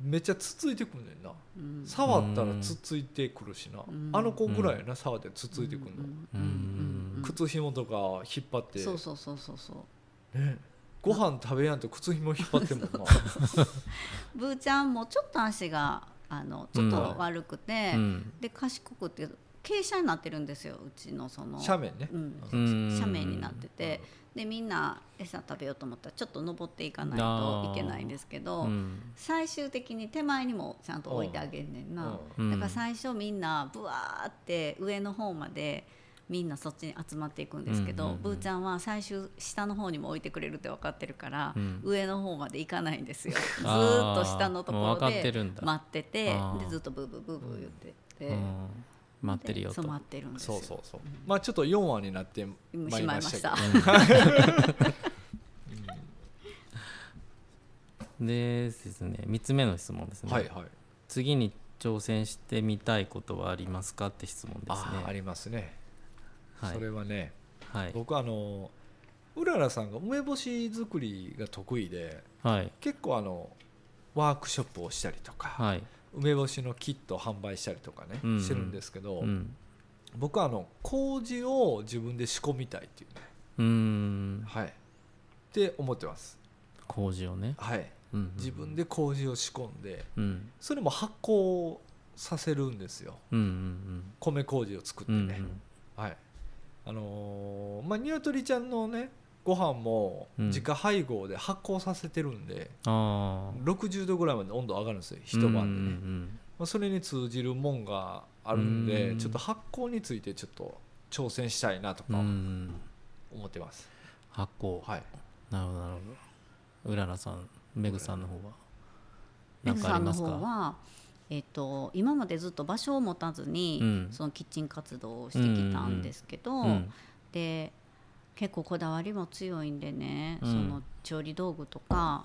Speaker 3: めっちゃつついてくんねんな
Speaker 1: うん
Speaker 3: 触ったらつついてくるしな、
Speaker 1: うん
Speaker 3: あの子ぐらいやな触ってつついてくる
Speaker 1: うん
Speaker 3: の、
Speaker 2: う
Speaker 1: うんんうんうん
Speaker 3: 靴紐とか引っ張って
Speaker 1: そうそうそうそうそう
Speaker 3: ねご飯食べやんと靴紐引っ張ってんもんな
Speaker 1: ブーちゃんもちょっと足があのちょっと悪くて、
Speaker 2: うん
Speaker 1: で賢くて傾斜になってるんですようちのその
Speaker 3: 斜面ね、
Speaker 1: うん
Speaker 2: うん
Speaker 1: 斜面になってて、でみんな餌食べようと思ったらちょっと登っていかないといけないんですけど、
Speaker 2: うん
Speaker 1: 最終的に手前にもちゃんと置いてあげんねんな、
Speaker 2: うん
Speaker 1: だから最初みんなブワーって上の方までみんなそっちに集まっていくんですけど、
Speaker 2: うんうんうん
Speaker 1: ブーちゃんは最終下の方にも置いてくれるって分かってるから、
Speaker 2: うん
Speaker 1: 上の方まで行かないんですよず
Speaker 2: あ
Speaker 1: ー
Speaker 2: ー
Speaker 1: っと下のとこ
Speaker 2: もう分
Speaker 1: ろ
Speaker 2: かって
Speaker 1: で
Speaker 2: るんだ
Speaker 1: 待ってて
Speaker 2: あー
Speaker 1: でずっとブーブーブーブー言ってて、
Speaker 2: うん待ってるよ
Speaker 1: でそ
Speaker 2: と
Speaker 1: う待ってるんです
Speaker 3: そ
Speaker 1: よ
Speaker 3: うそうそうまあちょっと4話になってま
Speaker 1: しまいまし
Speaker 3: けど
Speaker 1: た
Speaker 2: でですね3つ目の質問ですね、
Speaker 3: はいはい
Speaker 2: 次に挑戦してみたいことはありますかって質問ですね
Speaker 3: あーありますね、
Speaker 2: はい
Speaker 3: それはね
Speaker 2: はい
Speaker 3: 僕あのうららさんが梅干し作りが得意で
Speaker 2: はい
Speaker 3: 結構あのワークショップをしたりとか、
Speaker 2: はい
Speaker 3: 梅干しのキットを販売したりとかね、
Speaker 2: うんうん
Speaker 3: してるんですけど、
Speaker 2: うん
Speaker 3: 僕はあの麹を自分で仕込みたいっていうね
Speaker 2: うーん
Speaker 3: はいって思ってます
Speaker 2: 麹をね、
Speaker 3: はい
Speaker 2: うんうん
Speaker 3: 自分で麹を仕込んで
Speaker 2: うん
Speaker 3: それも発酵させるんですよ
Speaker 2: うん
Speaker 3: 米麹を作っ
Speaker 2: うんう
Speaker 3: て
Speaker 2: んう
Speaker 3: ね、
Speaker 2: んうん
Speaker 3: はいあのーまあニワトリちゃんのねご飯も
Speaker 2: うん
Speaker 3: 自家配合で発酵させてるんで、
Speaker 2: ああ
Speaker 3: 60度ぐらいまで温度上がるんですよ一晩でね、
Speaker 2: うん
Speaker 3: まあ、それに通じるもんがあるんで
Speaker 2: うん
Speaker 3: ちょっと発酵についてちょっと挑戦したいなと
Speaker 2: うんうん
Speaker 3: か
Speaker 2: うん
Speaker 3: 思ってます、
Speaker 2: 発酵
Speaker 3: はい
Speaker 2: なるほどなるほどうららさんめぐさんの方は
Speaker 1: メ
Speaker 2: な
Speaker 1: グ
Speaker 2: かあ
Speaker 1: さ
Speaker 2: り
Speaker 1: んの
Speaker 2: ます
Speaker 1: 方
Speaker 2: か
Speaker 1: は、えっと今までずっと場所を持たずに、
Speaker 2: うん
Speaker 1: そのキッチン活動をしてきたんですけど、
Speaker 2: うん
Speaker 1: で結構こだわりも強いんでね、
Speaker 2: うん
Speaker 1: その調理道具とか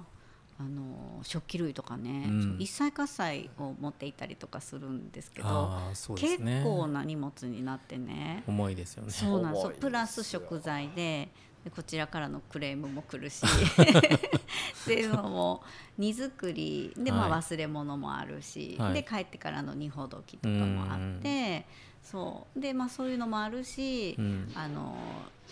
Speaker 1: あの食器類とかね、
Speaker 2: うん
Speaker 1: その一切喝采を持っていたりとかするんですけど、
Speaker 2: ああそうです
Speaker 1: 結
Speaker 2: ね
Speaker 1: 構な荷物になってね。
Speaker 2: 重いですよね
Speaker 1: そうなんです
Speaker 3: 重い
Speaker 1: よ
Speaker 3: ですよ
Speaker 1: プラス食材ででこちらからのクレームも来る しっていうのも荷造りで、ま
Speaker 2: は
Speaker 1: あ、
Speaker 2: い
Speaker 1: 忘れ物もあるし、
Speaker 2: はい
Speaker 1: で帰ってからの荷ほどきとかもあってそうで、まあ、そういうのもあるし、
Speaker 2: うん
Speaker 1: あの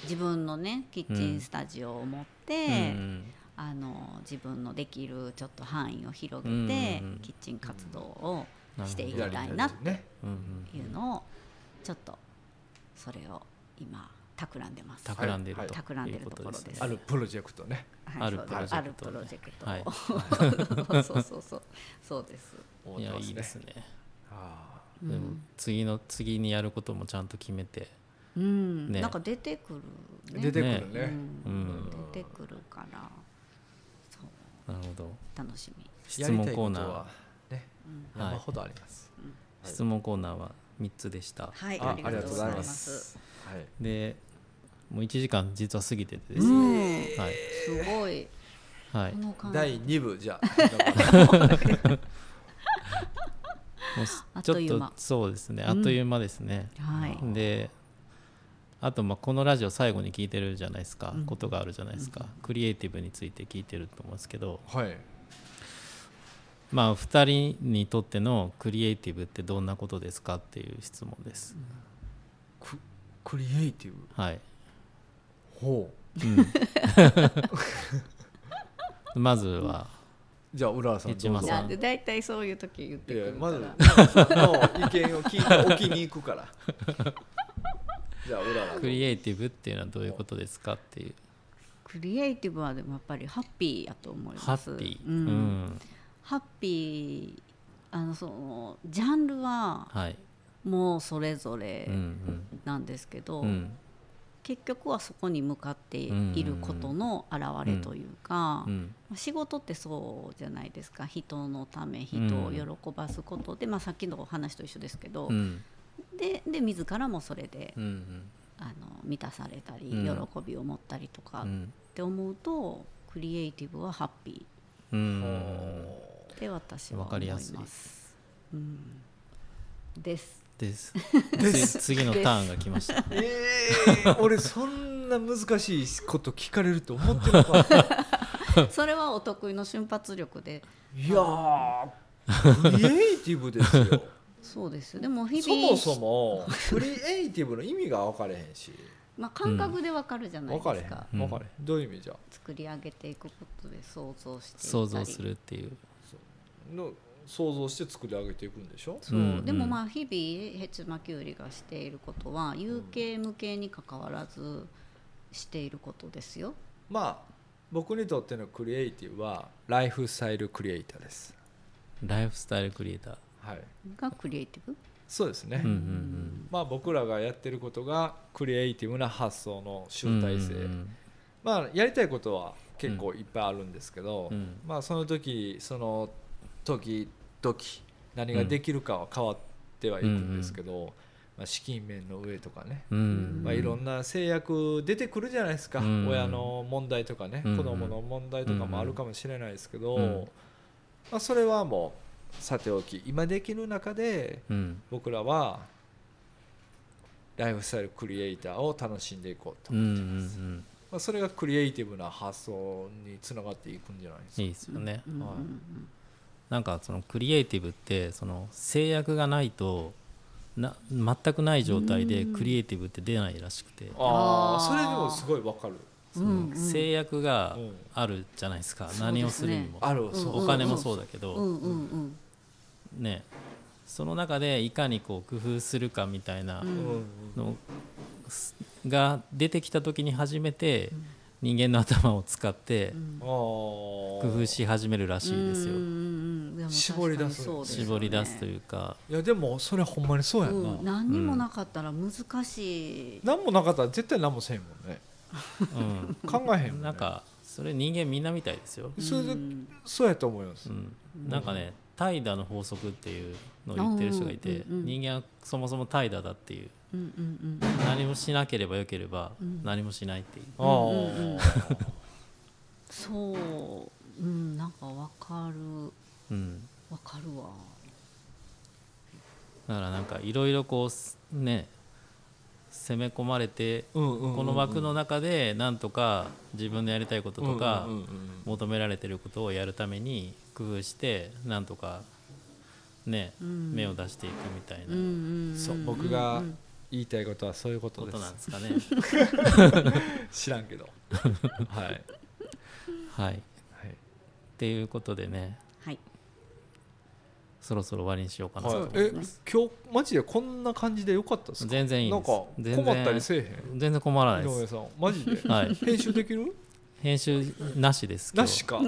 Speaker 1: 自分のねキッチンスタジオを持って、
Speaker 2: うん
Speaker 1: あの自分のできるちょっと範囲を広げ
Speaker 2: うん
Speaker 1: て
Speaker 2: うんうん
Speaker 1: キッチン活動をしていき
Speaker 2: や
Speaker 1: た
Speaker 3: り
Speaker 1: いなっ
Speaker 3: ね
Speaker 2: うんうん
Speaker 1: ていうのをちょっとそれを今企んでます。
Speaker 2: 企んでいると
Speaker 1: はい企んでいる
Speaker 2: いうことですね
Speaker 1: ところです
Speaker 3: あるプロジェクトね
Speaker 1: はい
Speaker 2: ある
Speaker 1: そう
Speaker 2: プロジェクト
Speaker 1: あるプロジェクト
Speaker 2: はい
Speaker 1: を そうそうそうそうです。
Speaker 3: 思っ
Speaker 2: い
Speaker 3: て
Speaker 2: や
Speaker 3: ます
Speaker 2: いいです
Speaker 3: ね
Speaker 2: ね
Speaker 3: あ
Speaker 1: う
Speaker 2: でも
Speaker 1: ん
Speaker 2: 次の次にやることもちゃんと決めて
Speaker 1: うん、
Speaker 2: ね
Speaker 1: なんか出てく
Speaker 3: ー
Speaker 1: るね。
Speaker 3: 出てくるね
Speaker 1: う
Speaker 2: う
Speaker 1: ん
Speaker 2: ん
Speaker 1: 出てくるからそう
Speaker 2: なるほど
Speaker 1: 楽しみ。
Speaker 3: や
Speaker 2: 質
Speaker 3: りたい
Speaker 2: 問コーナー
Speaker 3: ことはね
Speaker 1: うん
Speaker 2: はい
Speaker 3: 山ほどありますはい
Speaker 2: 質問コーナーは3つでした
Speaker 1: はい、あ
Speaker 3: ああり
Speaker 1: り
Speaker 3: が
Speaker 1: が
Speaker 3: と
Speaker 1: とう
Speaker 3: うご
Speaker 1: ご
Speaker 3: ざ
Speaker 1: ざ
Speaker 3: い
Speaker 1: い
Speaker 3: ま
Speaker 1: ます。
Speaker 3: すはい
Speaker 2: でもう1時間実は過ぎててです
Speaker 1: う
Speaker 2: ね
Speaker 1: ん、
Speaker 2: はい
Speaker 1: すごい。
Speaker 2: はい
Speaker 1: この感
Speaker 3: 第2部じゃあ
Speaker 2: もうす
Speaker 1: あっ
Speaker 2: ちょ
Speaker 1: と
Speaker 2: っ
Speaker 1: いう間
Speaker 2: とそうですねあっという間ですね、
Speaker 1: はい。
Speaker 2: であとまあこのラジオ最後に聞いてるじゃないですか、
Speaker 1: うん
Speaker 2: ことがあるじゃないですか、クリエイティブについて聞いてると思うんですけど
Speaker 3: はい
Speaker 2: まあ2人にとってのクリエイティブってどんなことですかっていう質問です、
Speaker 3: ククリエイティブ
Speaker 2: はい、
Speaker 3: ほ
Speaker 2: うん、まずは
Speaker 3: うじゃあ浦和さん
Speaker 2: 一
Speaker 3: どう
Speaker 2: 番
Speaker 3: ぞ
Speaker 1: い
Speaker 2: さ
Speaker 1: や、で、だいたいそういう時言って
Speaker 3: い
Speaker 1: く
Speaker 3: や
Speaker 1: るか
Speaker 3: ま
Speaker 1: ら。
Speaker 3: ず浦和さんの意見を聞いて置きに行くからじゃあ浦和
Speaker 2: クリエイティブっていうのはどういうことですかっていう
Speaker 1: クリエイティブはでもやっぱりハッピーやと思い
Speaker 2: ハ
Speaker 1: ます。
Speaker 2: ッピー、
Speaker 1: う
Speaker 2: うんん
Speaker 1: ハッピー、あのそのジャンルは
Speaker 2: はい、
Speaker 1: もうそれぞれ
Speaker 2: うん
Speaker 1: なんですけど、
Speaker 2: うんうん
Speaker 1: 結局はそこに向かっていることの表れというか。
Speaker 2: うん
Speaker 1: まあ仕事ってそうじゃないですか人のため人を喜ばすことで、まあ、さっきのお話と一緒ですけど、
Speaker 2: うん
Speaker 1: でで自らもそれで、
Speaker 2: うんうん
Speaker 1: あの満たされたり、
Speaker 2: うん
Speaker 1: 喜びを持ったりとか
Speaker 2: う
Speaker 1: っ
Speaker 2: ん
Speaker 1: て思うと、クリエイティブはハッピ
Speaker 2: うん
Speaker 1: ーで私は
Speaker 2: わ
Speaker 1: 思
Speaker 2: かり
Speaker 1: い
Speaker 2: や
Speaker 1: ます
Speaker 2: い
Speaker 1: す。うん、です。
Speaker 2: ですです次のターンが来ました
Speaker 3: えー、俺そんな難しいこと聞かれると思ってなか った
Speaker 1: それはお得意の瞬発力で
Speaker 3: いやークリエイティブですよ
Speaker 1: そうですよでも日
Speaker 3: そ
Speaker 1: 々
Speaker 3: もそもクリエイティブの意味が分かれへんし
Speaker 1: まあ、感覚でわかるじゃない
Speaker 3: 分
Speaker 1: で
Speaker 3: かれへ
Speaker 1: す
Speaker 3: ん
Speaker 1: か、
Speaker 2: うん
Speaker 3: 分かれへん、どういう意味じゃ
Speaker 1: 作り上げていくことで想像していった り
Speaker 2: 想像するっていう
Speaker 3: の想像して作り上げていくんでしょ
Speaker 1: そう、
Speaker 2: うんうん
Speaker 1: でもまあ日々ヘチマキュウリがしていることは有形無形に関わらずしていることですよ。
Speaker 3: まあ僕にとってのクリエイティブはライフスタイルクリエイターです
Speaker 2: ライフスタイルクリエイター
Speaker 3: はい
Speaker 1: がクリエイティブ。
Speaker 3: そうですね、
Speaker 2: うんうん
Speaker 3: まあ僕らがやってることがクリエイティブな発想の
Speaker 2: うん
Speaker 3: 集大成、
Speaker 2: うん
Speaker 3: まあやりたいことは結構いっぱいあるんですけど、
Speaker 2: うん
Speaker 3: まあその時その時々何ができるかは変わってはいくんですけど、まあ、資金面の上とかね、
Speaker 2: うんうん
Speaker 3: まあ、いろんな制約出てくるじゃないですか、
Speaker 2: うん
Speaker 3: 親の問題とかね、
Speaker 2: うん
Speaker 3: 子供の問題とかもあるかもしれないですけど、
Speaker 2: うん
Speaker 3: まあ、それはもうさておき今できる中で
Speaker 2: うん
Speaker 3: 僕らはライフスタイルクリエイターを楽しんでいこうと、
Speaker 2: うんうん
Speaker 3: まあ、それがクリエイティブな発想につながっていくんじゃないで
Speaker 2: うん
Speaker 3: すか。
Speaker 2: いいですよね
Speaker 1: うんうんうん
Speaker 3: は
Speaker 2: なんかそのクリエイティブってその制約がないとな全くない状態でクリエイティブって出ないらしくて
Speaker 3: あ
Speaker 1: あー
Speaker 3: あそれでもすごいわかる。
Speaker 2: その
Speaker 1: うん
Speaker 2: 制約が
Speaker 3: うん
Speaker 2: あるじゃないですか
Speaker 1: そうですね
Speaker 2: 何をするにも
Speaker 3: ある
Speaker 1: ん
Speaker 3: そう
Speaker 2: お金もそうだけ
Speaker 1: う
Speaker 2: ど
Speaker 1: んうんうん
Speaker 2: ねその中でいかにこう工夫するかみたいな
Speaker 1: うん
Speaker 2: のすが出てきた時に初めて人間の頭を使って
Speaker 1: うん
Speaker 3: 工
Speaker 2: 工夫し始めるらしいですよ
Speaker 1: うんうんうんでも確かに
Speaker 3: 絞り出す
Speaker 1: そうですよね
Speaker 2: 絞り出すというか
Speaker 3: いやでもそれほんまにそうやんな、
Speaker 1: うん、何にもなかったら難しい、
Speaker 3: 何もなかったら絶対何もせんもんね
Speaker 2: うん
Speaker 3: 考えへんもん、ね、
Speaker 2: なんかそれ人間みんなみたいですよ、
Speaker 3: それで
Speaker 1: うん
Speaker 3: そうやと思います、
Speaker 2: うん、なんかね怠惰の法則っていうのを言ってる人がいて、
Speaker 1: うんうんうん
Speaker 2: 人間はそもそも怠惰だっていう
Speaker 1: うんうん
Speaker 2: 何もしなければよければ何もしないっていう、
Speaker 3: ああ、
Speaker 1: うんうんそう、うん、なんかわかる
Speaker 2: うん、
Speaker 1: わかるわ
Speaker 2: だからなんかいろいろこうすね攻め込まれて
Speaker 3: うんうんうん
Speaker 2: この枠の中でなんとか自分のやりたいこととか
Speaker 3: うんうんうん
Speaker 2: 求められてることをやるために工夫してなんとかね
Speaker 1: うん
Speaker 2: 芽を出していくみたい
Speaker 1: うんう
Speaker 2: なん
Speaker 1: ん
Speaker 3: そう僕が言いたいことはそういうこと
Speaker 2: こ
Speaker 3: で
Speaker 2: と
Speaker 3: す
Speaker 2: なんです かね。
Speaker 3: 知らんけどはい
Speaker 2: はいっていうことでね
Speaker 1: はい
Speaker 2: そろそろ終わりにしようかな、
Speaker 1: そ
Speaker 3: は
Speaker 1: う
Speaker 3: い、
Speaker 1: で
Speaker 3: え
Speaker 1: すね
Speaker 3: 今日マジでこんな感じでよかったですか
Speaker 2: 全然いい
Speaker 3: な
Speaker 2: で
Speaker 3: ん
Speaker 2: す
Speaker 3: か困ったりせえへ
Speaker 2: 全然困らない
Speaker 3: ん
Speaker 2: で
Speaker 3: 井上
Speaker 2: す
Speaker 3: さんマジで、
Speaker 2: はい
Speaker 3: 編集できる
Speaker 2: 編集なしです今日
Speaker 3: なしか
Speaker 2: はい、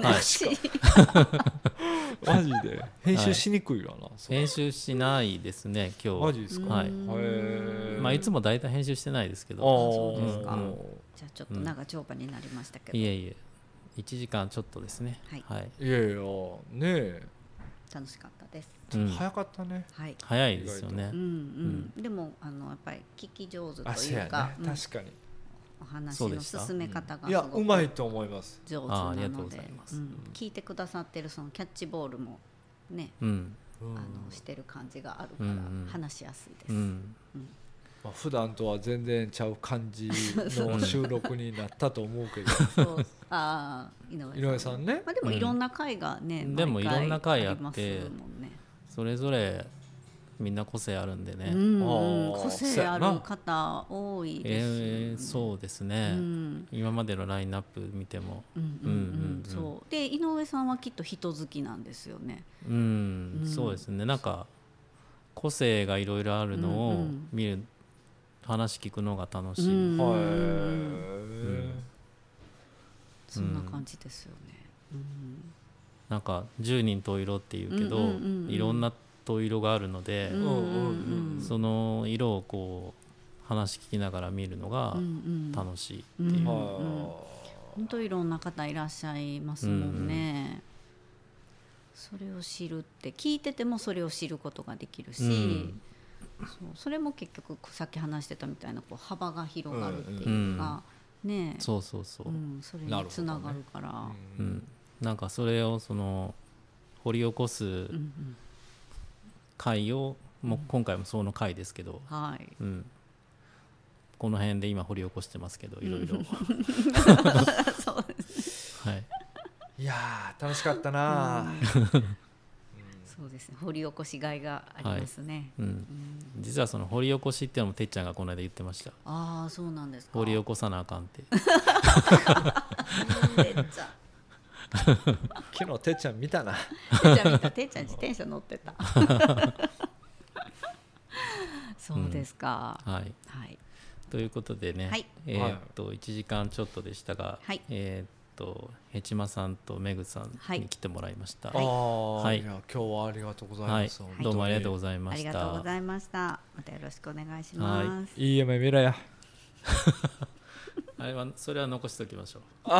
Speaker 3: マジで編集しにくいよな、そう
Speaker 2: 編集しないですね今日
Speaker 3: マジですか
Speaker 2: はい
Speaker 3: へえ
Speaker 2: まあいつも大体編集してないですけ
Speaker 3: ああ
Speaker 2: ど
Speaker 1: そうですか
Speaker 3: うん
Speaker 1: じゃあちょっと長丁場になりましたけど、
Speaker 2: いえいえ1時間ちょっとですね
Speaker 1: はい
Speaker 2: はい、
Speaker 3: いやいやねえ
Speaker 1: 楽しかったです
Speaker 2: うん
Speaker 3: 早かったね
Speaker 1: はい
Speaker 2: 早いですよね
Speaker 1: うんうんでもあのやっぱり聞き上手と
Speaker 3: あせ
Speaker 1: い
Speaker 3: や
Speaker 1: うか、
Speaker 3: ね確かに、
Speaker 1: うんお話
Speaker 2: そう
Speaker 1: の
Speaker 2: でした
Speaker 1: 進め方がす
Speaker 3: いや
Speaker 1: ご
Speaker 3: う
Speaker 1: く
Speaker 3: まいと思います
Speaker 1: 上手
Speaker 2: あーあり
Speaker 1: な
Speaker 2: がとう
Speaker 1: の
Speaker 2: ご
Speaker 1: で
Speaker 2: ざいます
Speaker 1: うん聞いてくださってるそのキャッチボールもね、
Speaker 2: うん
Speaker 3: うん
Speaker 1: あのしてる感じがあるから
Speaker 2: うんうん
Speaker 1: 話しやすいです、
Speaker 2: うん
Speaker 3: まあ、普段とは全然ちゃう感 じの収録になったと思うけど
Speaker 1: そうあー井上さん
Speaker 3: 井上さんね
Speaker 1: まあ、でもいろんな会がね、
Speaker 2: うんでも
Speaker 1: 毎回
Speaker 2: いろんな会あって
Speaker 1: りますもんね
Speaker 2: それぞれみんな個性あるんでね、
Speaker 1: うんうん、
Speaker 3: あー
Speaker 1: 個性ある方多いですよね、
Speaker 2: えーそうですね、
Speaker 1: うん
Speaker 2: 今までのラインナップ見ても
Speaker 1: うんう
Speaker 2: うん
Speaker 1: ん
Speaker 2: うん
Speaker 1: うんそうで井上さんはきっと人好きなんですよね。
Speaker 2: うん、
Speaker 1: うん
Speaker 2: そうですねなんか個性がいろいろあるの
Speaker 1: うんう
Speaker 2: を
Speaker 1: ん
Speaker 2: 見る、話聞くのが楽しい、
Speaker 1: うん
Speaker 3: はい、
Speaker 1: そんな感じですよね。うん
Speaker 2: なんか「十人十色」っていうけど、
Speaker 1: うんうんうんうん
Speaker 2: いろんな十色があるので、
Speaker 1: うんうんうん
Speaker 2: その色をこう話聞きながら見るのが
Speaker 1: うんうん
Speaker 2: 楽しいっていう、
Speaker 1: うん
Speaker 3: は
Speaker 1: 本当いろんな方いらっしゃいますもんね。それを知るって聞いててもそれを知ることができるし、
Speaker 2: うん
Speaker 1: そうそれも結局さっき話してたみたいなこう幅が広がるっていうか、ねえ
Speaker 2: そうそうそう、
Speaker 1: うん、それにつながるから
Speaker 2: う
Speaker 3: い
Speaker 2: んなんかそれをその掘り起こす
Speaker 1: うんうん
Speaker 2: 回を、もう今回もその回ですけど、
Speaker 1: はい
Speaker 2: うん、この辺で今掘り起こしてますけどいろいろ はい
Speaker 3: いやー楽しかったな、
Speaker 1: そうですね掘り起こしがいがありますね、
Speaker 2: うん、実はその掘り起こしっていうのもてっちゃんがこの間言ってました
Speaker 1: ああそうなんですか
Speaker 2: 掘り起こさなあかんって
Speaker 1: てっちゃん
Speaker 3: 昨日てっちゃん見たな
Speaker 1: てっちゃん見たてっちゃん自転車乗って たそうですか、
Speaker 2: はい
Speaker 1: はい
Speaker 2: ということでね、
Speaker 1: はい
Speaker 2: えーっと1時間ちょっとでしたが、
Speaker 1: はい
Speaker 2: えーっとヘチマさんとメグさん
Speaker 1: はい
Speaker 2: に来てもらいました、
Speaker 3: ああ、
Speaker 2: はい
Speaker 3: いや今日はありがとうござい
Speaker 2: は
Speaker 3: ま
Speaker 2: い
Speaker 3: す、
Speaker 2: どうもありがとうご
Speaker 3: ざい
Speaker 2: ざいま
Speaker 1: あり
Speaker 2: し
Speaker 1: がとう
Speaker 2: た
Speaker 1: ございましたまたよろしくお願いします、
Speaker 3: いい夢見ろや
Speaker 2: あれはそれは残しておきましょう